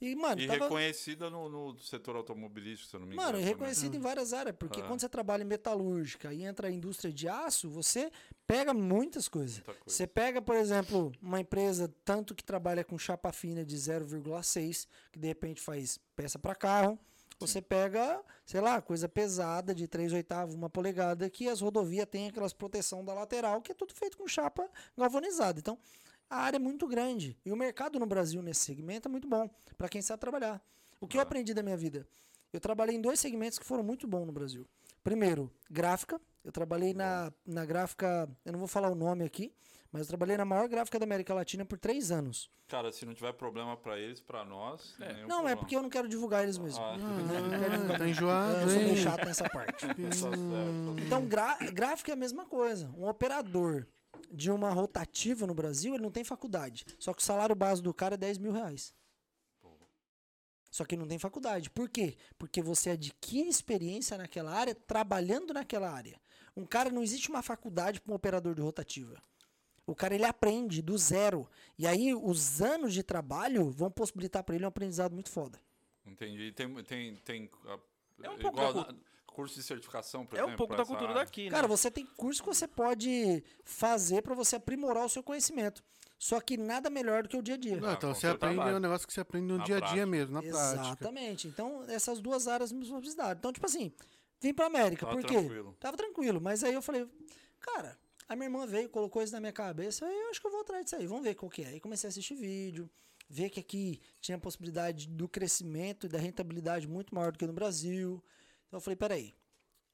Speaker 4: E, mano,
Speaker 2: E
Speaker 4: tava...
Speaker 2: reconhecida no, no setor automobilístico, se eu não me engano. né?
Speaker 4: Mano, é
Speaker 2: também.
Speaker 4: reconhecido em várias áreas, porque
Speaker 2: Ah.
Speaker 4: quando você trabalha em metalúrgica e entra a indústria de aço, você pega muitas coisas.
Speaker 2: Muita coisa.
Speaker 4: Você pega, por exemplo, uma empresa tanto que trabalha com chapa fina de 0,6, que de repente faz peça para carro, ou você pega, sei lá, coisa pesada de 3 oitavos, uma polegada, que as rodovias têm aquelas proteção da lateral, que é tudo feito com chapa galvanizada. Então, a área é muito grande. E o mercado no Brasil nesse segmento é muito bom, para quem sabe trabalhar. O que eu aprendi da minha vida? Eu trabalhei em dois segmentos que foram muito bons no Brasil. Primeiro, gráfica. Eu trabalhei na, na gráfica, eu não vou falar o nome aqui, mas eu trabalhei na maior gráfica da América Latina por três anos.
Speaker 2: Cara, se não tiver problema pra eles, pra nós. nenhum
Speaker 4: não, é
Speaker 2: problema.
Speaker 4: porque eu não quero divulgar eles mesmos.
Speaker 2: um Ah,
Speaker 3: Ah, tá
Speaker 4: eu
Speaker 3: enjoado,
Speaker 4: sou meio
Speaker 3: hein?
Speaker 4: chato nessa parte.
Speaker 2: tá certo, tá certo.
Speaker 4: Então, gra- gráfico é a mesma coisa. Um operador de uma rotativa no Brasil, ele não tem faculdade. Só que o salário base do cara é 10 mil reais. Só que não tem faculdade. Por quê? Porque você adquire experiência naquela área, trabalhando naquela área. Um cara, não existe uma faculdade para um operador de rotativa. O cara, ele aprende do zero. E aí, os anos de trabalho vão possibilitar para ele um aprendizado muito foda.
Speaker 2: Entendi. E Tem, tem, tem ah,
Speaker 1: É um pouco
Speaker 2: igual
Speaker 1: da
Speaker 2: na- curso de certificação, por
Speaker 1: É
Speaker 2: exemplo.
Speaker 1: um pouco
Speaker 2: pra
Speaker 1: da
Speaker 2: essa
Speaker 1: cultura
Speaker 2: área?
Speaker 1: daqui, né?
Speaker 4: Cara, você tem curso que você pode fazer para você aprimorar o seu conhecimento. Só que nada melhor do que o dia a dia.
Speaker 3: Não, então
Speaker 2: com
Speaker 3: você
Speaker 2: certeza.
Speaker 3: aprende, é
Speaker 2: Trabalho.
Speaker 3: um negócio que você aprende no
Speaker 2: Na
Speaker 3: dia a
Speaker 2: prática.
Speaker 3: dia mesmo, na prática.
Speaker 4: Exatamente. Então, essas duas áreas me possibilitaram. Então, tipo assim, vim pra América.
Speaker 2: Tava
Speaker 4: por quê?
Speaker 2: tranquilo.
Speaker 4: Tava tranquilo. Mas aí eu falei, cara, a minha irmã veio, colocou isso na minha cabeça, aí eu acho que eu vou atrás disso aí, vamos ver qual que é. Aí comecei a assistir vídeo, ver que aqui tinha a possibilidade do crescimento e da rentabilidade muito maior do que no Brasil. Então eu falei, peraí,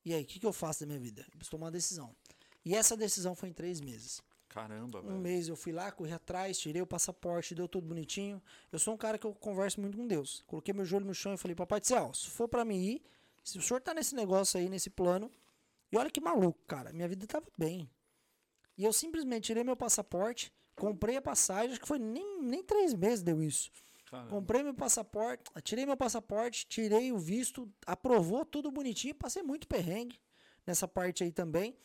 Speaker 4: e aí, o que, que eu faço da minha vida? Eu preciso tomar uma decisão. E essa decisão foi em três meses.
Speaker 2: Caramba,
Speaker 4: Um
Speaker 2: velho.
Speaker 4: mês eu fui lá, corri atrás, tirei o passaporte, deu tudo bonitinho. Eu sou um cara que eu converso muito com Deus. Coloquei meu joelho no chão e falei, papai do céu, se for pra mim ir, se o senhor tá nesse negócio aí, nesse plano, e olha que maluco, cara, minha vida tava bem. E eu simplesmente tirei meu passaporte, comprei a passagem, acho que foi nem, nem três meses deu isso.
Speaker 2: Caramba.
Speaker 4: Comprei meu passaporte, tirei meu passaporte, tirei o visto, aprovou tudo bonitinho, passei muito perrengue nessa parte aí também.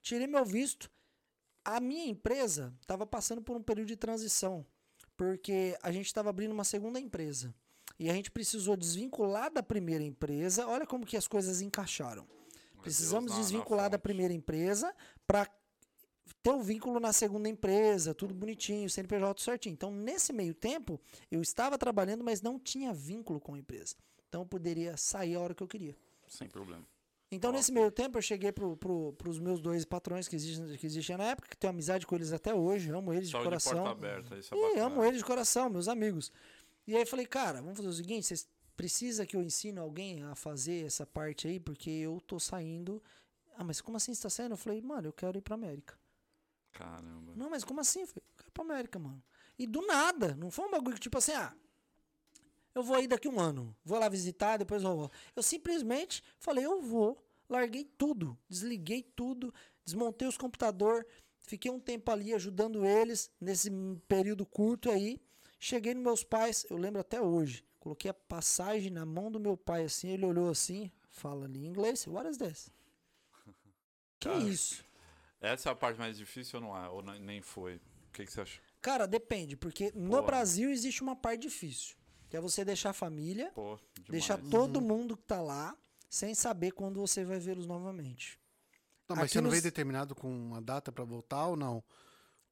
Speaker 4: Tirei meu visto, A minha empresa estava passando por um período de transição, porque a gente estava abrindo uma segunda empresa. E a gente precisou desvincular da primeira empresa. Olha como que as coisas encaixaram. Precisamos
Speaker 2: na- na
Speaker 4: desvincular da
Speaker 2: fonte.
Speaker 4: primeira empresa para ter o vínculo na segunda empresa, tudo bonitinho, CNPJ certinho. Então, nesse meio tempo, eu estava trabalhando, mas não tinha vínculo com a empresa. Então, eu poderia sair a hora que eu queria.
Speaker 1: Sem problema.
Speaker 4: Então, nesse meio tempo, eu cheguei pro, pro, pros meus dois patrões que existem, que existiam na época, que tenho amizade com eles até hoje, amo eles de
Speaker 2: Saúde de
Speaker 4: coração.
Speaker 2: porta aberta, isso é
Speaker 4: e
Speaker 2: bacana.
Speaker 4: amo eles de coração, meus amigos. E aí eu falei, cara, vamos fazer o seguinte, vocês precisam que eu ensine alguém a fazer essa parte aí, porque eu tô saindo. Ah, mas como assim você tá saindo? Eu falei, mano, eu quero ir pra América.
Speaker 2: Caramba.
Speaker 4: Não, mas como assim? Eu falei, eu quero ir pra América, mano. E do nada, não foi um bagulho que tipo assim, ah, eu vou ir daqui um ano, vou lá visitar, depois eu vou. Eu simplesmente falei, eu vou. Larguei tudo, desliguei tudo, desmontei os computadores, fiquei um tempo ali ajudando eles nesse m- período curto aí. Cheguei nos meus pais, eu lembro até hoje. Coloquei a passagem na mão do meu pai assim, ele olhou assim, fala ali em inglês, what is this? Que
Speaker 2: Cara,
Speaker 4: isso?
Speaker 2: Essa é a parte mais difícil ou não é? Ou ne- nem foi? O que, que você achou?
Speaker 4: Cara, depende, porque no
Speaker 2: Porra.
Speaker 4: Brasil existe uma parte difícil. Que é você deixar a família,
Speaker 2: Pô, demais.
Speaker 4: deixar todo
Speaker 3: Uhum.
Speaker 4: mundo que tá lá, sem saber quando você vai vê-los novamente.
Speaker 3: Não, mas
Speaker 4: Aqui
Speaker 3: você não
Speaker 4: nos-
Speaker 3: veio determinado com uma data pra voltar ou não?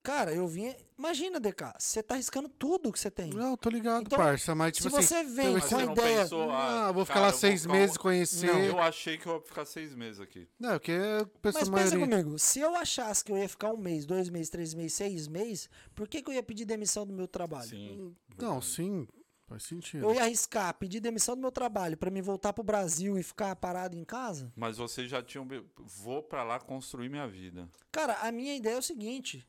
Speaker 4: Cara, eu vim. Imagina, DK, você tá arriscando tudo que você tem.
Speaker 3: Não, tô ligado,
Speaker 4: Então,
Speaker 3: parça. Mas, tipo
Speaker 4: se
Speaker 3: assim.
Speaker 4: você vem
Speaker 3: mas
Speaker 2: Mas
Speaker 4: com
Speaker 2: você
Speaker 4: a
Speaker 2: não
Speaker 4: ideia.
Speaker 2: pensou,
Speaker 3: ah, eu vou ficar
Speaker 2: cara,
Speaker 3: lá
Speaker 2: eu vou
Speaker 3: seis
Speaker 2: ficar um-
Speaker 3: meses, conhecer.
Speaker 4: Não,
Speaker 2: Eu achei que eu ia ficar seis meses aqui.
Speaker 3: Não, porque a pessoa
Speaker 4: Mas pensa
Speaker 3: maioria.
Speaker 4: comigo, se eu achasse que eu ia ficar um mês, dois meses, três meses, seis meses, por que, que eu ia pedir demissão do meu trabalho?
Speaker 2: Sim.
Speaker 3: Não, sim, faz sentido.
Speaker 4: Eu ia arriscar, pedir demissão do meu trabalho pra me voltar pro Brasil e ficar parado em casa?
Speaker 2: Mas vocês já tinham. be- Vou pra lá construir minha vida.
Speaker 4: Cara, a minha ideia é o seguinte: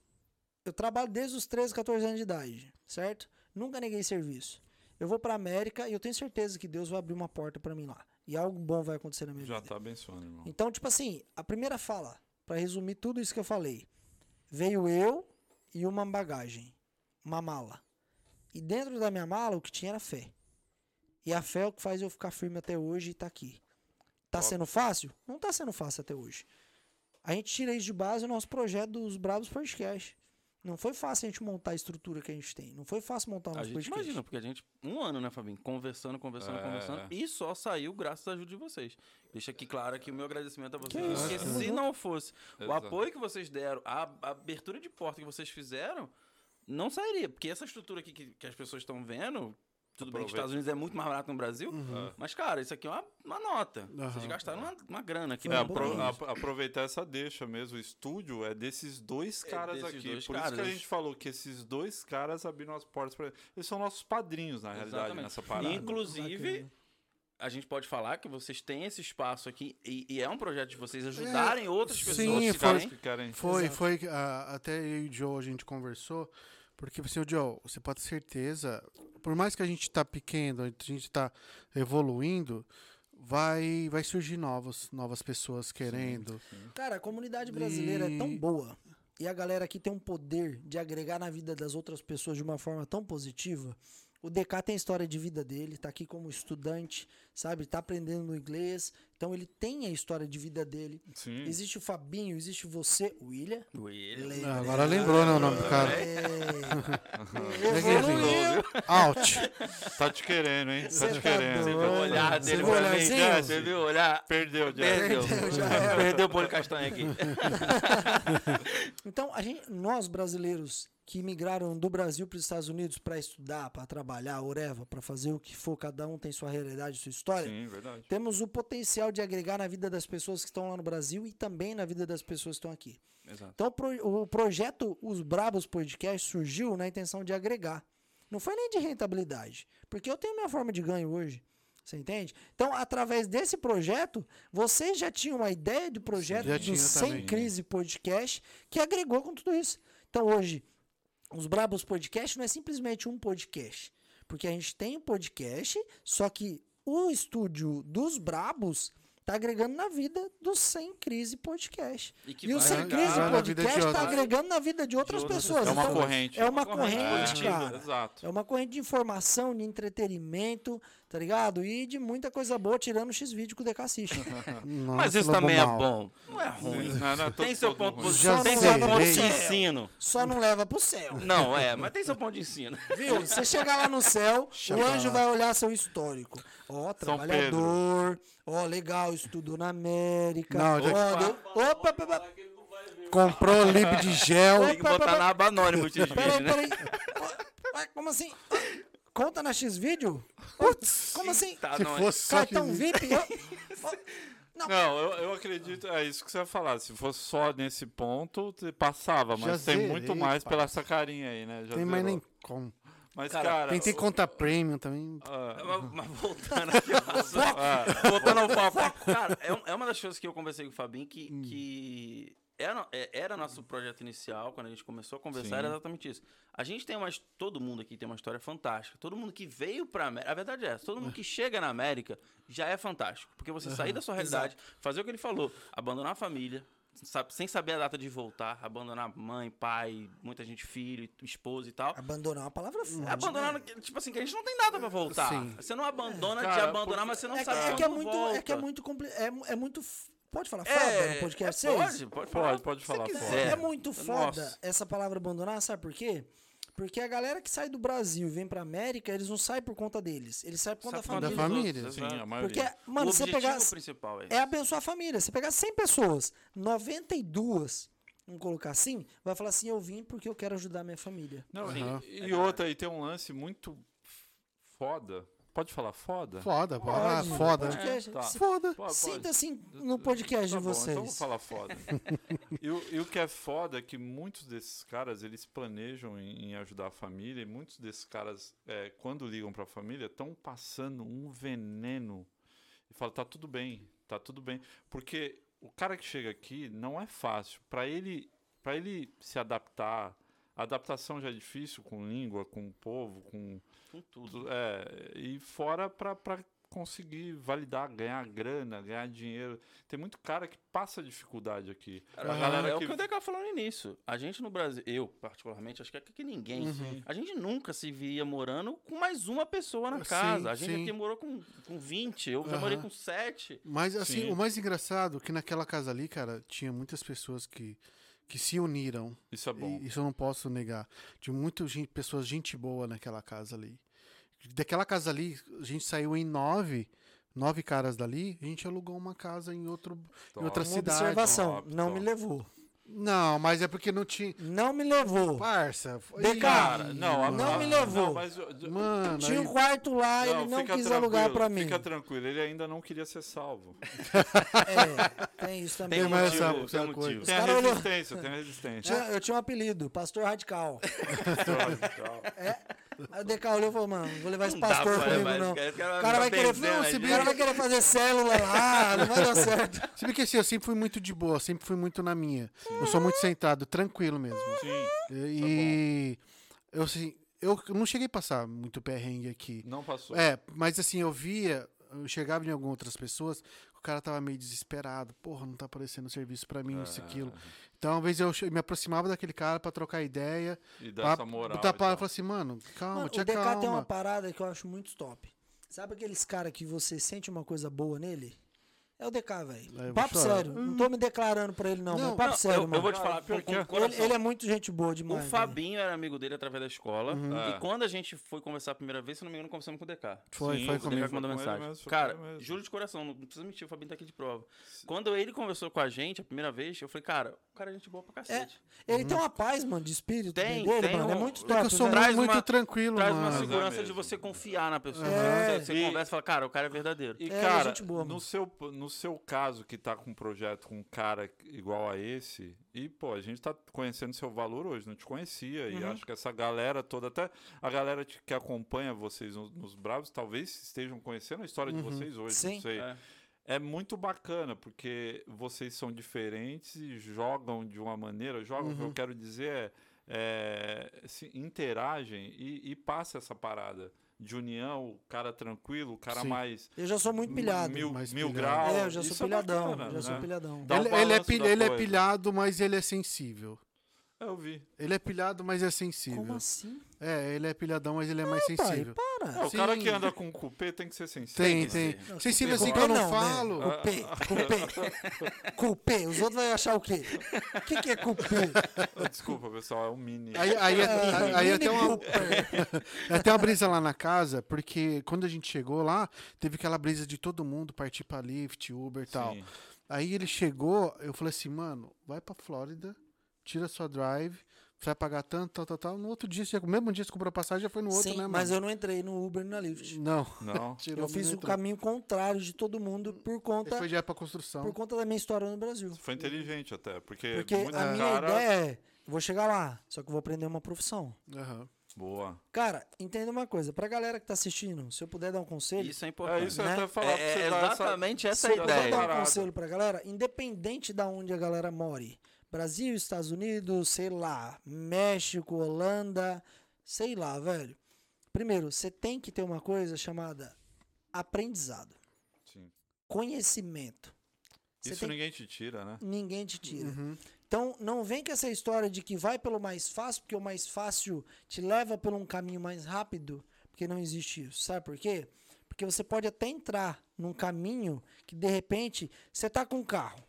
Speaker 4: eu trabalho desde os 13, 14 anos de idade, certo? Nunca neguei serviço. Eu vou pra América e eu tenho certeza que Deus vai abrir uma porta pra mim lá. E algo bom vai acontecer na minha
Speaker 2: Já
Speaker 4: vida.
Speaker 2: tá abençoando, irmão.
Speaker 4: Então, tipo assim, a primeira fala, pra resumir tudo isso que eu falei, veio eu e uma bagagem, uma mala. E dentro da minha mala o que tinha era fé. E a fé é o que faz eu ficar firme até hoje e tá aqui. Tá sendo fácil? Não tá sendo fácil até hoje. A gente tira isso de base o nosso projeto dos Bravos Podcast. Não foi fácil a gente montar a estrutura que a gente tem. Não foi fácil montar o
Speaker 1: A
Speaker 4: nosso
Speaker 1: gente
Speaker 4: podcast.
Speaker 1: imagina, porque a gente, um ano, né, Fabinho? Conversando, conversando,
Speaker 2: É.
Speaker 1: conversando. E só saiu graças à ajuda de vocês. Deixa aqui claro aqui o meu agradecimento a vocês.
Speaker 4: Que isso,
Speaker 1: porque
Speaker 4: cara.
Speaker 1: se não fosse o
Speaker 2: Exato.
Speaker 1: apoio que vocês deram, a, a abertura de porta que vocês fizeram, não sairia. Porque essa estrutura aqui que, que as pessoas estão vendo. Tudo bem que os
Speaker 2: Aproveita.
Speaker 1: Estados Unidos é muito mais barato no Brasil, mas, cara, isso aqui é uma, uma nota. Vocês
Speaker 3: Aham.
Speaker 1: gastaram uma, uma grana aqui.
Speaker 2: É,
Speaker 1: né?
Speaker 2: apro- ap- aproveitar essa deixa mesmo. O estúdio é desses dois
Speaker 1: É
Speaker 2: caras
Speaker 1: desses
Speaker 2: aqui.
Speaker 1: dois
Speaker 2: Por isso que
Speaker 1: caras.
Speaker 2: a gente falou que esses dois caras abriram as portas pra. Eles são nossos padrinhos, na realidade,
Speaker 1: Exatamente.
Speaker 2: nessa parada.
Speaker 1: Inclusive,
Speaker 4: Bacana.
Speaker 1: a gente pode falar que vocês têm esse espaço aqui e, e é um projeto de vocês ajudarem outras
Speaker 3: sim,
Speaker 1: pessoas
Speaker 2: Outros
Speaker 1: que
Speaker 3: foi-
Speaker 2: caras
Speaker 1: também-
Speaker 2: que querem.
Speaker 3: Foi,
Speaker 4: Exato.
Speaker 3: foi. ah, até eu e o Joe a gente conversou. Porque assim, o Joe, você pode ter certeza, por mais que a gente tá pequeno, a gente tá evoluindo, vai, vai surgir novos, novas pessoas querendo.
Speaker 4: Cara, a comunidade brasileira é tão boa e a galera aqui tem um poder de agregar na vida das outras pessoas de uma forma tão positiva. O DK tem a história de vida dele, tá aqui como estudante, sabe? Tá aprendendo inglês, então ele tem a história de vida dele.
Speaker 2: Sim.
Speaker 4: Existe o Fabinho, existe você, o William.
Speaker 1: William.
Speaker 4: Lembrei.
Speaker 3: Ah, agora lembrou, né, o nome do cara.
Speaker 4: É.
Speaker 3: Vem aqui,
Speaker 4: Evoluiu.
Speaker 3: Out!
Speaker 2: Tá te querendo, hein?
Speaker 4: Cê
Speaker 2: Tá te
Speaker 4: tá
Speaker 2: querendo.
Speaker 1: Você viu o olhar
Speaker 4: Você
Speaker 1: dele
Speaker 4: viu o
Speaker 1: pra mim?
Speaker 4: olharzinho?
Speaker 1: Você viu o olhar?
Speaker 2: Perdeu, Jeff.
Speaker 1: assim? Perdeu. Perdeu o bolo castanho aqui.
Speaker 4: Então, a gente, nós brasileiros que migraram do Brasil para os Estados Unidos para estudar, para trabalhar, oreva, para fazer o que for, cada um tem sua realidade, sua história.
Speaker 2: Sim, verdade.
Speaker 4: Temos o potencial de agregar na vida das pessoas que estão lá no Brasil e também na vida das pessoas que estão aqui.
Speaker 1: Exato.
Speaker 4: Então, o pro- o projeto Os Brabos Podcast surgiu na intenção de agregar. Não foi nem de rentabilidade, porque eu tenho minha forma de ganho hoje. Você entende? Então, através desse projeto, vocês já tinham uma ideia do projeto
Speaker 3: já
Speaker 4: do
Speaker 3: tinha
Speaker 4: Sem
Speaker 3: também. né?
Speaker 4: Crise Podcast que agregou com tudo isso. Então, hoje, os Brabos Podcast não é simplesmente um podcast. Porque a gente tem um podcast, só que o estúdio dos Brabos tá agregando na vida do Sem Crise Podcast.
Speaker 1: E que
Speaker 4: E o
Speaker 1: vai
Speaker 4: Sem
Speaker 1: agregar
Speaker 4: Crise
Speaker 3: na vida de
Speaker 4: Podcast está
Speaker 3: outras.
Speaker 4: agregando na vida de outras,
Speaker 1: outras
Speaker 4: pessoas.
Speaker 2: É uma
Speaker 4: Então,
Speaker 2: corrente.
Speaker 4: É uma
Speaker 1: corrente
Speaker 4: corrente,
Speaker 1: positiva,
Speaker 4: cara.
Speaker 2: Exato.
Speaker 4: É uma corrente de informação, de entretenimento, tá ligado? E de muita coisa boa, tirando o X-Vídeo que o DK assiste.
Speaker 3: Nossa,
Speaker 1: Mas isso
Speaker 3: Lobo
Speaker 1: também é
Speaker 3: Mal.
Speaker 1: bom. Não é ruim.
Speaker 2: Não, não,
Speaker 1: Tem
Speaker 2: todo-
Speaker 1: seu
Speaker 2: todo
Speaker 1: ponto
Speaker 2: ruim.
Speaker 1: positivo,
Speaker 4: Já
Speaker 1: tem
Speaker 4: sei.
Speaker 1: seu ponto de
Speaker 4: Sei.
Speaker 1: ensino.
Speaker 4: Só não leva pro céu.
Speaker 1: Não, é, mas tem seu ponto de ensino.
Speaker 4: Viu? Você chegar lá no céu, o anjo vai olhar seu histórico. Ó, trabalhador. Ó, legal, estudou na América.
Speaker 3: Não,
Speaker 4: ó,
Speaker 3: já-
Speaker 4: deu- Opa, pá, pá,
Speaker 3: Comprou livre de gel.
Speaker 1: Tem que botar na aba anônima o X-Vídeo,
Speaker 4: peraí,
Speaker 1: né?
Speaker 4: peraí. Ó, ué, Como assim? Conta na X-Vídeo? Putz, como assim?
Speaker 1: Tá,
Speaker 3: Se
Speaker 1: não, é-
Speaker 3: fosse só
Speaker 4: Cartão
Speaker 3: que-
Speaker 4: VIP? Ó, ó,
Speaker 2: Não, eu, eu acredito, é isso que você vai falar. Se fosse só nesse ponto, te- passava,
Speaker 3: Já
Speaker 2: mas tem
Speaker 3: zerei,
Speaker 2: muito mais
Speaker 3: pai.
Speaker 2: pela sacarinha aí, né? Já
Speaker 3: Tem mais
Speaker 2: zerou.
Speaker 3: nem como.
Speaker 2: Mas, cara.
Speaker 3: Tem que ter
Speaker 2: o-
Speaker 3: conta premium também.
Speaker 2: ah,
Speaker 1: Mas, mas voltando aqui ao assunto, Ah, voltando ao papo, cara, é, um- é uma das coisas que eu conversei com o Fabinho que, que era, é- era nosso projeto inicial, quando a gente começou a conversar, era exatamente isso. A gente tem uma. his- Todo mundo aqui tem uma história fantástica. Todo mundo que veio pra América. A verdade é essa, todo mundo que chega na América já é fantástico. Porque você sair da sua realidade, fazer o que ele falou, abandonar a família. sa- Sem saber a data de voltar, abandonar mãe, pai, muita gente, filho, esposa e tal.
Speaker 4: Abandonar é uma palavra forte.
Speaker 1: Abandonar,
Speaker 4: né?
Speaker 1: no- tipo assim, que a gente não tem nada pra voltar.
Speaker 3: Sim.
Speaker 1: Você não abandona de
Speaker 2: Cara,
Speaker 1: abandonar,
Speaker 2: porque-
Speaker 1: mas você não
Speaker 4: É, que-
Speaker 1: sabe
Speaker 4: é
Speaker 1: quando
Speaker 4: que é muito,
Speaker 1: volta.
Speaker 4: é que é muito compli- é, mu- é muito f- Pode falar
Speaker 1: É,
Speaker 4: foda no podcast
Speaker 1: é,
Speaker 4: 6?
Speaker 1: Pode, pode falar.
Speaker 2: Pode, pode falar.
Speaker 1: quiser.
Speaker 2: Pode.
Speaker 1: É.
Speaker 4: É muito foda
Speaker 1: Nossa.
Speaker 4: essa palavra abandonar, sabe por quê? Porque a galera que sai do Brasil e vem pra América, eles não saem por conta deles. Eles saem por conta
Speaker 1: Sabe
Speaker 4: da
Speaker 1: quando
Speaker 4: família.
Speaker 3: da família.
Speaker 1: outros,
Speaker 2: Sim, a
Speaker 1: exato.
Speaker 2: maioria.
Speaker 4: Porque,
Speaker 3: é-
Speaker 4: mano,
Speaker 1: o
Speaker 4: você
Speaker 1: objetivo
Speaker 4: pegar.
Speaker 1: principal é,
Speaker 4: É abençoar a família. Você pegar 100 pessoas, 92, vamos colocar assim, vai falar assim: eu vim porque eu quero ajudar minha família.
Speaker 2: Não, e-
Speaker 3: Aham.
Speaker 2: e, outra, e tem um lance muito f- foda. Pode falar foda?
Speaker 3: Foda,
Speaker 4: Pode,
Speaker 3: ah,
Speaker 4: mano,
Speaker 3: foda.
Speaker 4: pode,
Speaker 2: É,
Speaker 4: que-
Speaker 2: tá.
Speaker 4: se-
Speaker 3: Foda.
Speaker 2: Pode, pode.
Speaker 4: Sinta-se assim no podcast
Speaker 2: Tá
Speaker 4: é de
Speaker 2: bom, então eu vou
Speaker 4: vocês.
Speaker 2: falar foda. e, o, e o que é foda é que muitos desses caras, eles planejam em, em ajudar a família, e muitos desses caras, é, quando ligam pra família, estão passando um veneno. E fala, tá tudo bem, tá tudo bem. Porque o cara que chega aqui não é fácil. Pra ele, pra ele se adaptar, a adaptação já é difícil com língua, com o povo, com
Speaker 1: com tudo.
Speaker 2: tudo, é, e fora pra pra conseguir validar, ganhar grana, ganhar dinheiro. Tem muito cara que passa dificuldade aqui.
Speaker 1: Cara,
Speaker 2: A
Speaker 1: é
Speaker 2: galera
Speaker 1: o que
Speaker 2: que
Speaker 1: o Deca falou no início. A gente no Brasil, eu particularmente, acho que aqui que ninguém.
Speaker 4: Uhum.
Speaker 1: A gente nunca se via morando com mais uma pessoa na
Speaker 3: Sim,
Speaker 1: casa. a gente
Speaker 3: sim.
Speaker 1: aqui morou com, com 20, eu já
Speaker 3: Aham.
Speaker 1: morei com 7.
Speaker 3: Mas assim,
Speaker 2: Sim.
Speaker 3: o mais engraçado é que naquela casa ali, cara, tinha muitas pessoas que, que se uniram.
Speaker 2: Isso é bom.
Speaker 3: E isso eu não posso negar. Tinha muita gente, pessoas, gente boa naquela casa ali. Daquela casa ali, a gente saiu em nove, nove caras dali, a gente alugou uma casa em, outro, em
Speaker 2: Top.
Speaker 3: outra
Speaker 2: Uma
Speaker 4: Uma
Speaker 3: cidade.
Speaker 4: observação:
Speaker 2: top,
Speaker 4: não
Speaker 2: top.
Speaker 4: me levou.
Speaker 3: Não, mas é porque não tinha.
Speaker 4: Não me levou.
Speaker 3: Parça. foi-
Speaker 4: De cara,
Speaker 3: Ih,
Speaker 2: não, a-
Speaker 4: Não
Speaker 2: a-
Speaker 4: me levou.
Speaker 2: não, mas, eu-
Speaker 3: Mano,
Speaker 4: Tinha
Speaker 3: aí-
Speaker 4: um quarto lá, ele não
Speaker 2: fica
Speaker 4: quis alugar
Speaker 2: tranquilo,
Speaker 4: pra mim.
Speaker 2: Fica tranquilo, ele ainda não queria ser salvo.
Speaker 4: É, tem isso também.
Speaker 1: Tem
Speaker 3: um
Speaker 4: Mas-
Speaker 3: mais
Speaker 1: motivo,
Speaker 3: essa- essa
Speaker 1: tem motivo.
Speaker 3: coisa.
Speaker 2: Tem a
Speaker 4: caras olham-
Speaker 2: resistência, tem a resistência.
Speaker 4: Tinha- eu tinha um apelido, Pastor Radical.
Speaker 2: Tchau.
Speaker 4: Aí o DK olhou e falou, mano, vou levar esse
Speaker 1: Não dá
Speaker 4: pastor
Speaker 1: pra
Speaker 4: comigo,
Speaker 1: levar
Speaker 4: não.
Speaker 1: esse cara, esse cara
Speaker 4: o
Speaker 1: tá
Speaker 4: cara vai querer,
Speaker 1: benzendo
Speaker 4: não,
Speaker 1: a
Speaker 4: esse
Speaker 1: gente.
Speaker 4: cara vai querer fazer célula lá, não vai dar certo.
Speaker 3: Se bem que assim, eu sempre fui muito de boa, sempre fui muito na minha. Eu sou muito sentado, tranquilo mesmo.
Speaker 2: Sim, Tá
Speaker 3: E eu assim, eu não cheguei a passar muito perrengue aqui.
Speaker 2: não passou.
Speaker 3: É, mas assim, eu via, eu chegava em algumas outras pessoas, o cara tava meio desesperado. Porra, não tá aparecendo serviço pra mim, isso, aquilo.
Speaker 2: Ah.
Speaker 3: Então, às vezes eu che- me aproximava daquele cara pra trocar ideia.
Speaker 2: E dá essa
Speaker 3: pra
Speaker 2: moral.
Speaker 3: botar
Speaker 2: e
Speaker 3: pra-
Speaker 2: tal.
Speaker 3: falar assim, mano, calma,
Speaker 4: Mano, o
Speaker 3: tia,
Speaker 4: DK
Speaker 3: calma.
Speaker 4: tem uma parada que eu acho muito top. Sabe aqueles caras que você sente uma coisa boa nele? É o DK,
Speaker 3: Aí
Speaker 4: velho.
Speaker 3: eu
Speaker 4: Papo
Speaker 3: vou chorar.
Speaker 4: sério. Não tô me declarando pra ele, não,
Speaker 3: Não,
Speaker 4: mas papo
Speaker 1: Não,
Speaker 4: sério,
Speaker 1: eu, eu
Speaker 4: mano.
Speaker 1: vou te falar,
Speaker 2: Cara,
Speaker 1: com, com o
Speaker 2: porque-
Speaker 1: coração.
Speaker 4: ele, ele é muito gente boa demais.
Speaker 1: o
Speaker 4: velho.
Speaker 1: Fabinho era amigo dele através da escola.
Speaker 2: Ah.
Speaker 1: E quando a gente foi conversar a primeira vez, se não me engano, conversamos com o DK.
Speaker 3: Foi,
Speaker 2: Sim, o
Speaker 3: foi
Speaker 1: O DK
Speaker 3: comigo.
Speaker 1: que mandou
Speaker 2: Foi com ele
Speaker 1: mensagem.
Speaker 2: mesmo, foi com
Speaker 1: cara,
Speaker 2: ele mesmo.
Speaker 1: juro de coração, não precisa mentir, o Fabinho tá aqui de prova. Quando ele conversou com a gente a primeira vez, eu falei, cara, o cara é gente boa pra cacete.
Speaker 4: Ele tem uma paz, mano, de espírito
Speaker 1: Tem,
Speaker 4: dele,
Speaker 1: tem
Speaker 4: mano. É
Speaker 1: um-
Speaker 4: muito
Speaker 3: Porque
Speaker 4: top.
Speaker 3: eu sou
Speaker 4: velho.
Speaker 1: Traz
Speaker 3: muito
Speaker 1: uma-
Speaker 3: tranquilo,
Speaker 1: Traz uma
Speaker 3: mano.
Speaker 1: segurança de
Speaker 2: é mesmo.
Speaker 1: você confiar na pessoa.
Speaker 4: É.
Speaker 1: Você, você
Speaker 2: E-
Speaker 1: conversa e fala, cara, o cara é verdadeiro.
Speaker 2: E,
Speaker 4: É,
Speaker 2: cara,
Speaker 4: gente boa, mano.
Speaker 2: no, seu, no seu caso, que tá com um projeto com um cara igual a esse, e, pô, a gente tá conhecendo seu valor hoje, não te conhecia,
Speaker 4: Uhum.
Speaker 2: e acho que essa galera toda, até a galera te- que acompanha vocês no- nos Bravos, talvez estejam conhecendo a história de vocês hoje,
Speaker 4: Uhum. Sim.
Speaker 2: não sei.
Speaker 1: É.
Speaker 2: É. muito bacana, porque vocês são diferentes e jogam de uma maneira, jogam, o que
Speaker 4: Uhum.
Speaker 2: eu quero dizer é, é, se interagem e, e passa essa parada de união, o cara tranquilo, o cara
Speaker 3: Sim.
Speaker 2: mais
Speaker 4: Eu já sou muito pilhado.
Speaker 2: Mil,
Speaker 3: Mais
Speaker 2: mil
Speaker 3: pilhado.
Speaker 2: graus.
Speaker 4: É, eu já sou
Speaker 2: Isso é
Speaker 4: pilhadão.
Speaker 2: bacana,
Speaker 4: já sou
Speaker 2: né?
Speaker 4: pilhadão.
Speaker 2: Dá um
Speaker 3: Ele, ele é
Speaker 2: balanço
Speaker 3: pil-
Speaker 2: da
Speaker 3: ele é
Speaker 2: coisa.
Speaker 3: pilhado, mas ele é sensível.
Speaker 2: Eu vi.
Speaker 3: Ele é pilhado, mas é sensível.
Speaker 4: Como assim? Ah,
Speaker 3: É, ele é pilhadão, mas ele é mais
Speaker 4: Pai,
Speaker 2: É,
Speaker 3: sensível.
Speaker 4: para.
Speaker 2: o cara
Speaker 3: Sim.
Speaker 2: que anda com um cupê tem que ser sensível.
Speaker 3: Tem,
Speaker 2: né?
Speaker 3: tem.
Speaker 4: Não,
Speaker 3: Sensível assim que
Speaker 4: culpê
Speaker 3: eu não
Speaker 4: né?
Speaker 3: falo.
Speaker 4: Culpê, culpê. Culpê. Os outros vão achar o quê? O que, que é culpê?
Speaker 2: Desculpa, pessoal, é um mini.
Speaker 3: Aí, aí,
Speaker 4: É,
Speaker 3: aí, aí até uma,
Speaker 4: Cooper.
Speaker 3: É até uma brisa lá na casa, porque quando a gente chegou lá, teve aquela brisa de todo mundo partir pra Lyft, Uber e tal.
Speaker 2: Sim.
Speaker 3: Aí ele chegou, eu falei assim, mano, vai pra Flórida, tira sua drive, você vai pagar tanto, tal, tal, tal. No outro dia, você já- no mesmo dia você comprou a passagem, já foi no outro,
Speaker 4: Sim,
Speaker 3: né, mano?
Speaker 4: mas eu não entrei no Uber e na Lyft.
Speaker 3: Não,
Speaker 2: Não.
Speaker 3: tirou
Speaker 4: Eu fiz
Speaker 3: não
Speaker 4: o
Speaker 3: entrou.
Speaker 4: caminho contrário de todo mundo por
Speaker 3: Ele
Speaker 4: conta,
Speaker 3: foi já pra construção.
Speaker 4: por conta da minha história no Brasil.
Speaker 2: Foi inteligente até, porque,
Speaker 4: Porque
Speaker 2: muito
Speaker 4: a minha
Speaker 2: cara.
Speaker 4: ideia é, eu vou chegar lá, só que eu vou aprender uma profissão.
Speaker 3: Aham.
Speaker 2: Boa.
Speaker 4: Cara, entenda uma coisa, pra galera que tá assistindo, se eu puder dar um conselho,
Speaker 1: Isso é
Speaker 2: É
Speaker 1: importante.
Speaker 2: isso eu
Speaker 4: Né?
Speaker 2: até falar pra
Speaker 5: É,
Speaker 2: você dar essa-
Speaker 5: exatamente essa,
Speaker 4: se
Speaker 5: a
Speaker 4: eu puder
Speaker 5: ideia.
Speaker 4: dar um
Speaker 2: Parada.
Speaker 4: conselho pra galera, independente da onde a galera more, Brasil, Estados Unidos, sei lá, México, Holanda, sei lá, velho. Primeiro, você tem que ter uma coisa chamada aprendizado,
Speaker 2: Sim.
Speaker 4: conhecimento. Você
Speaker 2: Isso
Speaker 4: tem
Speaker 2: ninguém te tira, né?
Speaker 4: ninguém te tira. Então, não vem com essa história de que vai pelo mais fácil, porque o mais fácil te leva por um caminho mais rápido, porque não existe isso. Sabe por quê? Porque você pode até entrar num caminho que, de repente, você tá com um carro.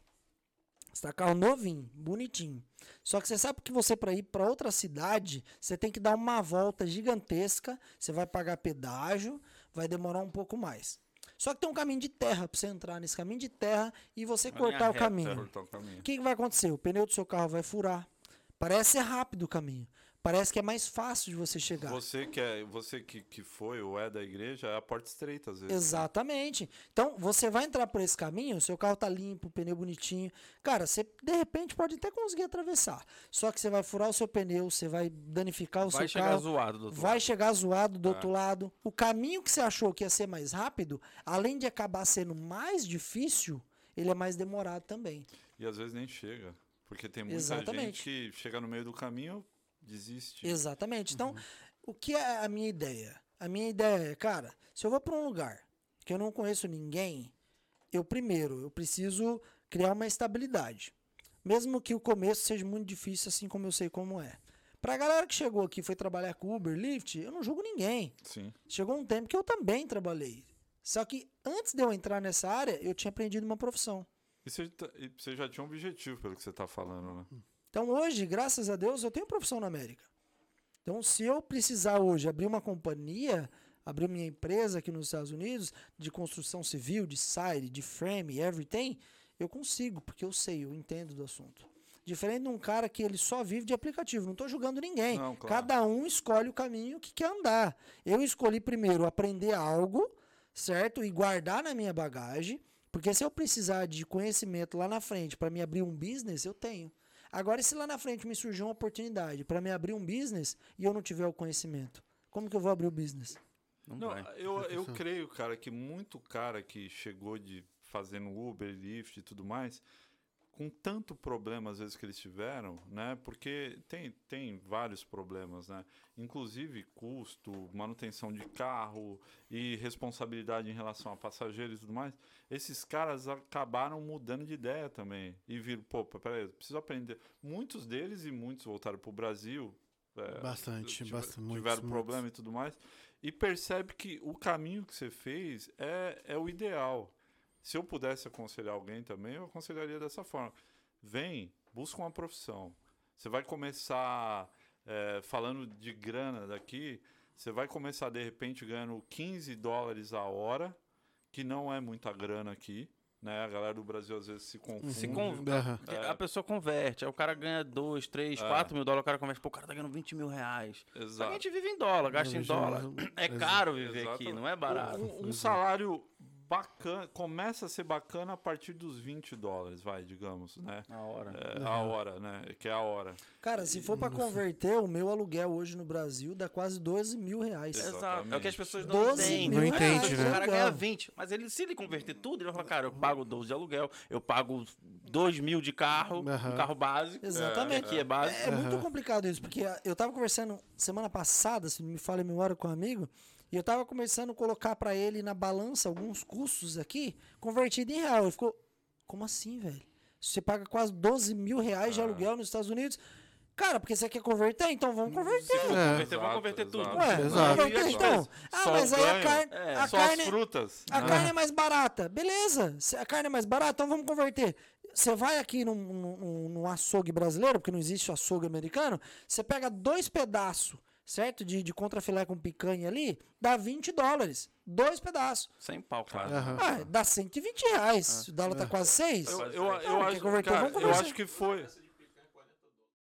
Speaker 4: Você tá com carro novinho, bonitinho. Só que você sabe que você, para ir para outra cidade, você tem que dar uma volta gigantesca, você vai pagar pedágio, vai demorar um pouco mais. Só que tem um caminho de terra para você entrar nesse caminho de terra e você
Speaker 1: Uma linha
Speaker 4: cortar o
Speaker 1: reta,
Speaker 4: caminho.
Speaker 2: Cortar o caminho.
Speaker 4: O que, que vai acontecer? O pneu do seu carro vai furar. Parece ser rápido o caminho. Parece que é mais fácil de você chegar.
Speaker 2: Você que, é, você que, que foi ou é da igreja, é a porta estreita, às
Speaker 1: né?
Speaker 2: vezes.
Speaker 4: Exatamente. Então, você vai entrar por esse caminho, seu carro tá limpo, o pneu bonitinho. Cara, você de repente pode até conseguir atravessar. Só que você vai furar o seu pneu, você vai danificar o
Speaker 1: Vai
Speaker 4: seu
Speaker 1: chegar
Speaker 4: carro.
Speaker 1: zoado, doutor.
Speaker 4: Vai chegar zoado
Speaker 1: É.
Speaker 4: do outro lado. O caminho que você achou que ia ser mais rápido, além de acabar sendo mais difícil, ele é mais demorado também.
Speaker 2: E às vezes nem chega. Porque tem muita
Speaker 4: Exatamente.
Speaker 2: gente que chega no meio do caminho, desiste.
Speaker 4: Exatamente. Então, o que é a minha ideia? A minha ideia é, cara, se eu vou para um lugar que eu não conheço ninguém, eu primeiro, eu preciso criar uma estabilidade. Mesmo que o começo seja muito difícil, assim como eu sei como é. Pra galera que chegou aqui e foi trabalhar com Uber, Lyft, eu não julgo ninguém.
Speaker 2: Sim.
Speaker 4: Chegou um tempo que eu também trabalhei. Só que antes de eu entrar nessa área, eu tinha aprendido uma profissão.
Speaker 2: E você, tá- e você já tinha um objetivo, pelo que você tá falando, né?
Speaker 4: Então hoje, graças a Deus, eu tenho profissão na América. Então, se eu precisar hoje abrir uma companhia, abrir minha empresa aqui nos Estados Unidos, de construção civil, de side, de frame, everything, eu consigo, porque eu sei, eu entendo do assunto. Diferente de um cara que ele só vive de aplicativo. Não estou julgando ninguém.
Speaker 2: Não, claro.
Speaker 4: Cada um escolhe o caminho que quer andar. Eu escolhi primeiro aprender algo, certo? E guardar na minha bagagem, porque se eu precisar de conhecimento lá na frente para me abrir um business, eu tenho. Agora, e se lá na frente me surgir uma oportunidade para me abrir um business e eu não tiver o conhecimento, como que eu vou abrir o business?
Speaker 1: Não,
Speaker 2: Não,
Speaker 1: vai.
Speaker 2: eu, eu creio, cara, que muito cara que chegou de fazendo Uber, Lyft e tudo mais, com tanto problema às vezes que eles tiveram, né? Porque tem, tem vários problemas, né? Inclusive custo, manutenção de carro e responsabilidade em relação a passageiros e tudo mais. Esses caras acabaram mudando de ideia também e viram, pô, peraí, eu preciso aprender. Muitos deles e muitos voltaram para o Brasil. é,
Speaker 3: Bastante,
Speaker 2: tive-
Speaker 3: bastante. muitos,
Speaker 2: tiveram
Speaker 3: muitos.
Speaker 2: problema e tudo mais. E percebe que o caminho que você fez é, é o ideal. Se eu pudesse aconselhar alguém também, eu aconselharia dessa forma. Vem, busca uma profissão. Você vai começar eh, falando de grana daqui, você vai começar de repente ganhando 15 dólares a hora, que não é muita grana aqui. Né? A galera do Brasil às vezes se confunde.
Speaker 1: Se con-
Speaker 3: Aham.
Speaker 1: É, A pessoa converte, aí o cara ganha 2, 3,
Speaker 2: É.
Speaker 1: 4 mil dólares, o cara converte, pô, o cara tá ganhando 20 mil reais. Só que
Speaker 2: Exato.
Speaker 1: a gente vive em dólar, gasta em
Speaker 3: vejo
Speaker 1: dólar.
Speaker 3: mais-
Speaker 1: É
Speaker 3: Exa-
Speaker 1: caro viver aqui,
Speaker 2: Exatamente.
Speaker 1: não é barato.
Speaker 2: Um, um salário bacana, começa a ser bacana a partir dos 20 dólares, vai, digamos, né?
Speaker 1: Na hora.
Speaker 2: É, a hora, né? Que é a hora.
Speaker 4: Cara, se
Speaker 1: Hum,
Speaker 4: for para converter, o meu aluguel hoje no Brasil dá quase 12 mil reais.
Speaker 1: Exato. É o que as pessoas não
Speaker 4: 12
Speaker 1: entendem.
Speaker 4: mil
Speaker 3: Não
Speaker 4: reais
Speaker 3: entende,
Speaker 4: de
Speaker 3: né?
Speaker 1: O cara ganha
Speaker 4: aluguel.
Speaker 1: 20, mas ele, se ele converter tudo, ele vai falar, cara, eu pago 12 de aluguel, eu pago 2 mil de carro, um
Speaker 3: Aham.
Speaker 1: carro básico.
Speaker 4: Exatamente.
Speaker 1: É, aqui é básico.
Speaker 4: É, muito complicado isso, porque ah, eu tava conversando semana passada, se não me falha a memória, com um amigo, e eu tava começando a colocar pra ele na balança alguns custos aqui, convertido em real. Ele
Speaker 1: Ah.
Speaker 4: ficou, como assim, velho? Você paga quase 12 mil reais de aluguel nos Estados Unidos. Cara, porque você quer converter, então vamos converter.
Speaker 3: É.
Speaker 1: Converter, vamos converter tudo.
Speaker 2: exato.
Speaker 4: Ué,
Speaker 3: Exato.
Speaker 4: vamos converter então. Ah,
Speaker 2: Só
Speaker 4: mas aí a
Speaker 2: ganho.
Speaker 4: carne.
Speaker 1: É,
Speaker 4: a
Speaker 2: Só
Speaker 4: carne
Speaker 2: as frutas. né?
Speaker 4: a carne é mais barata. Beleza, se a carne é mais barata, então vamos converter. Você vai aqui num, num- num açougue brasileiro, porque não existe açougue americano, você pega dois pedaços, certo? De, de contrafilé com picanha ali, dá 20 dólares. Dois pedaços.
Speaker 1: Sem pau, cara.
Speaker 3: Aham.
Speaker 4: Ah, dá 120 reais. O dólar tá quase 6.
Speaker 2: Eu, eu, eu
Speaker 4: Ah, quer
Speaker 2: acho,
Speaker 4: converter,
Speaker 2: cara,
Speaker 4: vamos
Speaker 2: eu
Speaker 4: conversar.
Speaker 2: acho que foi.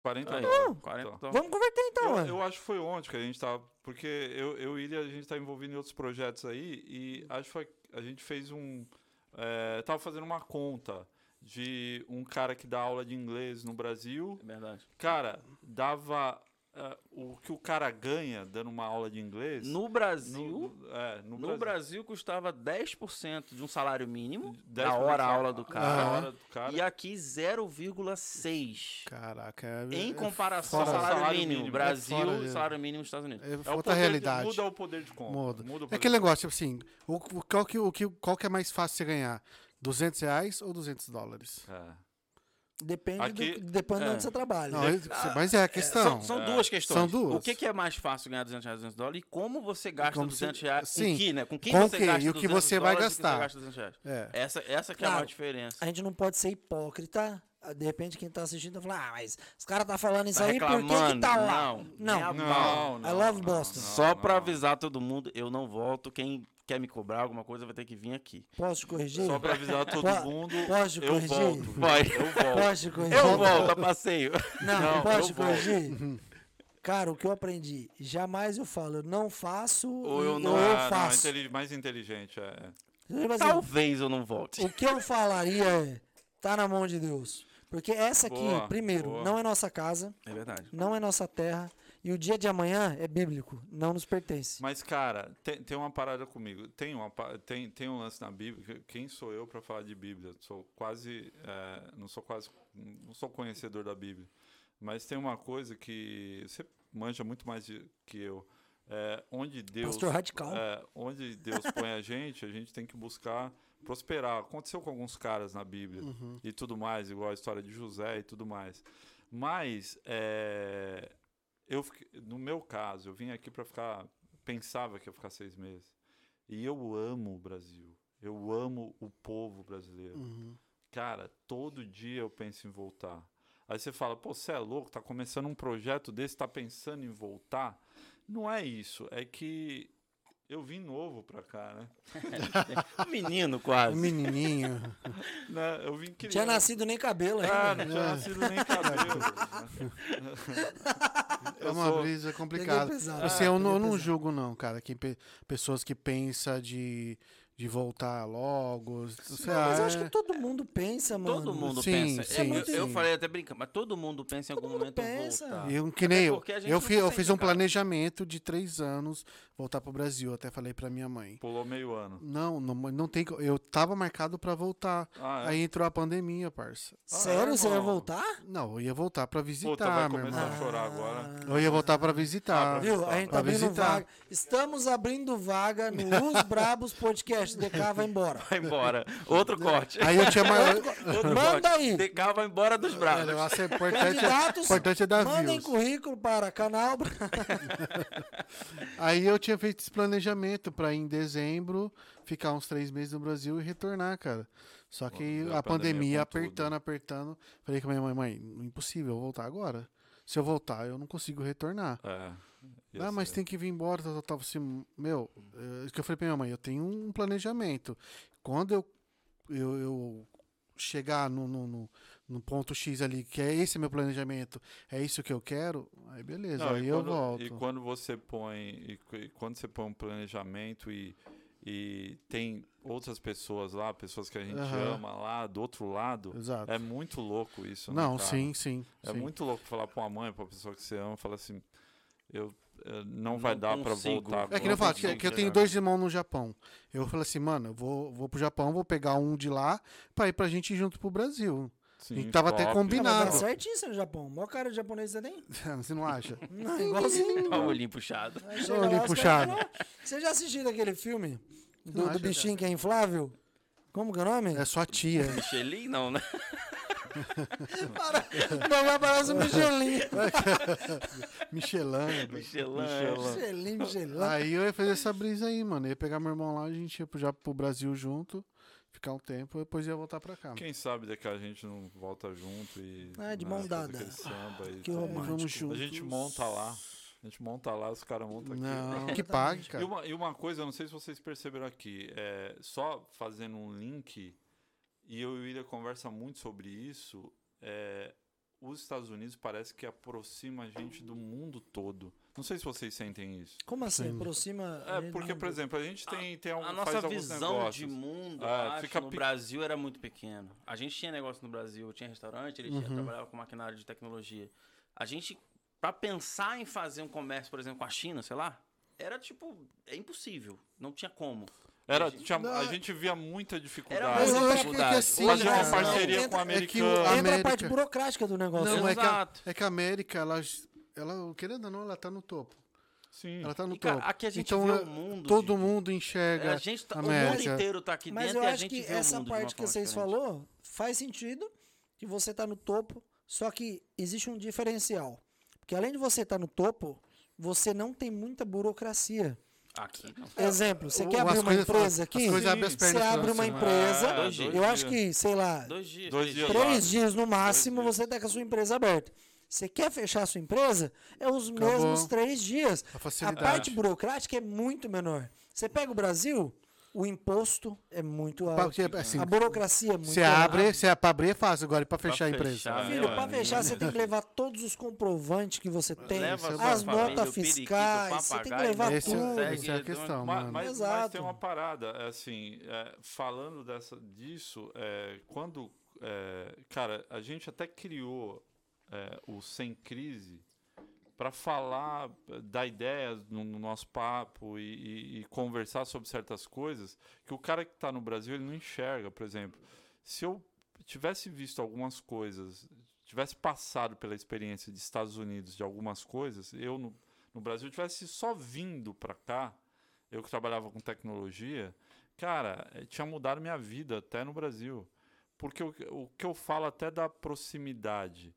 Speaker 2: 40
Speaker 1: Aí,
Speaker 2: dólares.
Speaker 1: 40
Speaker 2: Então.
Speaker 1: dólares.
Speaker 4: Vamos converter então,
Speaker 2: Eu,
Speaker 4: mano.
Speaker 2: eu acho que foi ontem que a gente tava. Porque eu, eu e Ilha, a gente tá envolvido em outros projetos aí e acho que foi- a gente fez um. eh, tava fazendo uma conta de um cara que dá aula de inglês no Brasil.
Speaker 1: É verdade.
Speaker 2: Cara, dava. eh, o que o cara ganha dando uma aula de inglês.
Speaker 1: No Brasil,
Speaker 2: No, é, no,
Speaker 1: No Brasil custava 10% de um salário mínimo,
Speaker 2: 10
Speaker 1: da hora a aula do
Speaker 2: Da
Speaker 1: cara.
Speaker 2: hora do cara. É
Speaker 1: E aqui 0,6.
Speaker 3: Caraca. é-
Speaker 1: Em
Speaker 3: é
Speaker 1: comparação ao
Speaker 3: fora-
Speaker 1: salário,
Speaker 2: Salário
Speaker 1: mínimo.
Speaker 2: mínimo.
Speaker 1: Brasil,
Speaker 3: É fora,
Speaker 1: salário mínimo nos Estados Unidos.
Speaker 3: É,
Speaker 2: É o
Speaker 3: outra
Speaker 2: poder de-
Speaker 3: realidade.
Speaker 2: muda o poder de compra.
Speaker 3: Muda.
Speaker 2: o
Speaker 3: É
Speaker 2: poder
Speaker 3: aquele
Speaker 2: de
Speaker 3: negócio, tipo assim, o, o- qual, que, o, que, qual que é mais fácil você ganhar? 200 reais ou 200 dólares?
Speaker 2: compra. É.
Speaker 4: Depende,
Speaker 2: Aqui-
Speaker 4: do, depende de
Speaker 1: é.
Speaker 4: onde você trabalha.
Speaker 3: Não, isso- mas é a questão.
Speaker 1: São, são duas questões.
Speaker 3: São duas.
Speaker 1: O que, que é mais fácil ganhar 200 reais, 200 dólares e como você gasta
Speaker 3: Como se-
Speaker 1: 200 reais?
Speaker 3: sim.
Speaker 1: Com que, né? Com quem
Speaker 3: Com
Speaker 1: você
Speaker 3: que?
Speaker 1: gasta
Speaker 3: E o que
Speaker 1: 200
Speaker 3: você vai
Speaker 1: dólares e o que
Speaker 3: gastar.
Speaker 1: você gasta 200 reais.
Speaker 3: É.
Speaker 1: Essa, essa que é a
Speaker 4: Claro.
Speaker 1: maior diferença.
Speaker 4: A gente não pode ser hipócrita. De repente, quem tá assistindo vai falar, ah, mas os caras tá falando isso
Speaker 1: Tá
Speaker 4: aí porque que
Speaker 1: reclamando?
Speaker 4: tá lá.
Speaker 1: Não, nem
Speaker 4: Não,
Speaker 1: a
Speaker 2: Não, não,
Speaker 4: I love
Speaker 2: não,
Speaker 4: Boston.
Speaker 1: Só pra avisar todo mundo, eu não volto. Quem quer me cobrar alguma coisa vai ter que vir aqui.
Speaker 4: Posso te corrigir?
Speaker 2: Só pra avisar todo
Speaker 4: Po-
Speaker 2: mundo,
Speaker 4: posso te
Speaker 2: eu
Speaker 4: corrigir?
Speaker 2: volto.
Speaker 1: Vai.
Speaker 2: Eu volto.
Speaker 4: Posso te corrigir?
Speaker 1: Eu volto a passeio.
Speaker 4: Não,
Speaker 2: Não,
Speaker 4: posso
Speaker 2: eu
Speaker 4: te
Speaker 2: volto.
Speaker 4: corrigir? Cara, o que eu aprendi? Jamais eu falo, eu não faço
Speaker 2: Ou eu não,
Speaker 4: ou eu
Speaker 2: ah, não,
Speaker 4: faço.
Speaker 2: inteli- mais inteligente, é.
Speaker 4: Tipo assim,
Speaker 1: Talvez eu não volte.
Speaker 4: o que eu falaria é, tá na mão de Deus. Porque essa aqui,
Speaker 2: Boa,
Speaker 4: primeiro,
Speaker 2: boa.
Speaker 4: não é nossa casa,
Speaker 1: É verdade.
Speaker 4: não é nossa terra, e o dia de amanhã é bíblico, não nos pertence.
Speaker 2: Mas, cara, tem, tem uma parada comigo. Tem, uma, pa- tem, tem um lance na Bíblia. que- Quem sou eu pra falar de Bíblia? Sou quase. é, não sou quase. Não sou conhecedor da Bíblia. Mas tem uma coisa que você manja muito mais de- que eu. É, onde Deus.
Speaker 4: Pastor radical.
Speaker 2: é, onde Deus põe a gente, a gente tem que buscar prosperar. Aconteceu com alguns caras na Bíblia e tudo mais, igual a história de José e tudo mais. Mas, é, eu, fiquei- no meu caso, eu vim aqui para ficar. Pensava que ia ficar seis meses. E eu amo o Brasil. Eu amo o povo brasileiro. Cara, todo dia eu penso em voltar. Aí você fala, pô, você é louco, tá começando um projeto desse, tá pensando em voltar? Não é isso, é que eu vim novo pra cá, né?
Speaker 1: Menino,
Speaker 3: Um
Speaker 1: quase.
Speaker 3: menininho.
Speaker 2: Né? Eu vim
Speaker 4: Tinha
Speaker 2: criança.
Speaker 4: nascido nem cabelo
Speaker 2: Ah,
Speaker 4: ainda.
Speaker 2: não tinha nascido nem cabelo. né?
Speaker 3: é
Speaker 2: Eu
Speaker 3: uma
Speaker 2: sou-
Speaker 3: brisa
Speaker 4: Peguei
Speaker 3: complicada.
Speaker 4: pesado.
Speaker 3: Assim, eu, não- eu
Speaker 4: Peguei
Speaker 3: não
Speaker 4: pesado.
Speaker 3: julgo, não, cara. Quem pe- pessoas que pensam de, de voltar logo. Sei
Speaker 4: Não,
Speaker 3: lá,
Speaker 4: mas eu acho
Speaker 3: é-
Speaker 4: que todo mundo pensa, mano.
Speaker 1: Todo mundo
Speaker 3: Sim,
Speaker 1: pensa.
Speaker 3: sim,
Speaker 1: É muito- eu
Speaker 3: sim.
Speaker 1: falei até brincando, mas todo mundo pensa em algum
Speaker 4: mundo
Speaker 1: momento em
Speaker 4: pensa.
Speaker 1: voltar.
Speaker 3: Eu, que nem eu.
Speaker 1: tá. porque a gente
Speaker 3: Eu,
Speaker 1: não
Speaker 3: fi- eu
Speaker 1: consegue,
Speaker 3: fiz um
Speaker 1: cara.
Speaker 3: planejamento de três anos voltar pro Brasil. Até falei pra minha mãe.
Speaker 2: Pulou meio ano.
Speaker 3: Não, não, não tem. co- Eu tava marcado pra voltar.
Speaker 2: Ah, é?
Speaker 3: Aí entrou a pandemia, parça.
Speaker 4: Sério,
Speaker 3: Ah,
Speaker 4: você vai
Speaker 2: irmão.
Speaker 4: voltar?
Speaker 3: Não, eu ia voltar pra
Speaker 2: Puta, vai
Speaker 3: visitar, tá, meu
Speaker 2: começar Ah, a
Speaker 3: irmão.
Speaker 2: chorar agora.
Speaker 3: Eu ia voltar pra visitar.
Speaker 4: Viu? A
Speaker 3: Ah,
Speaker 4: gente tá
Speaker 3: Pra
Speaker 4: abrindo
Speaker 3: visitar.
Speaker 4: vaga. Estamos abrindo vaga no Os Brabos Podcast. DK vai embora.
Speaker 1: Vai embora. Outro
Speaker 4: Né?
Speaker 1: corte.
Speaker 4: Assim,
Speaker 3: Aí eu tinha maior.
Speaker 1: Outro
Speaker 4: Manda
Speaker 1: corte.
Speaker 4: aí.
Speaker 1: DK vai embora dos
Speaker 3: Olha,
Speaker 1: braços.
Speaker 3: eu acho que é importante,
Speaker 4: Candidatos,
Speaker 3: importante é dar
Speaker 4: mandem
Speaker 3: views.
Speaker 4: currículo para canal.
Speaker 3: Aí eu tinha feito esse planejamento pra ir em dezembro, ficar uns três meses no Brasil e retornar, cara. Só que
Speaker 2: Pô,
Speaker 3: a,
Speaker 2: a
Speaker 3: pandemia
Speaker 2: pandemia com
Speaker 3: apertando, apertando. Falei com a minha mãe, mãe, impossível, eu vou voltar agora. Se eu voltar, eu não consigo retornar.
Speaker 2: É. ia
Speaker 3: Ah, mas
Speaker 2: ser.
Speaker 3: tem que vir embora, tal, tal, tal. Assim, meu, é, isso que eu falei pra minha mãe, eu tenho um planejamento. Quando eu, eu, eu chegar no, no, no- no ponto X ali, que é esse meu planejamento, é isso que eu quero, aí beleza,
Speaker 2: Não,
Speaker 3: aí
Speaker 2: e
Speaker 3: eu
Speaker 2: quando-
Speaker 3: volto.
Speaker 2: E quando você põe, e, qu- e quando você põe um planejamento e, e tem outras pessoas lá, pessoas que a gente
Speaker 3: Aham.
Speaker 2: ama lá do outro lado,
Speaker 3: Exato.
Speaker 2: é muito louco isso. né,
Speaker 3: Não,
Speaker 2: cara?
Speaker 3: sim, sim.
Speaker 2: É
Speaker 3: sim.
Speaker 2: muito louco falar pra uma mãe, pra uma pessoa que você ama, falar assim, eu, eu não vai
Speaker 1: Não
Speaker 2: dar pra
Speaker 1: consigo.
Speaker 2: voltar.
Speaker 3: É que nem eu falo, que,
Speaker 2: consigo
Speaker 3: que eu tenho
Speaker 2: chegar.
Speaker 3: dois irmãos no Japão. Eu falei assim, mano, eu vou, vou pro Japão, vou pegar um de lá pra ir pra gente ir junto pro Brasil.
Speaker 2: Sim,
Speaker 3: gente tava até
Speaker 2: top.
Speaker 3: combinado.
Speaker 4: Não,
Speaker 3: Nada.
Speaker 4: mas dá Tá certinho você no Japão. Mó cara de japonês você tem?
Speaker 3: Você não acha?
Speaker 4: Não, É. igualzinho.
Speaker 1: Olha o olhinho Tá puxado.
Speaker 4: Aí chega
Speaker 3: Olho
Speaker 4: lá, os
Speaker 3: puxado.
Speaker 4: caras falam, "Ah, Você já assistiu aquele filme
Speaker 3: Não
Speaker 4: do, do
Speaker 3: acha,
Speaker 4: bichinho que é inflável? Como que é o nome?
Speaker 3: É sua tia.
Speaker 1: Michelin não, né?
Speaker 4: Mamãe parece um Michelin.
Speaker 3: Michelin. né?
Speaker 1: Michelin.
Speaker 4: Michelin, Michelin.
Speaker 3: Aí eu ia fazer essa brisa aí, mano. Eu ia pegar meu irmão lá, a gente ia pro- já pro Brasil junto, ficar um tempo, depois ia voltar pra cá. mano.
Speaker 2: Quem sabe daqui a gente não volta junto e.
Speaker 4: Ah, de
Speaker 2: né,
Speaker 4: mão
Speaker 2: faz
Speaker 4: dada.
Speaker 2: aquele samba e
Speaker 4: Que
Speaker 2: tudo.
Speaker 4: romântico.
Speaker 3: Vamos juntos.
Speaker 2: A gente monta lá. A gente monta lá, os caras montam aqui.
Speaker 3: Não, que
Speaker 4: Exatamente.
Speaker 3: pague,
Speaker 2: E
Speaker 3: cara.
Speaker 2: uma, e uma coisa, eu não sei se vocês perceberam aqui, é, só fazendo um link, e eu e o William conversa muito sobre isso, é, os Estados Unidos parece que aproxima a gente do mundo todo. Não sei se vocês sentem isso.
Speaker 4: Como assim?
Speaker 3: Sim.
Speaker 4: Aproxima. a
Speaker 2: É,
Speaker 4: gente
Speaker 2: porque,
Speaker 4: do-
Speaker 2: por exemplo, a gente tem, tem algum,
Speaker 1: A
Speaker 2: faz
Speaker 1: nossa
Speaker 2: alguns
Speaker 1: visão
Speaker 2: negócios.
Speaker 1: de mundo
Speaker 2: É,
Speaker 1: eu acho,
Speaker 2: fica
Speaker 1: no
Speaker 2: pe-
Speaker 1: Brasil era muito pequeno. A gente tinha negócio no Brasil, eu tinha restaurante, ele
Speaker 4: Uhum.
Speaker 1: tinha, trabalhava com maquinário de tecnologia. A gente, pra pensar em fazer um comércio, por exemplo, com a China, sei lá, era tipo, é impossível. Não tinha como.
Speaker 2: Era, tinha-
Speaker 3: Não.
Speaker 2: a gente via muita
Speaker 1: Era
Speaker 2: dificuldade.
Speaker 3: Mas
Speaker 1: muita
Speaker 3: eu acho que é
Speaker 1: dificuldade.
Speaker 3: que assim,
Speaker 2: Fazer uma
Speaker 4: Não,
Speaker 2: parceria
Speaker 4: entra-
Speaker 2: com o
Speaker 3: é que o-
Speaker 2: americano.
Speaker 4: Entra a
Speaker 3: América.
Speaker 4: parte burocrática do negócio.
Speaker 3: Não,
Speaker 4: né?
Speaker 3: é que, a,
Speaker 1: Exato.
Speaker 3: é que a América, ela, ela, querendo ou não, ela tá no topo.
Speaker 2: Sim.
Speaker 3: Ela tá no
Speaker 1: E, cara,
Speaker 3: topo.
Speaker 1: aqui a gente
Speaker 3: então,
Speaker 1: vê
Speaker 3: é-
Speaker 1: o mundo,
Speaker 3: todo
Speaker 1: gente.
Speaker 3: mundo enxerga.
Speaker 1: A gente tá, o mundo
Speaker 3: América.
Speaker 1: inteiro tá aqui
Speaker 4: Mas
Speaker 1: dentro
Speaker 4: eu
Speaker 1: e a
Speaker 4: acho
Speaker 1: gente
Speaker 4: que
Speaker 1: vê o
Speaker 4: essa
Speaker 1: mundo de uma
Speaker 4: parte que
Speaker 1: forma
Speaker 4: vocês
Speaker 1: diferente.
Speaker 4: falou faz sentido que você tá no topo, só que existe um diferencial. Porque além de você estar no topo, você não tem muita burocracia.
Speaker 1: Aqui não.
Speaker 4: é Exemplo, você
Speaker 3: o-
Speaker 4: quer
Speaker 3: as
Speaker 4: abrir uma
Speaker 3: coisas-
Speaker 4: empresa
Speaker 3: as
Speaker 4: aqui?
Speaker 3: coisas abrem as
Speaker 4: Você
Speaker 3: pernas pra
Speaker 4: abre uma
Speaker 3: você, né?
Speaker 4: empresa,
Speaker 1: Ah, dois
Speaker 4: eu
Speaker 1: dias.
Speaker 4: acho que, sei lá,
Speaker 1: Dois dias.
Speaker 2: Dois dias.
Speaker 4: três dias no máximo
Speaker 2: dias.
Speaker 4: você tá com a sua empresa aberta. Você quer fechar a sua empresa? É os
Speaker 3: Acabou.
Speaker 4: mesmos três dias.
Speaker 3: A
Speaker 4: A
Speaker 3: facilidade.
Speaker 4: parte burocrática é muito menor. Você pega o Brasil, o imposto é muito
Speaker 3: Pa-
Speaker 4: alto.
Speaker 3: que é assim,
Speaker 4: a burocracia é muito
Speaker 3: Você
Speaker 4: alta.
Speaker 3: abre, você para abrir é fácil agora, e pra fechar a empresa.
Speaker 1: fechar,
Speaker 4: Filho,
Speaker 1: né,
Speaker 4: pra
Speaker 1: mano?
Speaker 4: fechar, você tem que levar todos os comprovantes que você tem,
Speaker 1: Leva
Speaker 3: isso é
Speaker 4: as
Speaker 1: sua família,
Speaker 4: notas
Speaker 1: o periquito, então, o
Speaker 4: fiscais, você tem que
Speaker 1: papagaio, um
Speaker 4: levar
Speaker 3: Essa
Speaker 4: tudo.
Speaker 1: consegue
Speaker 3: essa é a
Speaker 1: ter uma-
Speaker 3: questão,
Speaker 2: Ma-
Speaker 3: mano.
Speaker 2: Mas, mas
Speaker 4: Exato.
Speaker 2: tem uma parada, é assim, é, falando dessa, disso, é, quando. é, cara, a gente até criou é, o Sem Crise para falar, eh, dar ideias no, no nosso papo e, e- e conversar sobre certas coisas que o cara que está no Brasil ele não enxerga. Por exemplo, se eu tivesse visto algumas coisas, tivesse passado pela experiência dos Estados Unidos de algumas coisas, eu no, no Brasil tivesse só vindo para cá, eu que trabalhava com tecnologia, cara, eh, tinha mudado minha vida até no Brasil. Porque o, o que eu falo até da proximidade.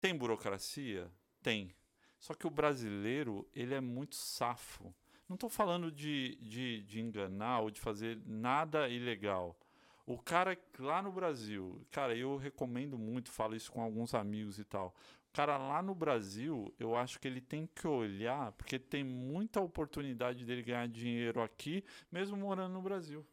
Speaker 2: Tem burocracia? Tem. Só que o brasileiro, ele é muito safo. Não estou falando de, de, de enganar ou de fazer nada ilegal. O cara lá no Brasil, cara, eu recomendo muito, falo isso com alguns amigos e tal. O cara lá no Brasil, eu acho que ele tem que olhar, porque tem muita oportunidade dele ganhar dinheiro aqui, mesmo morando no Brasil.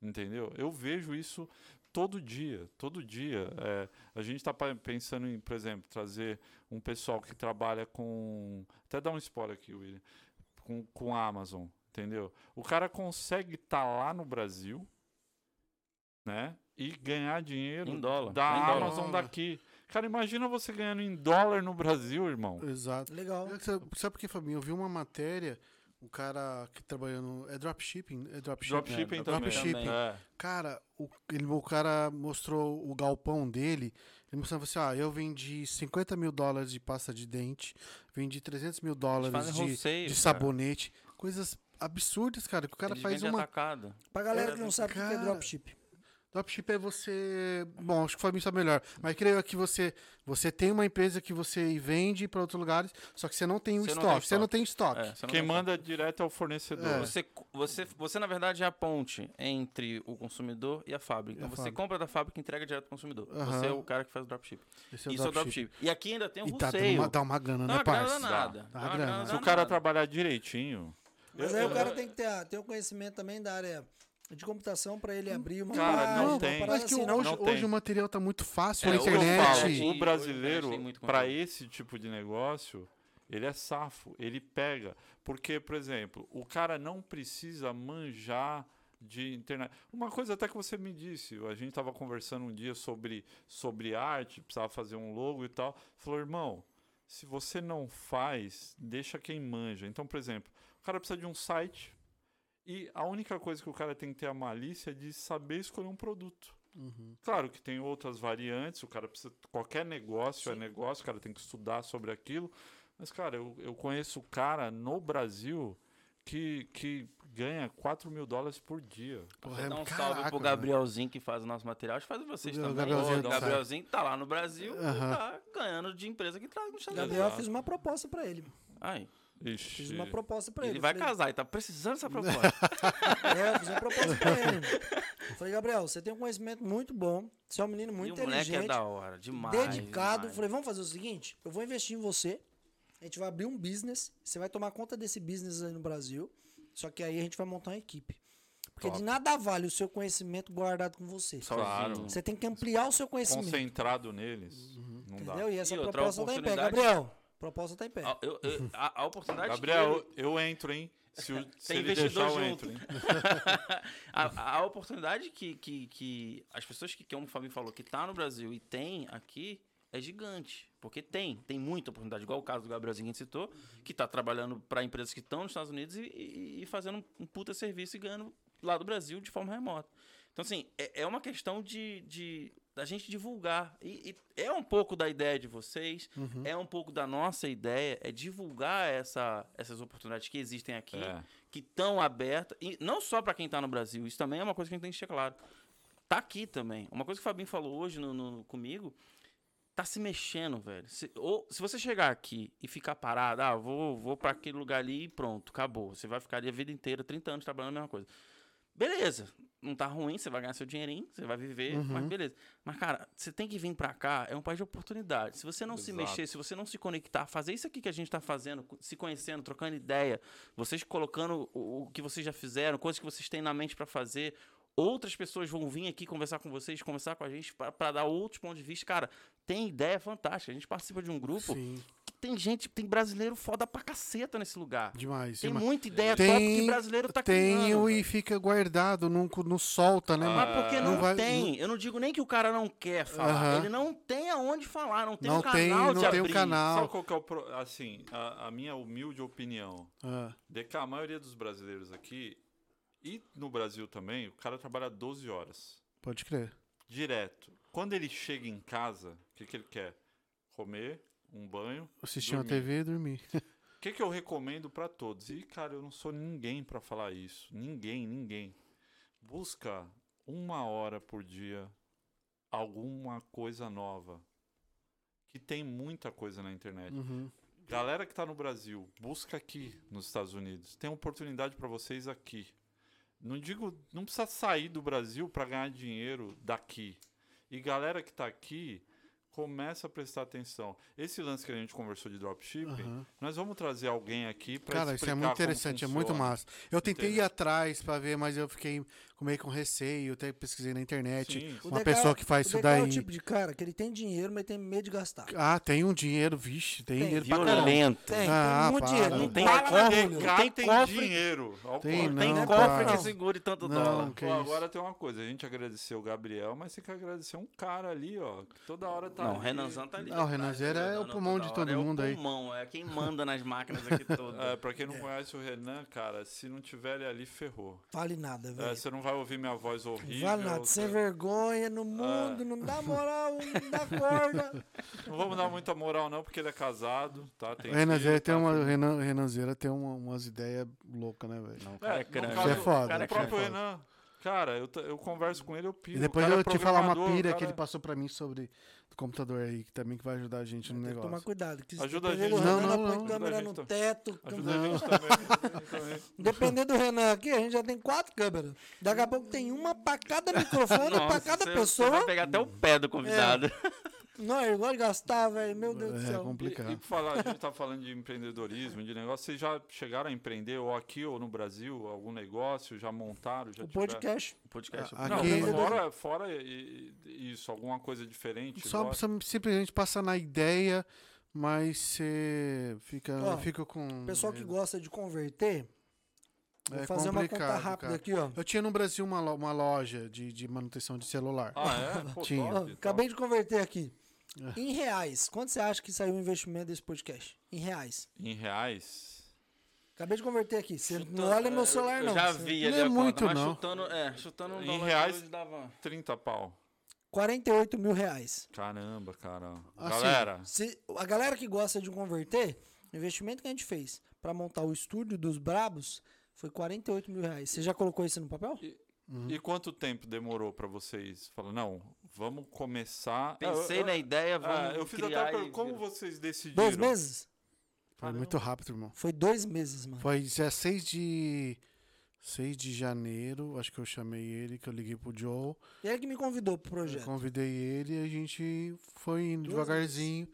Speaker 2: Entendeu? Eu vejo isso todo dia, todo dia. É, a gente está pensando em, por exemplo, trazer um pessoal que trabalha com. Até dar um spoiler aqui, William. Com, com a Amazon, entendeu? O cara consegue estar lá no Brasil, né? E ganhar dinheiro
Speaker 1: Em Um dólar,
Speaker 2: da
Speaker 1: em dólar.
Speaker 2: Amazon daqui. Cara, imagina você ganhando em dólar no Brasil, irmão.
Speaker 3: Exato.
Speaker 4: Legal.
Speaker 3: Eu- Sabe sabe por que, Fabinho? Eu vi uma matéria, o cara que trabalhando. É dropshipping? É dropshipping.
Speaker 2: Dropshipping
Speaker 1: né?
Speaker 2: também.
Speaker 3: Dropshipping.
Speaker 2: É.
Speaker 3: Cara, o, ele, o cara mostrou o galpão dele. Ele mostrava assim: ah, eu vendi 50 mil dólares de pasta de dente, vendi 300 mil dólares
Speaker 1: fazem
Speaker 3: de,
Speaker 1: roceio,
Speaker 3: de
Speaker 1: cara.
Speaker 3: sabonete. Coisas absurdas, cara, que o cara
Speaker 1: Eles
Speaker 3: faz
Speaker 1: vendem
Speaker 3: uma.
Speaker 1: atacado.
Speaker 4: Pra galera que não sabe o que é
Speaker 3: Cara.
Speaker 4: dropship.
Speaker 3: Dropship é você. Bom, acho que o Fabinho sabe melhor. Mas creio eu que você, você tem uma empresa que você vende para outros lugares, só que você não tem o
Speaker 1: Você não
Speaker 3: estoque.
Speaker 1: tem
Speaker 3: Você não
Speaker 1: estoque.
Speaker 3: tem estoque.
Speaker 1: É, você não
Speaker 2: Quem
Speaker 1: vai-
Speaker 2: manda direto é o fornecedor.
Speaker 3: É.
Speaker 1: Você, você, você, na verdade, é a ponte entre o consumidor e a fábrica.
Speaker 3: E a
Speaker 1: Então, você
Speaker 3: fábrica.
Speaker 1: compra da fábrica e entrega direto ao consumidor.
Speaker 3: Aham.
Speaker 1: Você é o cara que faz o dropship.
Speaker 3: Esse é o
Speaker 1: Isso é o
Speaker 3: dropship.
Speaker 1: dropship. E aqui ainda tem o
Speaker 3: E dá, dá
Speaker 1: É um roceio.
Speaker 3: uma, dá uma
Speaker 1: Dá
Speaker 3: grana, né,
Speaker 1: uma grana
Speaker 3: parça?
Speaker 1: danada. Dá
Speaker 3: Dá
Speaker 1: uma
Speaker 3: grana.
Speaker 1: grana
Speaker 2: Se o cara
Speaker 1: danada.
Speaker 2: trabalhar direitinho.
Speaker 4: Mas aí o cara tem que ter, ter o conhecimento também da área de computação pra ele abrir uma
Speaker 2: Cara,
Speaker 4: parada,
Speaker 2: não
Speaker 4: uma
Speaker 2: tem.
Speaker 4: parada
Speaker 3: Mas que
Speaker 4: assim, não.
Speaker 3: hoje,
Speaker 2: não
Speaker 3: hoje
Speaker 2: tem.
Speaker 3: o material tá muito fácil
Speaker 1: É,
Speaker 3: na
Speaker 2: É o que eu
Speaker 3: internet.
Speaker 2: falo,
Speaker 1: Hoje
Speaker 2: o
Speaker 1: tem muito
Speaker 2: brasileiro, para
Speaker 1: conteúdo.
Speaker 2: esse tipo de negócio, ele é safo, ele pega. Porque, por exemplo, o cara não precisa manjar de internet. Uma coisa até que você me disse, a gente estava conversando um dia sobre, sobre arte, precisava fazer um logo e tal. Falou, irmão, se você não faz, deixa quem manja. Então, por exemplo, o cara precisa de um site e a única coisa que o cara tem que ter a malícia é de saber escolher um produto. Claro que tem outras variantes, o cara precisa. Qualquer negócio é negócio, o cara tem que estudar sobre aquilo. Mas, cara, eu, eu conheço o cara no Brasil que, que ganha 4 mil dólares por dia.
Speaker 3: Porra, é-
Speaker 1: Dá um salve
Speaker 3: caraca,
Speaker 1: pro
Speaker 3: velho.
Speaker 1: Gabrielzinho que faz o nosso material. Acho que faz vocês
Speaker 3: O
Speaker 1: também.
Speaker 3: Gabrielzinho
Speaker 1: Gabrielzinho,
Speaker 3: que
Speaker 1: Gabrielzinho tá lá no Brasil e
Speaker 3: Aham.
Speaker 1: tá ganhando de empresa que traz no Instagram.
Speaker 4: Gabriel, eu
Speaker 2: Exato.
Speaker 4: fiz uma proposta pra ele.
Speaker 1: Aí,
Speaker 2: Ixi.
Speaker 4: Fiz uma proposta pra ele.
Speaker 1: ele vai
Speaker 4: Falei,
Speaker 1: casar e tá precisando dessa proposta.
Speaker 4: É, eu fiz uma proposta pra ele. Falei, Gabriel, você tem um conhecimento muito bom. Você é um menino muito
Speaker 1: e o moleque é
Speaker 4: inteligente.
Speaker 1: da hora, demais.
Speaker 4: dedicado.
Speaker 1: demais.
Speaker 4: Falei, vamos fazer o seguinte: eu vou investir em você. A gente vai abrir um business. Você vai tomar conta desse business aí no Brasil. Só que aí a gente vai montar uma equipe. Porque de nada vale o seu conhecimento guardado com você.
Speaker 2: Claro.
Speaker 4: Você tem que ampliar o seu conhecimento.
Speaker 2: Concentrado neles.
Speaker 1: Uhum.
Speaker 2: Não dá.
Speaker 4: Entendeu? E essa
Speaker 1: E outra
Speaker 4: proposta tá em pé.
Speaker 1: oportunidade-
Speaker 4: Gabriel, proposta tá em pé.
Speaker 2: Ah,
Speaker 1: A, eu- eu- a- a oportunidade que
Speaker 2: Gabriel,
Speaker 1: ele-
Speaker 2: eu entro, hein? Se, o, se ele
Speaker 1: investidor
Speaker 2: deixar, eu
Speaker 1: junto.
Speaker 2: entro, hein?
Speaker 1: a, a oportunidade que, que, que as pessoas que, como o Fabinho falou, que tá no Brasil e tem aqui, é gigante. Porque tem, tem muita oportunidade. Igual o caso do Gabrielzinho que a gente citou, que tá trabalhando para empresas que estão nos Estados Unidos e, e- e fazendo um- um puta serviço e ganhando lá do Brasil de forma remota. Então, assim, é, é uma questão de, de- da gente divulgar. E, e é um pouco da ideia de vocês, é um pouco da nossa ideia, é divulgar essa- essas oportunidades que existem aqui
Speaker 2: É.
Speaker 1: que estão abertas, e não só para quem está no Brasil, isso também é uma coisa que a gente tem que deixar claro. Tá aqui também. Uma coisa que o Fabinho falou hoje no, no- comigo, tá se mexendo, velho. Se, ou, se você chegar aqui e ficar parado, ah, vou, vou para aquele lugar ali e pronto, acabou. Você vai ficar ali a vida inteira, 30 anos trabalhando a mesma coisa. Beleza, não tá ruim, você vai ganhar seu dinheirinho, você vai viver, mas beleza. Mas, cara, você tem que vir pra cá, é um país de oportunidade. Se você não se
Speaker 2: Exato.
Speaker 1: mexer, se você não se conectar, fazer isso aqui que a gente tá fazendo, co- se conhecendo, trocando ideia, vocês colocando o, o que vocês já fizeram, coisas que vocês têm na mente pra fazer, outras pessoas vão vir aqui conversar com vocês, conversar com a gente pra pra dar outros pontos de vista. Cara, tem ideia fantástica. A gente participa de um grupo
Speaker 3: Sim,
Speaker 1: que tem gente, tem brasileiro foda pra caceta nesse lugar.
Speaker 3: demais.
Speaker 1: Tem
Speaker 3: demais.
Speaker 1: muita ideia top que brasileiro tá
Speaker 3: Tem
Speaker 1: criando,
Speaker 3: o
Speaker 1: velho.
Speaker 3: e fica guardado, não, não solta, né?
Speaker 1: Mas
Speaker 3: mano?
Speaker 1: porque não,
Speaker 3: Não vai-
Speaker 1: tem. Eu não digo nem que o cara não quer falar.
Speaker 3: Aham.
Speaker 1: Ele não tem aonde falar, não tem
Speaker 3: não
Speaker 1: um canal
Speaker 3: tem,
Speaker 1: de
Speaker 3: não tem
Speaker 1: abrir.
Speaker 3: o canal.
Speaker 2: Sabe qual que é o. pro- Assim, a, a minha humilde opinião.
Speaker 3: Ah,
Speaker 2: De que a maioria dos brasileiros aqui, e no Brasil também, o cara trabalha 12 horas.
Speaker 3: pode crer.
Speaker 2: Direto. Quando ele chega em casa, o que, que ele quer? Comer, um banho.
Speaker 3: Assistir uma
Speaker 2: Dormir.
Speaker 3: TV e dormir.
Speaker 2: O que, que eu recomendo pra todos? E, cara, eu não sou ninguém pra falar isso. Ninguém, ninguém. Busca uma hora por dia alguma coisa nova. Que tem muita coisa na internet.
Speaker 3: Uhum.
Speaker 2: Galera que tá no Brasil, busca aqui nos Estados Unidos. Tem oportunidade para vocês aqui. Não digo, não precisa sair do Brasil para ganhar dinheiro daqui. E galera que tá aqui, começa a prestar atenção. Esse lance que a gente conversou de dropshipping,
Speaker 3: Aham.
Speaker 2: nós vamos trazer alguém aqui para
Speaker 3: Cara, isso é muito interessante, é muito massa. Eu tentei ir
Speaker 2: Entendeu?
Speaker 3: atrás pra ver, mas eu fiquei meio com receio, até pesquisei na internet.
Speaker 2: Sim.
Speaker 4: O
Speaker 3: Uma
Speaker 4: Deca-
Speaker 3: pessoa que faz
Speaker 4: o
Speaker 3: isso
Speaker 4: Deca É
Speaker 3: daí.
Speaker 4: o tipo de cara que ele tem dinheiro, mas tem medo de gastar.
Speaker 3: Ah, tem um dinheiro, vixe, tem,
Speaker 4: Tem.
Speaker 3: dinheiro pra caramba.
Speaker 1: Violento.
Speaker 4: Tem,
Speaker 3: Ah,
Speaker 4: tem muito
Speaker 3: para.
Speaker 4: dinheiro.
Speaker 1: Não tem
Speaker 4: para,
Speaker 1: cofre,
Speaker 4: Júlio.
Speaker 1: não tem
Speaker 2: tem
Speaker 1: cofre.
Speaker 2: dinheiro. Olha o
Speaker 3: Tem,
Speaker 2: cofre.
Speaker 1: Não tem
Speaker 3: Não,
Speaker 1: cofre
Speaker 3: cara.
Speaker 1: que segure tanto
Speaker 3: Não,
Speaker 1: dólar.
Speaker 3: que
Speaker 2: Pô,
Speaker 3: isso.
Speaker 2: agora tem uma coisa, a gente agradeceu o Gabriel, mas tem que agradecer um cara ali, ó, que toda hora tá
Speaker 1: Não, o
Speaker 2: ali.
Speaker 1: Renanzan tá ali.
Speaker 3: Ah, o Renanzan
Speaker 1: Tá
Speaker 3: é o
Speaker 1: rodando
Speaker 3: pulmão
Speaker 1: toda
Speaker 3: de
Speaker 1: hora,
Speaker 3: todo mundo aí.
Speaker 1: É o pulmão, é quem manda nas máquinas aqui
Speaker 2: É,
Speaker 1: todas.
Speaker 2: pra quem não conhece o Renan, cara, se não tiver ele ali, ferrou.
Speaker 4: Vale nada, velho.
Speaker 2: É, você não vai ouvir minha voz horrível.
Speaker 4: Vale nada,
Speaker 3: é
Speaker 4: sem
Speaker 2: você-
Speaker 4: vergonha, no
Speaker 2: É.
Speaker 4: mundo, não dá moral, não dá corda.
Speaker 2: Não vamos dar muita moral, não, porque ele é casado, tá? Tem
Speaker 3: O Renanzeira
Speaker 2: filho,
Speaker 3: tem,
Speaker 2: tá?
Speaker 3: uma, o Renan, o Renanzeira tem uma- umas ideias loucas, né, velho?
Speaker 1: Não, o
Speaker 2: É,
Speaker 1: cara é crânio.
Speaker 2: no
Speaker 3: Isso é foda,
Speaker 2: O, cara
Speaker 3: isso é
Speaker 2: o próprio
Speaker 3: foda.
Speaker 2: Renan, cara, eu, ta- eu converso com ele, eu piro.
Speaker 3: E
Speaker 2: O
Speaker 3: depois
Speaker 2: cara é
Speaker 3: eu te falar uma
Speaker 2: programador, o
Speaker 3: pira que
Speaker 2: cara-
Speaker 3: ele passou pra mim sobre o computador aí, que também que vai ajudar a
Speaker 2: É,
Speaker 3: gente no
Speaker 4: Tem que tomar
Speaker 3: negócio.
Speaker 4: cuidado. Que se
Speaker 2: Ajuda a
Speaker 4: depender do
Speaker 2: gente.
Speaker 4: Renan,
Speaker 3: Não,
Speaker 4: nós
Speaker 3: não,
Speaker 4: põe
Speaker 3: não.
Speaker 2: Ajuda
Speaker 4: câmera
Speaker 2: a gente
Speaker 4: no
Speaker 2: tam-
Speaker 4: teto.
Speaker 2: é Ajuda
Speaker 4: câmera-
Speaker 2: a gente também. ajuda a gente também.
Speaker 4: Dependendo do Renan aqui, a gente já tem quatro câmeras. Daqui a pouco tem uma pra cada microfone, pra
Speaker 1: você,
Speaker 4: cada
Speaker 1: Você vai
Speaker 4: pessoa. É.
Speaker 1: pegar até o pé do convidado.
Speaker 4: Não, eu gosto de gastar, velho. Meu Deus do
Speaker 3: É
Speaker 4: céu.
Speaker 3: complicado.
Speaker 2: E, e por falar, a gente tá falando de empreendedorismo, de negócio. Vocês já chegaram a empreender, ou aqui, ou no Brasil, algum negócio? Já montaram? Já
Speaker 4: O
Speaker 2: tiveram?
Speaker 4: podcast.
Speaker 1: Podcast.
Speaker 3: Ah,
Speaker 2: Não,
Speaker 3: Aqui-
Speaker 2: fora, fora e- e- isso, alguma coisa diferente.
Speaker 3: Só,
Speaker 2: igual-
Speaker 3: só simplesmente passa na ideia, mas você fica,
Speaker 4: Ó,
Speaker 3: fica com.
Speaker 4: O pessoal que gosta de converter, vou
Speaker 3: Uhum. É
Speaker 4: fazer uma conta
Speaker 3: complicado,
Speaker 4: rápida
Speaker 3: cara.
Speaker 4: aqui, ó.
Speaker 3: Eu tinha no Brasil uma, lo- uma loja de, de manutenção de celular.
Speaker 2: Ah, é? Pô,
Speaker 3: Tinha.
Speaker 2: top,
Speaker 4: Ó,
Speaker 2: top.
Speaker 4: acabei de converter aqui.
Speaker 3: É.
Speaker 4: Em reais, quanto você acha que saiu o investimento desse podcast? Em reais.
Speaker 2: Em reais?
Speaker 4: Acabei de converter aqui. Você não
Speaker 1: Chutando-
Speaker 4: olha meu celular,
Speaker 1: eu
Speaker 4: não.
Speaker 1: Já vi
Speaker 3: Não
Speaker 1: ali
Speaker 3: é
Speaker 1: a conta,
Speaker 3: muito,
Speaker 1: mas
Speaker 3: não.
Speaker 1: chutando, é, chutando um
Speaker 2: Em
Speaker 1: dólar
Speaker 2: reais- Ah,
Speaker 1: hoje dava-
Speaker 2: 30 pau.
Speaker 4: 48 mil reais.
Speaker 2: Caramba, cara.
Speaker 3: Assim,
Speaker 2: Galera,
Speaker 4: Se, a galera que gosta de converter, o investimento que a gente fez pra montar o estúdio dos Brabos Foi 48 mil reais. Você já colocou isso no papel?
Speaker 3: uhum.
Speaker 2: E quanto tempo demorou pra vocês? Falaram, não, vamos começar.
Speaker 1: Pensei
Speaker 2: eu, eu,
Speaker 1: na ideia, vamos
Speaker 2: ah, eu fiz
Speaker 1: criar
Speaker 2: até a
Speaker 1: e
Speaker 2: pergunta, como
Speaker 1: vira. É
Speaker 2: vocês decidiram?
Speaker 4: Dois meses?
Speaker 3: Foi muito rápido, irmão.
Speaker 4: Foi dois meses, mano.
Speaker 3: Foi 16 de. 6 de janeiro, acho que eu chamei ele, que eu liguei pro Joe.
Speaker 4: E ele que me convidou pro
Speaker 3: Eu
Speaker 4: projeto.
Speaker 3: convidei ele e a gente foi indo
Speaker 4: Duas
Speaker 3: devagarzinho.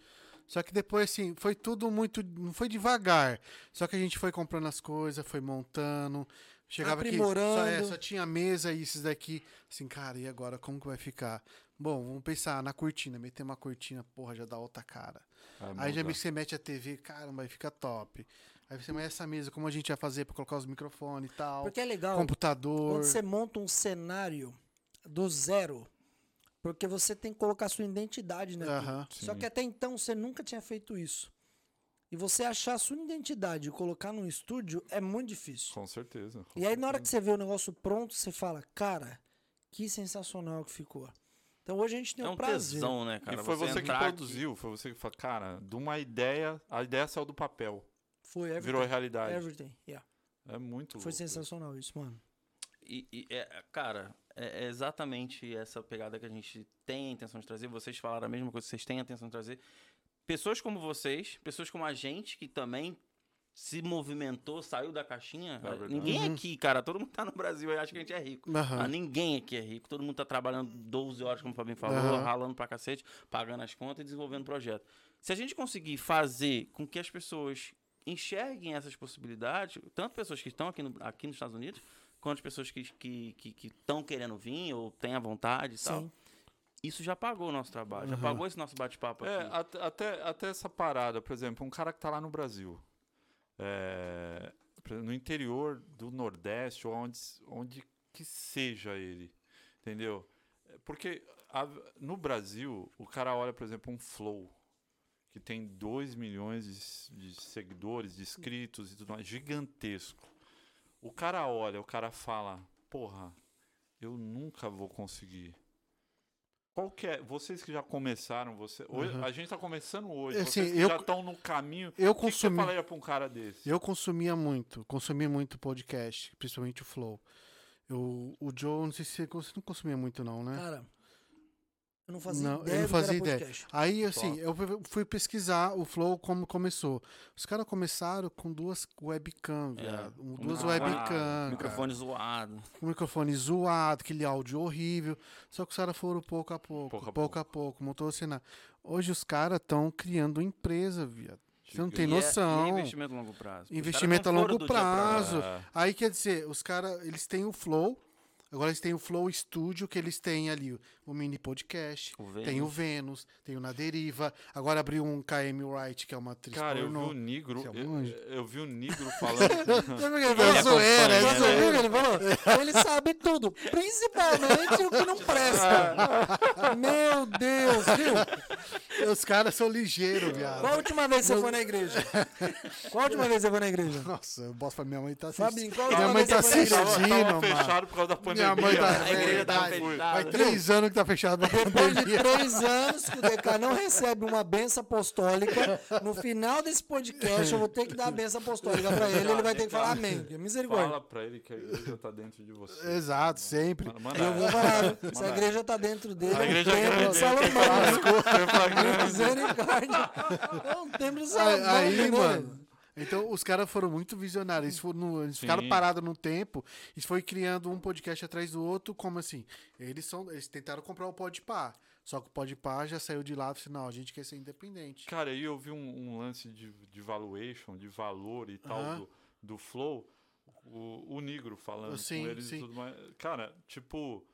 Speaker 3: Só que depois, assim, foi tudo muito. Não foi devagar. Só que a gente foi comprando as coisas, foi montando. Chegava aqui. Só, é,
Speaker 4: Aprimorando.
Speaker 3: só tinha mesa e esses daqui. Assim, cara, e agora? Como que vai ficar? Bom, vamos pensar na cortina. Meter uma cortina, porra, já dá outra cara.
Speaker 2: É
Speaker 3: Aí já me- você mete a TV, caramba, aí fica top. Aí você mete essa mesa, como a gente ia fazer pra colocar os microfones e tal.
Speaker 4: Porque é legal.
Speaker 3: computador.
Speaker 4: Quando você monta um cenário do zero, porque você tem que colocar sua identidade naquilo.
Speaker 3: Aham.
Speaker 4: Só que até então você nunca tinha feito isso. E você achar a sua identidade e colocar num estúdio é muito difícil.
Speaker 2: Com certeza. com
Speaker 4: E aí, na hora que você vê o negócio pronto, você fala, cara, que sensacional que ficou. Então hoje a gente tem
Speaker 1: É
Speaker 4: o
Speaker 1: um
Speaker 4: prazer.
Speaker 1: tesão, né, cara?
Speaker 2: e foi você, que
Speaker 1: entrar aqui.
Speaker 2: produziu, foi você que falou, cara, de uma ideia, a ideia saiu do papel,
Speaker 4: Foi everything.
Speaker 2: virou realidade.
Speaker 4: everything. Yeah.
Speaker 2: É muito louco.
Speaker 4: Foi sensacional isso, mano.
Speaker 1: E, e, é, cara, é é exatamente essa pegada que a gente tem a intenção de trazer. Vocês falaram a mesma coisa, vocês têm a intenção de trazer. Pessoas como vocês, pessoas como a gente, que também se movimentou, saiu da caixinha.
Speaker 2: É verdade.
Speaker 1: ninguém aqui, cara, todo mundo tá no Brasil e acha que a gente é rico.
Speaker 3: Aham.
Speaker 1: Ah, ninguém aqui é rico. Todo mundo tá trabalhando 12 horas, como o Fabinho falou,
Speaker 3: Aham.
Speaker 1: ralando pra cacete, pagando as contas e desenvolvendo projeto. Se a gente conseguir fazer com que as pessoas enxerguem essas possibilidades, tanto pessoas que estão aqui, no- aqui nos Estados Unidos, quanto pessoas que estão que, que, que tão querendo vir ou têm a vontade e tal,
Speaker 4: Sim.
Speaker 1: isso já pagou o nosso trabalho, já
Speaker 3: Aham.
Speaker 1: pagou esse nosso bate-papo
Speaker 2: É,
Speaker 1: aqui.
Speaker 2: at- até, até essa parada, por exemplo, um cara que tá lá no Brasil, é, por exemplo, no interior do Nordeste, ou onde, onde que seja ele, entendeu? É, Porque a- no Brasil, o cara olha, por exemplo, um Flow, que tem 2 milhões de s- de, seguidores, de inscritos e tudo mais, gigantesco. O cara olha, o cara fala, porra, eu nunca vou conseguir. Qual que é? Vocês que já começaram, você, hoje-
Speaker 3: Uhum.
Speaker 2: a gente tá começando hoje,
Speaker 3: É,
Speaker 2: vocês
Speaker 3: assim,
Speaker 2: que
Speaker 3: eu
Speaker 2: já
Speaker 3: co-
Speaker 2: estão no caminho.
Speaker 3: Eu
Speaker 2: O que, que você
Speaker 3: consumi.
Speaker 2: falaria pra um cara desse?
Speaker 3: Eu consumia muito, consumia muito podcast, principalmente o Flow. Eu, o Joe, não sei se você cons- você não consumia muito, não, né?
Speaker 1: Ah,
Speaker 4: Cara, eu não fazia
Speaker 3: Não,
Speaker 4: ideia
Speaker 3: eu não
Speaker 4: do que era
Speaker 3: fazia ideia.
Speaker 4: podcast.
Speaker 3: Aí, assim, eu fui- fui pesquisar o Flow como começou. Os caras começaram com duas webcam,
Speaker 1: É,
Speaker 3: viado. Um-
Speaker 1: um
Speaker 3: Duas
Speaker 1: microfone-
Speaker 3: webcam. cara.
Speaker 1: Microfone zoado.
Speaker 3: Com o microfone zoado, aquele áudio horrível. Só que os caras foram pouco a pouco,
Speaker 2: Pouco
Speaker 3: pouco
Speaker 2: a
Speaker 3: a pouco, montou o cenário. Hoje os caras estão criando empresa, viado. Você não tem
Speaker 1: E é- e é
Speaker 3: noção.
Speaker 1: investimento a longo prazo. Os caras
Speaker 3: Investimento a
Speaker 1: não foram
Speaker 3: longo
Speaker 1: do dia pra noite.
Speaker 3: prazo. Aí quer dizer, os caras, eles têm o Flow, agora eles têm o Flow Studio, que eles têm ali o- o mini podcast,
Speaker 1: O
Speaker 3: tem o
Speaker 1: Vênus.
Speaker 3: Vênus, tem o Na Deriva, agora abriu um KM Wright, que é uma atriz
Speaker 2: Cara, eu vi
Speaker 3: pornô.
Speaker 2: o Negro,
Speaker 3: Você é um
Speaker 2: eu,
Speaker 3: anjo.
Speaker 2: eu vi o Negro falando.
Speaker 3: Sabe o que ele falou? É zoeira, é
Speaker 1: acompanha, né?
Speaker 3: zoeira.
Speaker 4: Ele falou, ele sabe tudo, principalmente o que não presta. Meu Deus, viu?
Speaker 3: Os caras são ligeiros,
Speaker 4: Qual a
Speaker 3: viado.
Speaker 4: última vez que você foi na igreja? Qual a última vez que você foi na igreja?
Speaker 3: Nossa, eu boto pra minha mãe tá
Speaker 4: Fabinho,
Speaker 3: assistindo.
Speaker 4: qual a
Speaker 3: Minha
Speaker 4: última
Speaker 3: mãe
Speaker 4: vez
Speaker 3: tá
Speaker 4: que você foi na
Speaker 3: assistindo,
Speaker 4: igreja?
Speaker 2: tava
Speaker 3: mano.
Speaker 2: fechado por causa da
Speaker 3: Minha
Speaker 2: pandemia.
Speaker 3: mãe tá
Speaker 1: A igreja tá
Speaker 3: verdade.
Speaker 1: fechada.
Speaker 3: Faz três anos que tá fechado pra
Speaker 4: Depois de
Speaker 3: pandemia.
Speaker 4: três anos que o DK não recebe uma benção apostólica, no final desse podcast eu vou ter que dar a benção apostólica pra ele, ele vai ter que falar amém. que é Misericórdia.
Speaker 2: Fala pra ele que a igreja tá dentro de você.
Speaker 3: Exato, É sempre.
Speaker 2: Mano, manda
Speaker 4: Eu vou falar, se a igreja tá dentro dele,
Speaker 2: A igreja
Speaker 4: é um templo
Speaker 2: grande,
Speaker 4: de
Speaker 3: né?
Speaker 4: Salomão. né?
Speaker 2: Desculpa,
Speaker 4: Misericórdia. É um templo de
Speaker 3: Aí,
Speaker 4: Salomão,
Speaker 3: aí,
Speaker 4: né?
Speaker 3: mano. Então, os caras foram muito visionários. Eles, foram no- eles ficaram
Speaker 2: Sim.
Speaker 3: parados num tempo e foi criando um podcast atrás do outro. Como assim? Eles, são, eles tentaram comprar o Podpah. Só que o Podpah já saiu de lá e disse, não, a gente quer ser independente.
Speaker 2: Cara, aí eu vi um, um lance de, de valuation, de valor e tal
Speaker 3: Aham.
Speaker 2: do, do Flow, o, o Negro falando
Speaker 3: Sim,
Speaker 2: com eles
Speaker 3: sim.
Speaker 2: e tudo mais. Cara, tipo,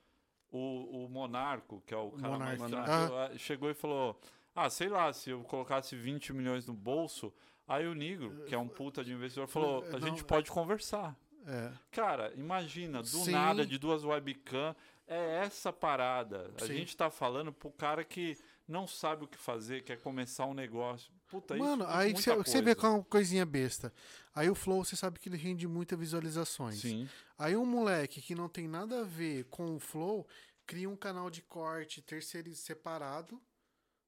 Speaker 2: o, o Monarco, que é o cara mais
Speaker 3: Monarco.
Speaker 2: fraco, eh, chegou e falou: Ah, sei lá, se eu colocasse 20 milhões no bolso. Aí o Negro, que é um puta de investidor, falou:
Speaker 3: eh,
Speaker 2: A
Speaker 3: não,
Speaker 2: gente pode conversar.
Speaker 3: É.
Speaker 2: Cara, imagina, do
Speaker 3: Sim.
Speaker 2: nada, de duas webcam, é essa parada. A
Speaker 3: Sim.
Speaker 2: gente tá falando pro cara que não sabe o que fazer, quer começar um negócio. Puta,
Speaker 3: Mano,
Speaker 2: isso é
Speaker 3: aí
Speaker 2: muita
Speaker 3: você você vê
Speaker 2: coisa.
Speaker 3: com uma coisinha besta. Aí o Flow, você sabe que ele rende muitas visualizações.
Speaker 2: Sim,
Speaker 3: Aí um moleque que não tem nada a ver com o Flow cria um canal de corte terceiriz separado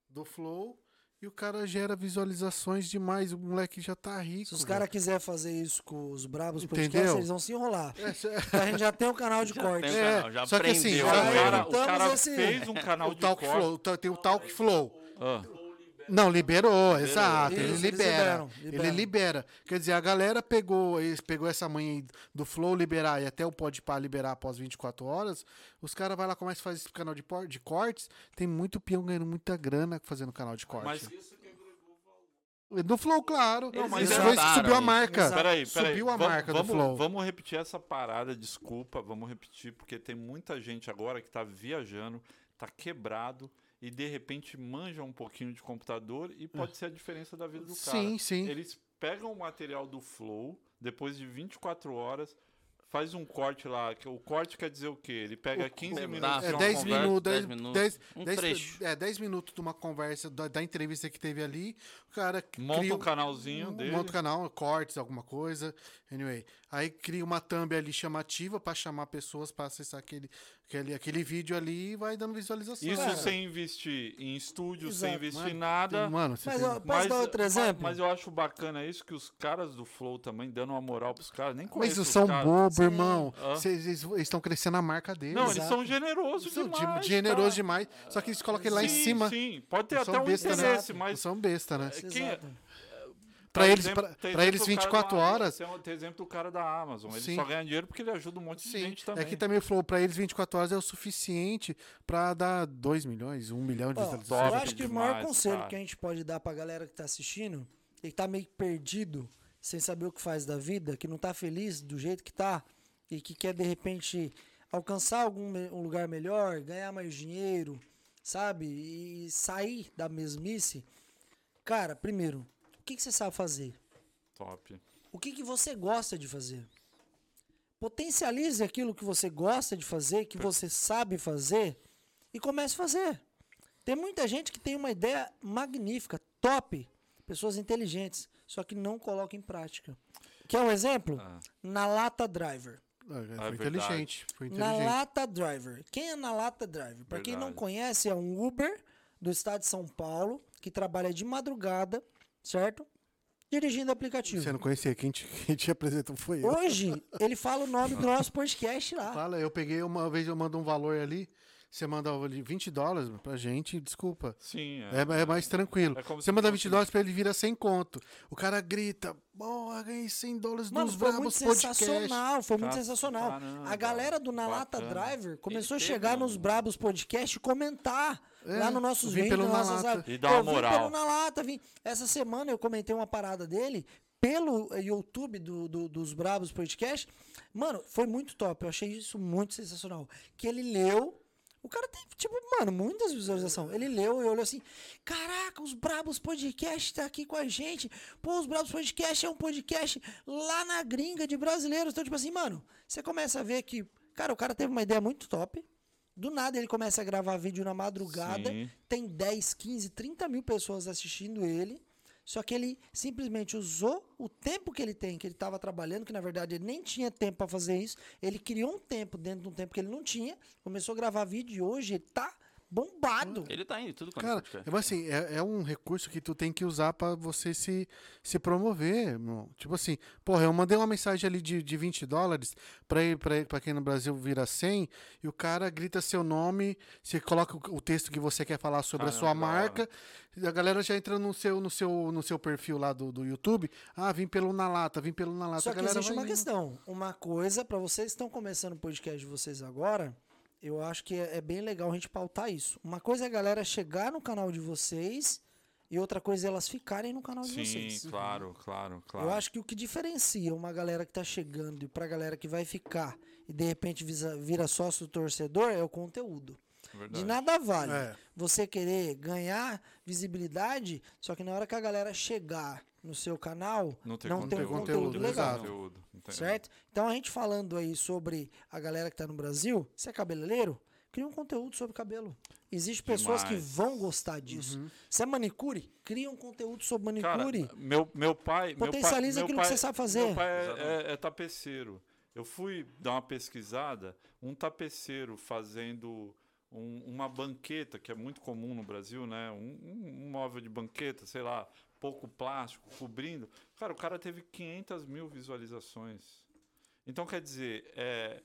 Speaker 3: do Flow. E E o cara gera visualizações demais, o moleque já tá rico.
Speaker 4: Se os
Speaker 3: velho.
Speaker 4: caras quiserem fazer isso com os brabos
Speaker 3: Entendeu? É,
Speaker 4: podcasts, eles vão se enrolar. Então a gente já tem um canal de corte.
Speaker 1: Tem um canal, já
Speaker 3: só que assim,
Speaker 1: aprendeu.
Speaker 3: já-
Speaker 1: com
Speaker 2: o
Speaker 1: ele.
Speaker 2: cara, o
Speaker 4: Voltamos
Speaker 2: cara
Speaker 4: esse-
Speaker 2: fez um canal
Speaker 3: o
Speaker 2: de
Speaker 3: Talk
Speaker 2: corte.
Speaker 3: Flow, tá- tem o Talk Flow.
Speaker 2: Ah.
Speaker 3: Não, liberou, exato.
Speaker 4: Isso,
Speaker 3: ele
Speaker 4: eles
Speaker 3: libera.
Speaker 4: liberam,
Speaker 3: Ele
Speaker 4: liberam.
Speaker 3: libera. Quer dizer, a galera pegou, eles pegou essa manha aí do Flow liberar e até o Podpah liberar após 24 horas. Os caras vai lá, começa a fazer esse canal de, por- de cortes. Tem muito peão ganhando muita grana fazendo canal de corte.
Speaker 2: Mas
Speaker 3: Do Flow, claro.
Speaker 1: Não,
Speaker 3: mas
Speaker 1: mas
Speaker 2: é
Speaker 3: foi isso que
Speaker 1: ajudaram,
Speaker 3: subiu a
Speaker 2: né?
Speaker 1: isso.
Speaker 3: marca.
Speaker 4: Exato.
Speaker 2: peraí, peraí.
Speaker 3: Subiu a
Speaker 2: Vam-
Speaker 3: marca do
Speaker 2: vamos,
Speaker 3: Flow.
Speaker 2: Vamos repetir essa parada, desculpa, vamos repetir, porque tem muita gente agora que tá viajando, tá quebrado e de repente manja um pouquinho de computador e pode ser a diferença da vida do cara.
Speaker 3: É. Sim, sim.
Speaker 2: Eles pegam o material do Flow, depois de 24 horas, faz um corte lá. que O corte quer dizer o quê? Ele pega 15
Speaker 1: pedaço.
Speaker 2: minutos. de um
Speaker 3: É
Speaker 1: Fazer
Speaker 2: uma
Speaker 3: 10
Speaker 2: conversa-
Speaker 1: conversa,
Speaker 3: minutos,
Speaker 1: 10 minutos,
Speaker 3: 10 dez-
Speaker 1: um
Speaker 3: dez-
Speaker 1: trecho.
Speaker 3: É, 10 minutos de uma conversa, da, da entrevista que teve ali. O cara
Speaker 2: Monta
Speaker 3: cria
Speaker 2: um canalzinho dele.
Speaker 3: Monta o canal, cortes, alguma coisa. Anyway. Aí cria uma thumb ali chamativa pra chamar pessoas pra acessar aquele, aquele, aquele vídeo ali e vai dando visualização.
Speaker 2: Isso
Speaker 3: cara.
Speaker 2: sem investir em estúdio, sem
Speaker 4: Exato.
Speaker 2: investir em
Speaker 3: Mano,
Speaker 2: nada.
Speaker 3: Mano, você
Speaker 4: Mas,
Speaker 3: tem- um
Speaker 4: ó, posso dar outro
Speaker 2: ma- mas,
Speaker 4: exemplo?
Speaker 2: eu acho bacana isso que os caras do Flow também dando uma moral pros caras. Nem
Speaker 3: Mas
Speaker 2: conheço os
Speaker 3: eles são
Speaker 2: caras.
Speaker 3: bobos,
Speaker 4: Sim.
Speaker 3: irmão.
Speaker 2: Hã?
Speaker 3: Vocês- Eles estão crescendo a marca deles.
Speaker 2: Não, eles
Speaker 4: Exato.
Speaker 2: são generosos
Speaker 3: Eles são de-
Speaker 2: demais.
Speaker 3: generosos
Speaker 2: cara.
Speaker 3: demais. Só que eles colocam ele lá em
Speaker 2: Sim,
Speaker 3: cima.
Speaker 2: Sim, pode ter
Speaker 3: Não
Speaker 2: até
Speaker 3: são
Speaker 2: um
Speaker 3: besta, né?
Speaker 2: interesse,
Speaker 3: Não
Speaker 2: mas
Speaker 3: são besta, né?
Speaker 2: quem-
Speaker 4: Exato.
Speaker 3: Pra
Speaker 2: Tem
Speaker 3: eles,
Speaker 2: exemplo-
Speaker 3: pra,
Speaker 2: tem
Speaker 3: pra
Speaker 2: exemplo
Speaker 3: eles
Speaker 2: do cara é
Speaker 3: 24
Speaker 2: da-
Speaker 3: horas.
Speaker 2: Tem, tem exemplo do cara da Amazon. Ele
Speaker 3: Sim.
Speaker 2: só ganha dinheiro porque ele ajuda um monte de
Speaker 3: Sim,
Speaker 2: gente também.
Speaker 3: é que também o Flow, pra eles 24 horas é o suficiente pra dar 2 milhões, 1 milhão de
Speaker 4: Ó,
Speaker 3: visualizações.
Speaker 4: eu
Speaker 2: Top
Speaker 4: acho que o
Speaker 2: demais,
Speaker 4: maior conselho
Speaker 2: cara.
Speaker 4: que a gente pode dar pra galera que tá assistindo e que tá meio que perdido, sem saber o que faz da vida, que não tá feliz do jeito que tá e que quer de repente alcançar algum me- um lugar melhor, ganhar mais dinheiro, sabe? E sair da mesmice. Cara, primeiro, o que, que você sabe fazer?
Speaker 2: Top.
Speaker 4: O que, que você gosta de fazer? Potencialize aquilo que você gosta de fazer, que você sabe fazer, e comece a fazer. Tem muita gente que tem uma ideia magnífica, top, pessoas inteligentes, só que não coloca em prática. Quer um exemplo?
Speaker 3: Ah.
Speaker 2: Ah.
Speaker 4: Na lata driver.
Speaker 3: é, Foi
Speaker 2: é verdade.
Speaker 3: inteligente, foi
Speaker 4: Na
Speaker 3: inteligente.
Speaker 4: lata driver. Quem é na lata driver? Para quem não
Speaker 2: Verdade.
Speaker 4: conhece, é um Uber do estado de São Paulo que trabalha de madrugada, certo? Dirigindo aplicativo.
Speaker 3: Você não conhecia, quem te, quem te apresentou foi eu.
Speaker 4: Hoje, ele fala o nome do nosso podcast lá.
Speaker 3: Fala, eu peguei uma vez, eu mando um valor ali, você manda ali 20 dólares pra gente, desculpa.
Speaker 2: Sim, é.
Speaker 3: É, é mais tranquilo.
Speaker 2: É como
Speaker 3: você
Speaker 2: se
Speaker 3: manda
Speaker 2: fosse-
Speaker 3: 20 dólares pra ele vira 100 conto. O cara grita, porra, ganhei 100 dólares
Speaker 4: Mano,
Speaker 3: dos
Speaker 4: foi muito
Speaker 3: Brabos Podcast. Tá. Ah,
Speaker 4: sensacional, foi muito
Speaker 2: Cara,
Speaker 4: sensacional.
Speaker 2: caramba,
Speaker 4: a galera do Na Lata
Speaker 2: bacana.
Speaker 4: Driver começou a
Speaker 2: Ele
Speaker 4: chegar
Speaker 2: teve um-
Speaker 4: nos Brabos Podcast e comentar
Speaker 3: É,
Speaker 4: lá nos nossos
Speaker 3: eu vim
Speaker 4: vídeos,
Speaker 3: pelo
Speaker 4: nas
Speaker 3: Na
Speaker 4: nossas
Speaker 3: Lata.
Speaker 4: lives.
Speaker 2: E dá uma
Speaker 4: Eu vim
Speaker 2: moral.
Speaker 4: pelo Na Lata, vim. Essa semana eu comentei uma parada dele pelo eh, YouTube do, do- dos Brabos Podcast. Mano, foi muito top. Eu achei isso muito sensacional. Que ele leu. O cara tem, tipo, mano, muitas visualizações. Ele leu e olhou assim: Caraca, os Brabos Podcast tá aqui com a gente. Pô, os Brabos Podcast é um podcast lá na gringa de brasileiros. Então, tipo assim, mano, você começa a ver que, cara, o cara teve uma ideia muito top. Do nada ele começa a gravar vídeo na madrugada.
Speaker 2: Sim.
Speaker 4: Tem 10, 15, 30 mil pessoas assistindo ele. Só que ele simplesmente usou o tempo que ele tem, que ele estava trabalhando, que na verdade ele nem tinha tempo para fazer isso. Ele criou um tempo dentro de um tempo que ele não tinha, começou a gravar vídeo e hoje ele tá bombado.
Speaker 1: Ele tá indo tudo quanto
Speaker 3: Cara,
Speaker 1: é podcast.
Speaker 3: é, mas assim, é, é um recurso que tu tem que usar pra você se, se promover, irmão. Tipo assim, porra, eu mandei uma mensagem ali de, de 20 dólares pra, ir, pra, ir- pra quem no Brasil vira 100 e o cara grita seu nome, você coloca o, o texto que você quer falar sobre a
Speaker 2: Caramba,
Speaker 3: sua
Speaker 2: que da hora.
Speaker 3: marca, e a galera já entra no seu, no seu, no seu perfil lá do, do YouTube. Ah, vim pelo Na Lata, vim pelo Na Lata.
Speaker 4: Só
Speaker 3: a
Speaker 4: que
Speaker 3: galera
Speaker 4: existe
Speaker 3: vai
Speaker 4: uma
Speaker 3: indo.
Speaker 4: questão. Uma coisa, para vocês que estão começando o podcast de vocês agora, eu acho que é, é bem legal a gente pautar isso. Uma coisa é a galera chegar no canal de vocês e outra coisa é elas ficarem no canal de vocês.
Speaker 2: Sim, claro, claro, claro.
Speaker 4: Eu acho que o que diferencia uma galera que tá chegando e pra galera que vai ficar e de repente visa- vira sócio torcedor é o conteúdo.
Speaker 2: Verdade.
Speaker 4: De nada vale
Speaker 3: É.
Speaker 4: você querer ganhar visibilidade, só que na hora que a galera chegar no seu canal, não tem, um
Speaker 3: conteúdo.
Speaker 4: conteúdo,
Speaker 3: Não tem
Speaker 4: legal.
Speaker 3: conteúdo.
Speaker 2: Conteúdo, entendeu?
Speaker 4: Certo? Então a gente falando aí sobre a galera que tá no Brasil, você é cabeleireiro? Cria um conteúdo sobre cabelo. Existem pessoas que
Speaker 2: Demais.
Speaker 4: vão gostar disso. Você é manicure? Cria um conteúdo sobre
Speaker 2: Cara,
Speaker 4: manicure.
Speaker 2: meu, meu pai. meu pai-
Speaker 4: Potencializa
Speaker 2: meu
Speaker 4: aquilo que
Speaker 2: pai-
Speaker 4: você sabe fazer.
Speaker 2: Meu pai é, é- é tapeceiro. Eu fui dar uma pesquisada, um tapeceiro fazendo um- uma banqueta, que é muito comum no Brasil, né? Um, um- um móvel de banqueta, sei lá, pouco plástico, cobrindo. Cara, o cara teve 500 mil visualizações. Então, quer dizer, é,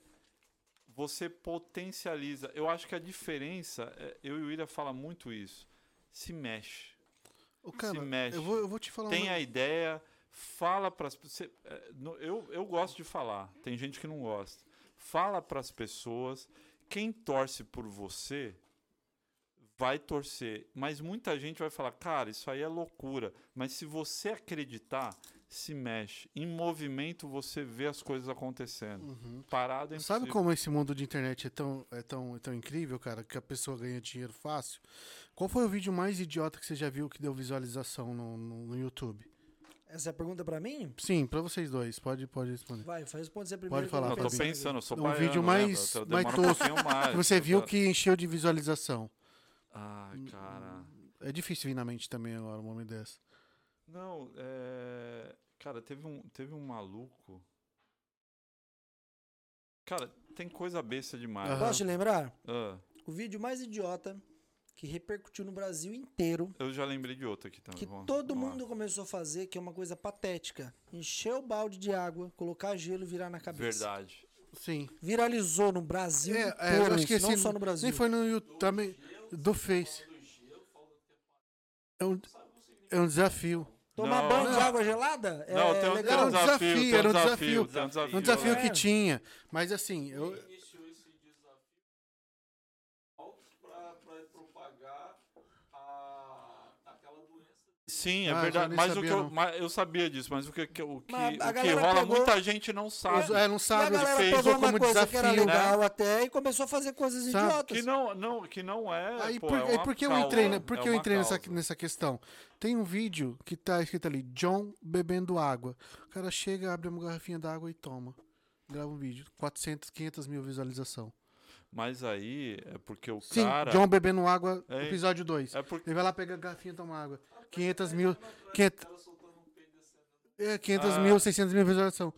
Speaker 2: você potencializa. Eu acho que a diferença, é, eu e o William fala muito isso, se mexe.
Speaker 3: Ô, cara,
Speaker 2: mexe.
Speaker 3: eu vou, eu vou te falar
Speaker 2: Tem
Speaker 3: uma...
Speaker 2: a ideia, fala para as pessoas. Eu, eu gosto de falar, tem gente que não gosta. Fala para as pessoas. Quem torce por você vai torcer. Mas muita gente vai falar, cara, isso aí é loucura. Mas se você acreditar, se mexe. Em movimento você vê as coisas acontecendo. Parado é impossível.
Speaker 3: Sabe como esse mundo de internet é tão, é, tão, é tão incrível, cara? Que a pessoa ganha dinheiro fácil? Qual foi o vídeo mais idiota que você já viu que deu visualização no, no, no YouTube?
Speaker 4: Essa é a pergunta pra mim?
Speaker 3: Sim, pra vocês dois. Pode, pode responder.
Speaker 4: Vai, responde você primeiro.
Speaker 3: falar,
Speaker 2: Não,
Speaker 4: que
Speaker 2: eu
Speaker 4: eu
Speaker 2: tô
Speaker 4: vou pensar.
Speaker 2: pensando, eu sou
Speaker 3: Um
Speaker 2: baiano,
Speaker 3: vídeo
Speaker 2: né,
Speaker 3: mais-
Speaker 2: eu
Speaker 3: mais
Speaker 2: demoro um
Speaker 3: tosco
Speaker 2: pouquinho mais,
Speaker 3: Que você viu
Speaker 2: tá?
Speaker 3: que encheu de visualização.
Speaker 2: Ai, cara...
Speaker 3: É difícil vir na mente também agora um momento dessa.
Speaker 2: Não, é. Cara, teve um, teve um maluco. Cara, tem coisa besta demais.
Speaker 3: Aham.
Speaker 4: Posso te lembrar?
Speaker 2: Ah,
Speaker 4: O vídeo mais idiota que repercutiu no Brasil inteiro,
Speaker 2: eu já lembrei de outro aqui também.
Speaker 4: que
Speaker 2: vamos-
Speaker 4: todo
Speaker 2: vamos lá.
Speaker 4: mundo começou a fazer, que é uma coisa patética. Encher o balde de água, colocar gelo e virar na cabeça.
Speaker 2: Verdade.
Speaker 3: Sim.
Speaker 4: Viralizou no Brasil
Speaker 3: É, é,
Speaker 4: inteiro,
Speaker 3: eu acho que
Speaker 4: isso, não
Speaker 3: esse
Speaker 4: só no Brasil.
Speaker 3: Nem foi no YouTube, também, do Face. É um, é um desafio.
Speaker 4: Tomar
Speaker 2: Não.
Speaker 4: banho de
Speaker 2: Não.
Speaker 4: água gelada?
Speaker 2: Não,
Speaker 4: é
Speaker 2: tem, um- tem
Speaker 4: legal.
Speaker 2: um
Speaker 3: Era um
Speaker 2: desafio,
Speaker 3: desafio,
Speaker 2: tem
Speaker 3: era um
Speaker 2: um desafio.
Speaker 3: desafio.
Speaker 2: Tem um desafio.
Speaker 3: É um desafio
Speaker 4: É.
Speaker 3: que tinha. Mas assim, eu,
Speaker 6: iniciou esse desafio para propagar aquela doença.
Speaker 2: Sim, é
Speaker 3: Ah, eu
Speaker 2: verdade.
Speaker 3: nem
Speaker 2: Mas o
Speaker 3: sabia,
Speaker 2: que eu,
Speaker 3: não.
Speaker 2: mas eu sabia disso, mas o que, que- o que,
Speaker 4: Mas a
Speaker 2: o que
Speaker 4: galera
Speaker 2: rola,
Speaker 4: pegou-
Speaker 2: muita gente não sabe.
Speaker 3: é, não
Speaker 4: E a
Speaker 3: sabe,
Speaker 4: galera
Speaker 2: fez
Speaker 4: pegou
Speaker 3: como
Speaker 4: uma coisa que era
Speaker 3: desafio, né?
Speaker 4: legal até e começou a fazer coisas
Speaker 3: Sabe?
Speaker 4: idiotas.
Speaker 2: Que não, não, que não é.
Speaker 3: Aí
Speaker 2: pô,
Speaker 3: por,
Speaker 2: é
Speaker 3: aí
Speaker 2: uma
Speaker 3: por que eu
Speaker 2: causa,
Speaker 3: entrei, né?
Speaker 2: é
Speaker 3: por que eu
Speaker 2: uma
Speaker 3: entrei nessa,
Speaker 2: causa.
Speaker 3: nessa questão? Tem um vídeo que tá escrito ali, John bebendo água. O cara chega, abre uma garrafinha d'água e toma. Grava um vídeo. 400, 500 mil visualização.
Speaker 2: Mas aí é porque o
Speaker 3: Sim,
Speaker 2: cara.
Speaker 3: John bebendo água,
Speaker 2: É,
Speaker 3: episódio 2.
Speaker 2: É porque
Speaker 3: Ele vai lá pegar a garrafinha e toma água. 500 mil... 500, é, 500
Speaker 2: Ah.
Speaker 3: mil, 600 mil visualização.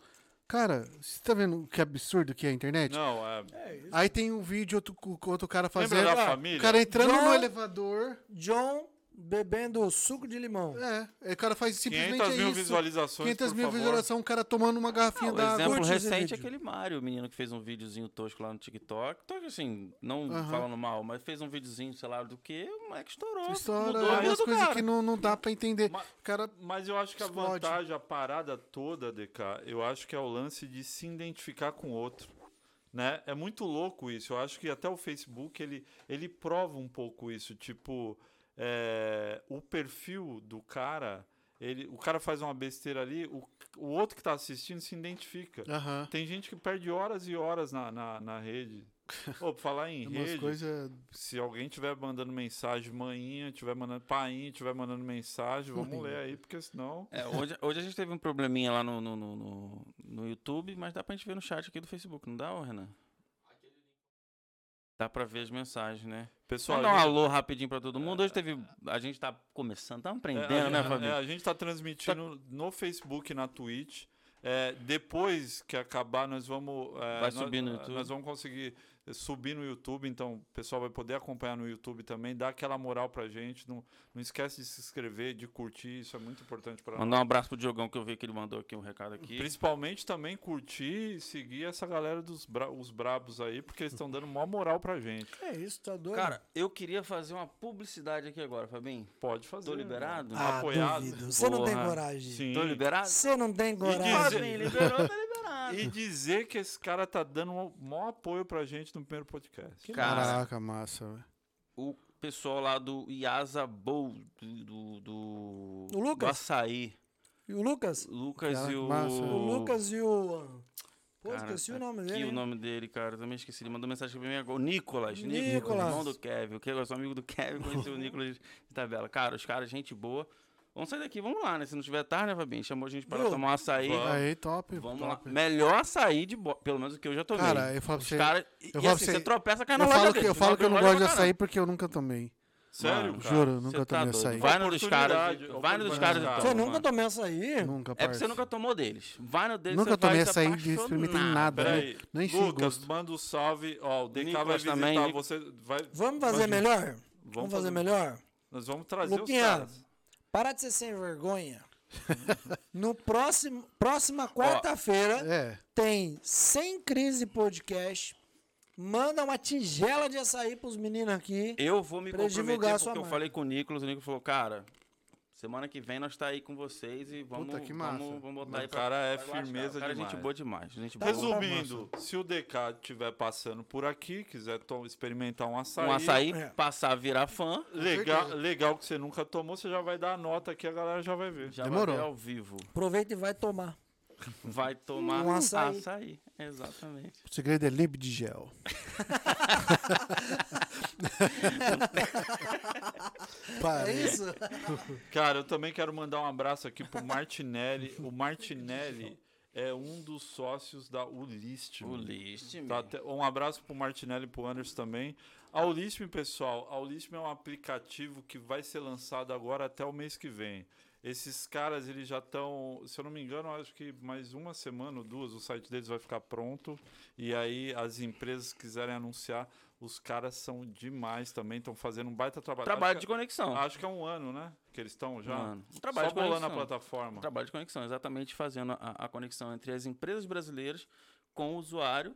Speaker 3: Cara, você tá vendo que absurdo que é a internet?
Speaker 2: Não, é.
Speaker 3: Aí tem um vídeo, outro, com outro cara
Speaker 2: Lembra
Speaker 3: fazendo...
Speaker 2: da
Speaker 3: O
Speaker 2: família?
Speaker 3: cara entrando no
Speaker 4: John-
Speaker 3: elevador...
Speaker 4: John bebendo suco de limão.
Speaker 3: É, o cara faz simplesmente é
Speaker 2: 500 mil
Speaker 3: isso.
Speaker 2: visualizações.
Speaker 3: 500
Speaker 2: por
Speaker 3: mil
Speaker 2: favor.
Speaker 3: visualizações, um cara tomando uma garrafinha
Speaker 1: o
Speaker 3: d'água.
Speaker 1: exemplo
Speaker 4: Curte esse
Speaker 1: recente é
Speaker 4: vídeo.
Speaker 1: aquele Mário, o menino que fez um videozinho tosco lá no TikTok. Tosco, assim, não
Speaker 3: Aham.
Speaker 1: falando mal, mas fez um videozinho, sei lá, do que, o moleque estourou.
Speaker 3: História,
Speaker 1: mudou a vida
Speaker 3: umas
Speaker 1: do
Speaker 3: coisas
Speaker 1: cara.
Speaker 3: que não, não dá pra entender.
Speaker 2: Mas-
Speaker 3: O cara,
Speaker 2: Mas eu acho que
Speaker 3: Explode.
Speaker 2: a vantagem, a parada toda, DK, eu acho que é o lance de se identificar com o outro. Né? É muito louco isso. Eu acho que até o Facebook ele, ele prova um pouco isso. Tipo, é, o perfil do cara, ele, o cara faz uma besteira ali, o, o outro que tá assistindo se identifica.
Speaker 3: aham,
Speaker 2: Tem gente que perde horas e horas na, na, na rede. Ô, pra falar em
Speaker 3: tem umas
Speaker 2: rede,
Speaker 3: coisas...
Speaker 2: se alguém tiver mandando mensagem, manhinha, tiver mandando, painha, tiver mandando mensagem, vamos ler aí, porque senão.
Speaker 1: É, hoje, hoje a gente teve um probleminha lá no, no, no, no- no YouTube, mas dá pra gente ver no chat aqui do Facebook, não dá, ô Renan? Dá pra ver as mensagens, né? Só
Speaker 2: Pessoal,
Speaker 1: dar um
Speaker 2: a gente-
Speaker 1: alô rapidinho pra todo mundo. Hoje teve. A gente tá começando, tá aprendendo,
Speaker 2: é, a,
Speaker 1: né,
Speaker 2: gente-
Speaker 1: Fabinho?
Speaker 2: é, a gente tá transmitindo no Facebook, na Twitch. É, depois que acabar, nós vamos. é,
Speaker 1: Vai
Speaker 2: nós,
Speaker 1: subir no YouTube.
Speaker 2: Nós vamos conseguir eh, subir no YouTube, então o pessoal vai poder acompanhar no YouTube também, dar aquela moral pra gente. Não, não esquece de se inscrever, de curtir, isso é muito importante pra nós.
Speaker 1: Mandar um abraço pro Diogão que eu vi que ele mandou aqui um recado aqui.
Speaker 2: Principalmente também curtir e seguir essa galera dos bra os brabos aí, porque eles estão dando maior moral pra gente.
Speaker 4: É isso, tá doido?
Speaker 1: Cara, eu queria fazer uma publicidade aqui agora, Fabinho.
Speaker 2: Pode fazer.
Speaker 1: Tô liberado?
Speaker 4: ah,
Speaker 2: apoiado.
Speaker 4: duvido. Você não tem
Speaker 1: Porra.
Speaker 4: coragem.
Speaker 2: Sim.
Speaker 1: Tô liberado?
Speaker 4: Você não tem
Speaker 1: Ah,
Speaker 4: coragem.
Speaker 2: dizer-
Speaker 1: bem, liberou, tá liberado.
Speaker 2: E dizer que esse cara tá dando o maior apoio pra gente no primeiro podcast.
Speaker 1: Cara,
Speaker 3: Caraca, massa, velho.
Speaker 1: o pessoal lá do Iasa Bowl, do. do, do
Speaker 4: O Lucas?
Speaker 1: do açaí.
Speaker 4: E o Lucas?
Speaker 1: O Lucas
Speaker 3: Cara,
Speaker 1: e o.
Speaker 3: massa.
Speaker 4: O Lucas e o. Pô,
Speaker 1: Cara,
Speaker 4: esqueci o nome
Speaker 1: aqui
Speaker 4: dele.
Speaker 1: o
Speaker 4: hein?
Speaker 1: nome dele, cara, eu também esqueci. Ele mandou mensagem pra mim agora. O Nicolas, Nicolas,
Speaker 4: Nicolas.
Speaker 1: irmão do Kevin. O que eu sou amigo do Kevin, conheci o Nicolas de tabela. Cara, os caras, gente boa. Vamos sair daqui, vamos lá, né? Se não tiver tarde, né, Fabinho? Chamou a gente pra
Speaker 4: Viu?
Speaker 1: tomar um açaí.
Speaker 2: Vamos.
Speaker 3: Aí, top,
Speaker 1: Vamos lá.
Speaker 3: top.
Speaker 1: Melhor açaí de bo... Pelo menos o que eu já tomei.
Speaker 3: Cara, eu falo pra
Speaker 1: Os
Speaker 3: você-
Speaker 1: caras. E,
Speaker 3: eu
Speaker 1: e
Speaker 3: falo
Speaker 1: assim,
Speaker 3: pra
Speaker 1: você
Speaker 3: você-
Speaker 1: tropeça, cai na
Speaker 3: Eu
Speaker 1: loja
Speaker 3: falo, que,
Speaker 1: deles,
Speaker 3: eu falo
Speaker 1: numa
Speaker 3: que eu não
Speaker 1: loja
Speaker 3: gosto de
Speaker 1: pra caramba.
Speaker 3: açaí porque eu nunca tomei.
Speaker 2: Sério,
Speaker 1: Mano,
Speaker 2: cara?
Speaker 3: Juro,
Speaker 1: Cê tá
Speaker 3: nunca tomei
Speaker 1: doido.
Speaker 3: açaí.
Speaker 1: Vai no dos caras.
Speaker 2: Oportunidade,
Speaker 1: Vai no dos caras
Speaker 2: oportunidade.
Speaker 1: então.
Speaker 4: Você nunca
Speaker 1: mano.
Speaker 4: tomou açaí?
Speaker 3: Nunca,
Speaker 1: É porque
Speaker 3: parça.
Speaker 1: você nunca tomou deles. Vai no deles,
Speaker 3: Nunca
Speaker 1: você vai
Speaker 3: tomei
Speaker 1: se
Speaker 3: açaí, experimentei
Speaker 1: apaixonar.
Speaker 3: nada.
Speaker 2: Peraí.
Speaker 3: Nem sei o
Speaker 2: Lucas,
Speaker 3: gosto.
Speaker 2: manda um salve. Ó, o DK vai
Speaker 1: Nicolas
Speaker 2: visitar
Speaker 1: também, Nic-
Speaker 2: você. Vai,
Speaker 4: Vamos fazer
Speaker 2: vai-
Speaker 4: melhor? Vamos,
Speaker 2: Vamos
Speaker 4: fazer
Speaker 2: fazer-
Speaker 4: melhor?
Speaker 2: Nós vamos trazer
Speaker 4: Luquinha.
Speaker 2: os caras.
Speaker 4: Parar de ser sem vergonha. No próximo, próxima quarta-feira
Speaker 3: É.
Speaker 4: tem Sem Crise Podcast. Manda uma tigela de açaí pros meninos aqui.
Speaker 1: Eu vou me
Speaker 4: Pra eles
Speaker 1: comprometer
Speaker 4: divulgar a
Speaker 1: porque
Speaker 4: sua
Speaker 1: eu
Speaker 4: marca.
Speaker 1: falei com o Nicolas, o Nicolas falou, cara, semana que vem nós tá aí com vocês e vamos,
Speaker 3: Puta, que massa.
Speaker 1: vamos, vamos botar aí
Speaker 2: O
Speaker 1: pra
Speaker 2: cara é
Speaker 1: pra lascar.
Speaker 2: firmeza
Speaker 1: O cara é
Speaker 2: demais.
Speaker 1: gente boa demais. Gente boa.
Speaker 2: Resumindo, se o DK estiver passando por aqui, quiser to- experimentar um açaí,
Speaker 1: Um açaí,
Speaker 4: É.
Speaker 1: passar a virar fã,
Speaker 2: legal, legal que você nunca tomou, você já vai dar a nota aqui, a galera já vai ver.
Speaker 1: já
Speaker 3: Demorou.
Speaker 1: vai ver ao vivo.
Speaker 4: Aproveita e vai tomar.
Speaker 1: Vai tomar
Speaker 4: Um açaí.
Speaker 1: Exatamente.
Speaker 3: O segredo é limpo de gel. Para.
Speaker 4: É isso?
Speaker 2: Cara, eu também quero mandar um abraço aqui pro Martinelli. o Martinelli é um dos sócios da Ulist.
Speaker 1: O list,
Speaker 2: Tá,
Speaker 1: meu.
Speaker 2: até- um abraço pro Martinelli e pro Anderson também. A Ulism, pessoal, a Ulism é um aplicativo que vai ser lançado agora até o mês que vem. Esses caras, eles já estão, se eu não me engano, acho que mais uma semana ou duas, o site deles vai ficar pronto. E aí, as empresas que quiserem anunciar, os caras são demais também, estão fazendo um baita trabalho.
Speaker 1: Trabalho de
Speaker 2: acho, que,
Speaker 1: conexão.
Speaker 2: acho que é um ano, né? Que eles estão já.
Speaker 1: Mano, um trabalho de
Speaker 2: só bolando a
Speaker 1: conexão.
Speaker 2: plataforma.
Speaker 1: Trabalho de conexão, exatamente fazendo a, a conexão entre as empresas brasileiras com o usuário,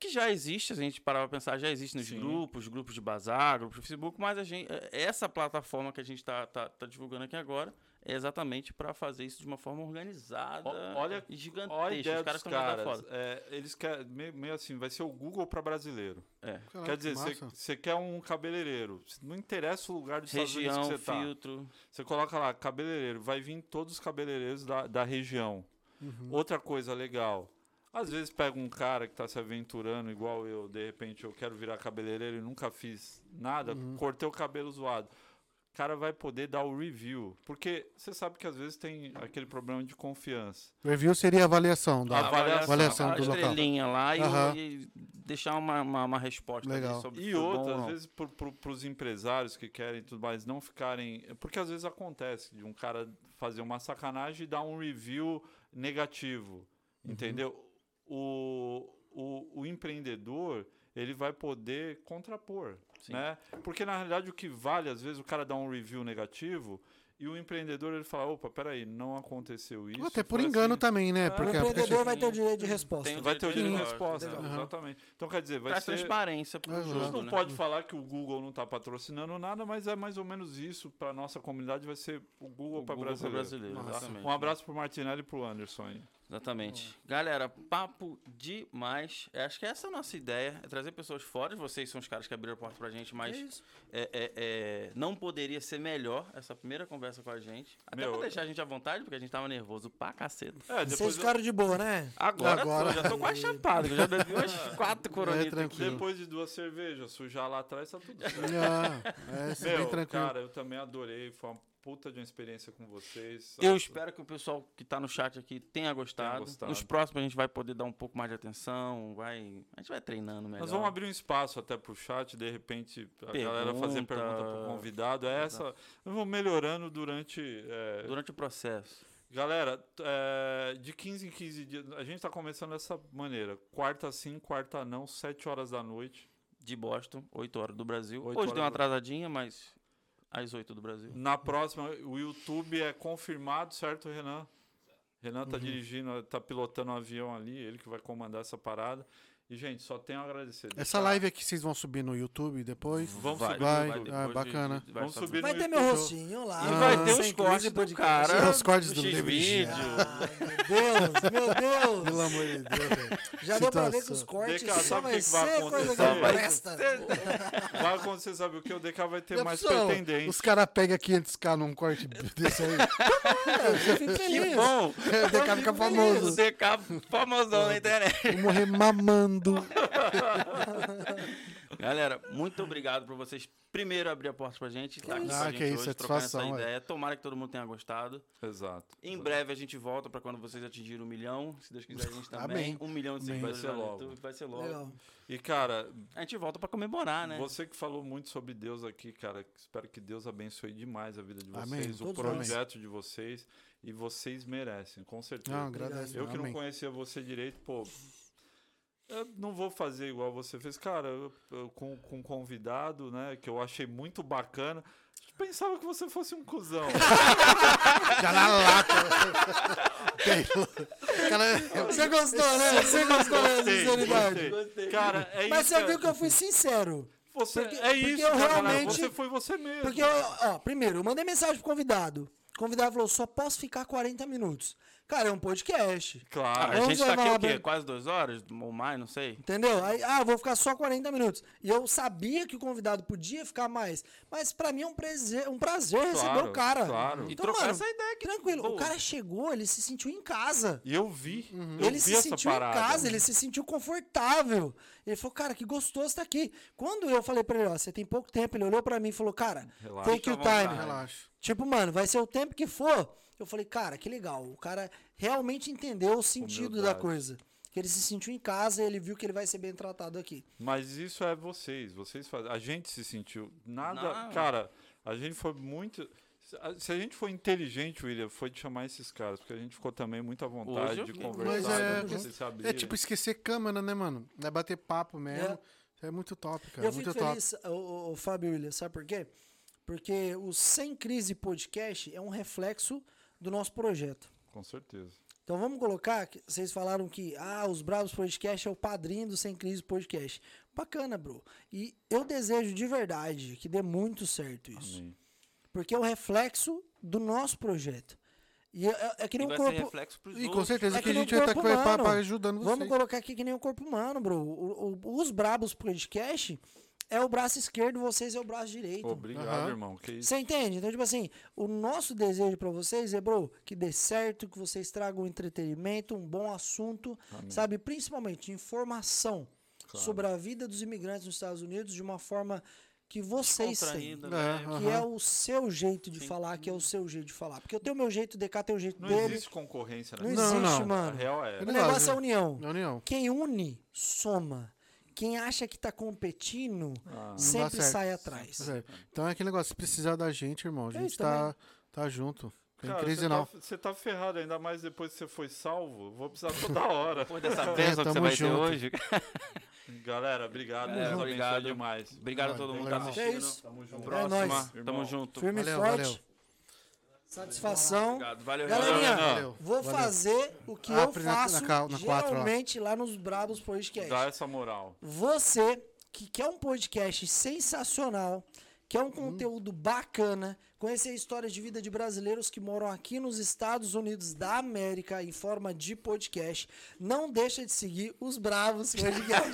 Speaker 1: que já existe, se a gente parar pra pensar, já existe nos
Speaker 2: Sim.
Speaker 1: grupos, grupos de bazar, grupos de Facebook, mas a gente, eh, essa plataforma que a gente está divulgando aqui agora é exatamente para fazer isso de uma forma organizada
Speaker 2: O- olha-
Speaker 1: e gigantesca.
Speaker 2: Olha a ideia
Speaker 1: Os caras
Speaker 2: dos
Speaker 1: estão muito
Speaker 2: caras.
Speaker 1: foda.
Speaker 2: É, eles querem, meio- meio assim, vai ser o Google para brasileiro.
Speaker 1: É.
Speaker 3: Caraca,
Speaker 2: Quer dizer,
Speaker 3: Ah, que massa.
Speaker 2: você quer um cabeleireiro. cê- Não interessa o lugar dos Estados
Speaker 1: Região,
Speaker 2: Unidos que você tá.
Speaker 1: filtro.
Speaker 2: Você coloca lá, cabeleireiro. Vai vir todos os cabeleireiros da, da região. Outra coisa legal. Às vezes pega um cara que tá se aventurando igual eu. De repente eu quero virar cabeleireiro e nunca fiz nada. Cortei o cabelo zoado. O cara vai poder dar o review. Porque você sabe que às vezes tem aquele problema de confiança.
Speaker 3: Review seria a avaliação
Speaker 1: Ah,
Speaker 3: da.
Speaker 2: Avaliação.
Speaker 3: Avaliação
Speaker 1: a
Speaker 3: do local.
Speaker 1: estrelinha lá e,
Speaker 3: Aham.
Speaker 1: e deixar uma, uma, uma resposta ali
Speaker 3: Legal.
Speaker 1: sobre se
Speaker 2: E
Speaker 1: foi bom ou
Speaker 2: outra, às
Speaker 1: não.
Speaker 2: vezes, para os empresários que querem e tudo mais, não ficarem. Porque às vezes acontece de um cara fazer uma sacanagem e dar um review negativo.
Speaker 1: Uhum.
Speaker 2: Entendeu? O, o, o empreendedor ele vai poder contrapor.
Speaker 1: Sim.
Speaker 2: Né? Porque na realidade o que vale, às vezes, o cara dá um review negativo e o empreendedor ele fala: opa, peraí, não aconteceu isso.
Speaker 3: Ou Até por
Speaker 2: foi
Speaker 3: engano
Speaker 2: assim."
Speaker 3: também, né?
Speaker 4: O
Speaker 3: Porque a
Speaker 4: empreendedor
Speaker 3: aplicação-
Speaker 4: vai ter o direito de resposta.
Speaker 1: Tem o
Speaker 2: Vai ter o direito de
Speaker 1: Sim.
Speaker 2: resposta.
Speaker 4: Legal.
Speaker 2: Exatamente. Então, quer dizer, vai
Speaker 1: Traz
Speaker 2: ser.
Speaker 1: transparência pro
Speaker 3: Aham.
Speaker 2: A gente
Speaker 1: jogo,
Speaker 2: não
Speaker 1: né?
Speaker 2: pode falar que o Google não está patrocinando nada, mas é mais ou menos isso para nossa comunidade vai ser o Google para
Speaker 1: Google pra
Speaker 2: brasileiro.
Speaker 1: brasileiro,
Speaker 2: Tá?
Speaker 1: exatamente.
Speaker 2: Um abraço pro Martinelli e pro Anderson aí.
Speaker 1: Exatamente. Galera, papo demais. É, Acho que essa é a nossa ideia, é trazer pessoas fora. Vocês são os caras que abriram a porta pra gente, mas é- é- é, não poderia ser melhor essa primeira conversa com a gente. Até
Speaker 2: Meu,
Speaker 1: pra deixar a gente à vontade, porque a gente tava nervoso pra caceta.
Speaker 2: É,
Speaker 4: Vocês
Speaker 2: depois,
Speaker 4: ficaram de boa, né?
Speaker 1: Agora,
Speaker 3: Agora.
Speaker 1: Tô, já tô quase chapado, que eu já bebi umas quatro
Speaker 3: É,
Speaker 1: coronitas.
Speaker 3: tranquilo.
Speaker 2: depois de duas cervejas, sujar lá atrás, tá tudo certo.
Speaker 3: Ah, é, isso é bem
Speaker 2: Meu,
Speaker 3: tranquilo.
Speaker 2: cara, eu também adorei, foi uma puta de uma experiência com vocês.
Speaker 1: eu espero que o pessoal que tá no chat aqui tenha gostado.
Speaker 2: Tenha gostado.
Speaker 1: Nos próximos a gente vai poder dar um pouco mais de atenção, vai... a gente vai treinando melhor.
Speaker 2: Nós vamos abrir um espaço até pro chat, de repente a galera fazer
Speaker 1: Pergunta.
Speaker 2: pergunta pro convidado. É essa, nós vamos melhorando durante é,
Speaker 1: Durante o processo.
Speaker 2: Galera, t- é, de 15 em 15 dias, a gente tá começando dessa maneira. Quarta sim, quarta não, 7 horas da noite.
Speaker 1: de Boston, 8 horas do Brasil.
Speaker 2: 8
Speaker 1: Hoje
Speaker 2: horas
Speaker 1: deu uma
Speaker 2: do-
Speaker 1: atrasadinha, mas às 8 do Brasil.
Speaker 2: Na próxima, o YouTube é confirmado, certo, Renan? Renan
Speaker 3: Uhum.
Speaker 2: tá dirigindo, tá pilotando um avião ali, ele que vai comandar essa parada. E, gente, só tenho a agradecer.
Speaker 3: Essa
Speaker 2: Deixar-
Speaker 3: live aqui vocês vão subir no YouTube depois?
Speaker 2: Vamos subir.
Speaker 3: Tá. vai,
Speaker 2: no YouTube.
Speaker 3: ah, bacana. Ah,
Speaker 2: Vamos
Speaker 1: subir.
Speaker 2: subir
Speaker 4: Vai
Speaker 2: no
Speaker 4: ter meu
Speaker 2: YouTube.
Speaker 4: rostinho lá.
Speaker 1: E vai ter os
Speaker 4: Sem
Speaker 1: cortes
Speaker 4: Crise
Speaker 1: do
Speaker 4: Podcast.
Speaker 1: cara.
Speaker 3: Os cortes do
Speaker 1: X-Vídeo.
Speaker 4: Ah, meu Deus, meu
Speaker 3: Pelo
Speaker 4: Deus.
Speaker 3: amor de Deus, velho.
Speaker 4: Já deu pra ver que
Speaker 3: Situação.
Speaker 4: os cortes
Speaker 2: Deca,
Speaker 4: só
Speaker 2: sabe o
Speaker 4: vai
Speaker 2: que que vai
Speaker 4: ser coisa
Speaker 2: acontecer?
Speaker 4: que
Speaker 1: Vai
Speaker 4: presta.
Speaker 2: Vai acontecer, sabe o que? O DK vai ter
Speaker 3: Já
Speaker 2: mais
Speaker 3: pensou?
Speaker 2: pretendentes.
Speaker 3: Os caras pegam 500k num corte desse aí.
Speaker 4: Eu fico feliz.
Speaker 1: Que bom! tá
Speaker 3: o DK fica
Speaker 1: O
Speaker 3: famoso.
Speaker 1: DK famosão na internet.
Speaker 3: Vou morrer mamando.
Speaker 1: Galera, muito obrigado por vocês primeiro abrir a porta pra gente. Tá aqui
Speaker 3: isso.
Speaker 1: com a
Speaker 3: Ah,
Speaker 1: gente
Speaker 3: que isso,
Speaker 1: hoje, trocando
Speaker 3: satisfação,
Speaker 1: essa
Speaker 3: ué.
Speaker 1: ideia. Tomara que todo mundo tenha gostado.
Speaker 2: Exato.
Speaker 1: Em breve a gente volta pra quando vocês atingirem um milhão. Se Deus quiser, a gente também.
Speaker 3: Amém.
Speaker 1: Um milhão de
Speaker 3: Amém.
Speaker 1: seguidores
Speaker 2: Vai ser
Speaker 1: lá no
Speaker 2: logo.
Speaker 1: YouTube. Vai ser logo.
Speaker 4: Legal.
Speaker 2: E, cara,
Speaker 1: A gente volta pra comemorar, né?
Speaker 2: você que falou muito sobre Deus aqui, cara, espero que Deus abençoe demais a vida de vocês,
Speaker 3: Amém.
Speaker 2: o
Speaker 4: Todos nós.
Speaker 2: projeto de vocês. E vocês merecem, com certeza.
Speaker 3: Não, agradece.
Speaker 2: Eu que não
Speaker 3: amém.
Speaker 2: conhecia você direito, pô. Eu não vou fazer igual você fez. Cara, eu- eu com, com um convidado, né? Que eu achei muito bacana. Pensava que você fosse um cuzão.
Speaker 3: Já na lata. Tem- Cara, é-
Speaker 4: Você gostou, né? Você gostou da sinceridade.
Speaker 2: Gostei. Cara, é
Speaker 4: Mas
Speaker 2: isso.
Speaker 4: você viu
Speaker 2: cara.
Speaker 4: que eu fui sincero.
Speaker 2: Você-
Speaker 4: porque-
Speaker 2: é
Speaker 4: porque
Speaker 2: isso,
Speaker 4: eu
Speaker 2: cara,
Speaker 4: realmente-
Speaker 2: Você foi você mesmo.
Speaker 4: Porque, eu, ó, primeiro, eu mandei mensagem pro convidado. O convidado falou, só posso ficar 40 minutos. Cara, é um podcast.
Speaker 1: Ah,
Speaker 2: Claro.
Speaker 1: a
Speaker 4: Vamos
Speaker 1: gente tá aqui
Speaker 4: levar
Speaker 1: o quê?
Speaker 4: bem-
Speaker 1: Quase duas horas? Ou mais, não sei.
Speaker 4: Entendeu? Aí, ah, vou ficar só 40 minutos. E eu sabia que o convidado podia ficar mais. Mas pra mim é um, prazer, um prazer receber o cara.
Speaker 2: claro.
Speaker 1: E
Speaker 4: Então,
Speaker 1: trocar
Speaker 4: mano,
Speaker 1: essa ideia
Speaker 2: tipo,
Speaker 1: aqui.
Speaker 4: Tranquilo.
Speaker 1: Boa.
Speaker 4: O cara chegou, ele se sentiu em casa.
Speaker 2: E eu vi. Eu
Speaker 4: Uhum. Ele
Speaker 2: vi
Speaker 4: se
Speaker 2: essa
Speaker 4: sentiu em
Speaker 2: parada.
Speaker 4: casa, ele se sentiu confortável. Ele falou, cara, que gostoso estar aqui. Quando eu falei pra ele, ó, você tem pouco tempo, ele olhou pra mim e falou, cara,
Speaker 2: Relaxa.
Speaker 4: take your
Speaker 1: Fica à
Speaker 4: time.
Speaker 1: vontade.
Speaker 3: relaxa.
Speaker 4: Tipo, mano, vai ser o tempo que for. Eu falei, cara, que legal. O cara realmente entendeu o sentido da
Speaker 2: Humildade.
Speaker 4: coisa. Que ele se sentiu em casa e ele viu que ele vai ser bem tratado aqui.
Speaker 2: Mas isso é vocês, vocês fazem. A gente se sentiu nada,
Speaker 1: Não.
Speaker 2: cara. A gente foi muito. se a- Se a gente foi inteligente, William, foi de chamar esses caras, porque a gente ficou também muito à vontade
Speaker 1: Hoje eu
Speaker 2: de
Speaker 1: fiquei.
Speaker 3: Mas
Speaker 2: conversar,
Speaker 3: é-
Speaker 2: de né? vocês se
Speaker 3: É
Speaker 2: abrirem.
Speaker 3: tipo esquecer câmera, né, mano? É bater papo mesmo. É, muito top, cara.
Speaker 4: eu
Speaker 3: muito
Speaker 4: fico
Speaker 3: top.
Speaker 4: feliz, o, o, Fábio e William, sabe por quê? Porque o Sem Crise Podcast é um reflexo do nosso projeto.
Speaker 2: Com certeza.
Speaker 4: Então vamos colocar, que vocês falaram que ah, os Bravos Podcast é o padrinho do Sem Crise Podcast. Bacana, bro. E eu desejo de verdade que dê muito certo isso.
Speaker 2: Amém.
Speaker 4: Porque é o reflexo do nosso projeto. E é, é- é que
Speaker 1: E
Speaker 4: nem um
Speaker 1: vai ser
Speaker 4: corpo.
Speaker 1: reflexo pros
Speaker 3: E com
Speaker 1: outros.
Speaker 3: certeza
Speaker 4: É
Speaker 3: que a
Speaker 4: que nem
Speaker 3: gente vai estar
Speaker 4: corpo
Speaker 3: aqui pra-
Speaker 4: humano.
Speaker 3: pra- ajudando vocês.
Speaker 4: Vamos colocar aqui que nem um corpo humano, bro. O- o- os Brabos Podcast é o braço esquerdo, vocês é o braço direito.
Speaker 2: Obrigado,
Speaker 3: Aham.
Speaker 2: irmão. Que isso.
Speaker 4: Você entende? Então, tipo assim, o nosso desejo pra vocês é, bro, que dê certo, que vocês tragam entretenimento, um bom assunto, sabe? Principalmente informação sobre a vida dos imigrantes nos Estados Unidos de uma forma que vocês têm.
Speaker 1: Contraída,
Speaker 3: É,
Speaker 1: Tá né?
Speaker 3: aham.
Speaker 4: Que é o seu jeito de falar, que é o seu jeito de falar. Porque eu tenho o meu jeito, o DK tem o jeito
Speaker 2: Não
Speaker 4: dele.
Speaker 2: existe concorrência,
Speaker 4: Não
Speaker 2: né?
Speaker 4: existe,
Speaker 3: não.
Speaker 2: A
Speaker 4: mano.
Speaker 2: real é.
Speaker 4: O
Speaker 3: Não
Speaker 4: negócio
Speaker 3: existe.
Speaker 4: é a união.
Speaker 3: Na União.
Speaker 4: Quem une, soma. Quem acha que tá competindo,
Speaker 2: Ah,
Speaker 3: Não dá
Speaker 4: sempre
Speaker 3: certo.
Speaker 4: sai atrás.
Speaker 3: Tá certo. Então é aquele negócio, se precisar da gente, irmão, a
Speaker 4: É
Speaker 3: gente
Speaker 4: isso
Speaker 3: tá, tá junto. Tem
Speaker 2: cara,
Speaker 3: crise
Speaker 2: você
Speaker 3: não.
Speaker 2: Tá, você tá ferrado, ainda mais depois que você foi salvo. Vou precisar toda hora.
Speaker 1: Depois dessa bênção que você
Speaker 3: tamo
Speaker 1: vai ter
Speaker 3: junto.
Speaker 1: hoje.
Speaker 2: Galera, obrigado.
Speaker 1: É,
Speaker 2: Deus abençoe
Speaker 1: obrigado.
Speaker 2: demais.
Speaker 1: Obrigado a todo mundo que tá
Speaker 3: Legal.
Speaker 1: assistindo.
Speaker 4: É isso.
Speaker 2: Tamo junto.
Speaker 1: Próxima.
Speaker 4: nóis.
Speaker 1: Tamo
Speaker 2: Irmão.
Speaker 1: junto.
Speaker 4: Firme e
Speaker 3: Valeu,
Speaker 4: forte.
Speaker 3: valeu.
Speaker 4: Satisfação.
Speaker 1: Obrigado. Valeu,
Speaker 4: Galerinha,
Speaker 1: Renan.
Speaker 4: vou
Speaker 3: Valeu.
Speaker 4: fazer o que
Speaker 3: Ah,
Speaker 4: eu
Speaker 3: pre- na-
Speaker 4: faço
Speaker 3: na cal- na quatro lá.
Speaker 4: geralmente lá nos Brabos Podcast.
Speaker 2: Dá essa moral.
Speaker 4: Você que quer um podcast sensacional, quer um conteúdo bacana, conhecer histórias de vida de brasileiros que moram aqui nos Estados Unidos da América em forma de podcast, não deixa de seguir os Bravos Podcast.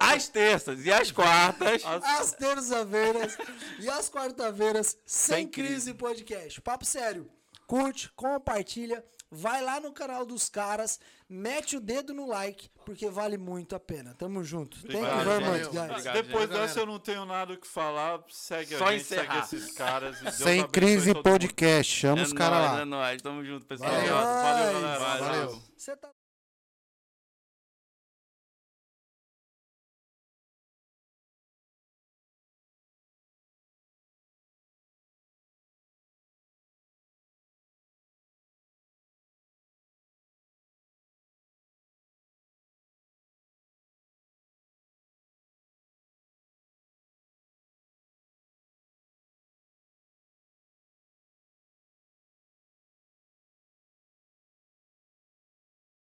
Speaker 1: Às terças e às quartas.
Speaker 4: às terças-feiras e às quarta-feiras, sem,
Speaker 1: Sem
Speaker 4: crise.
Speaker 1: crise.
Speaker 4: podcast. Papo sério. Curte, compartilha, vai lá no canal dos caras, mete o dedo no like, porque vale muito a pena. Tamo junto. Thank you
Speaker 2: Obrigado,
Speaker 4: very
Speaker 1: gente.
Speaker 4: much, guys.
Speaker 1: Obrigado,
Speaker 2: Depois
Speaker 1: gente.
Speaker 2: dessa eu não tenho nada o que falar. Segue
Speaker 1: Só
Speaker 2: a gente,
Speaker 1: encerrar.
Speaker 2: segue esses caras. e Deus
Speaker 3: Sem
Speaker 2: abençoe
Speaker 3: crise
Speaker 2: todo mundo.
Speaker 3: podcast, chama os
Speaker 1: É
Speaker 3: caras
Speaker 1: nóis,
Speaker 3: lá.
Speaker 1: É nóis. Tamo junto, pessoal.
Speaker 2: Obrigado, Valeu,
Speaker 4: Nós.
Speaker 2: galera.
Speaker 3: Valeu.
Speaker 4: Você tá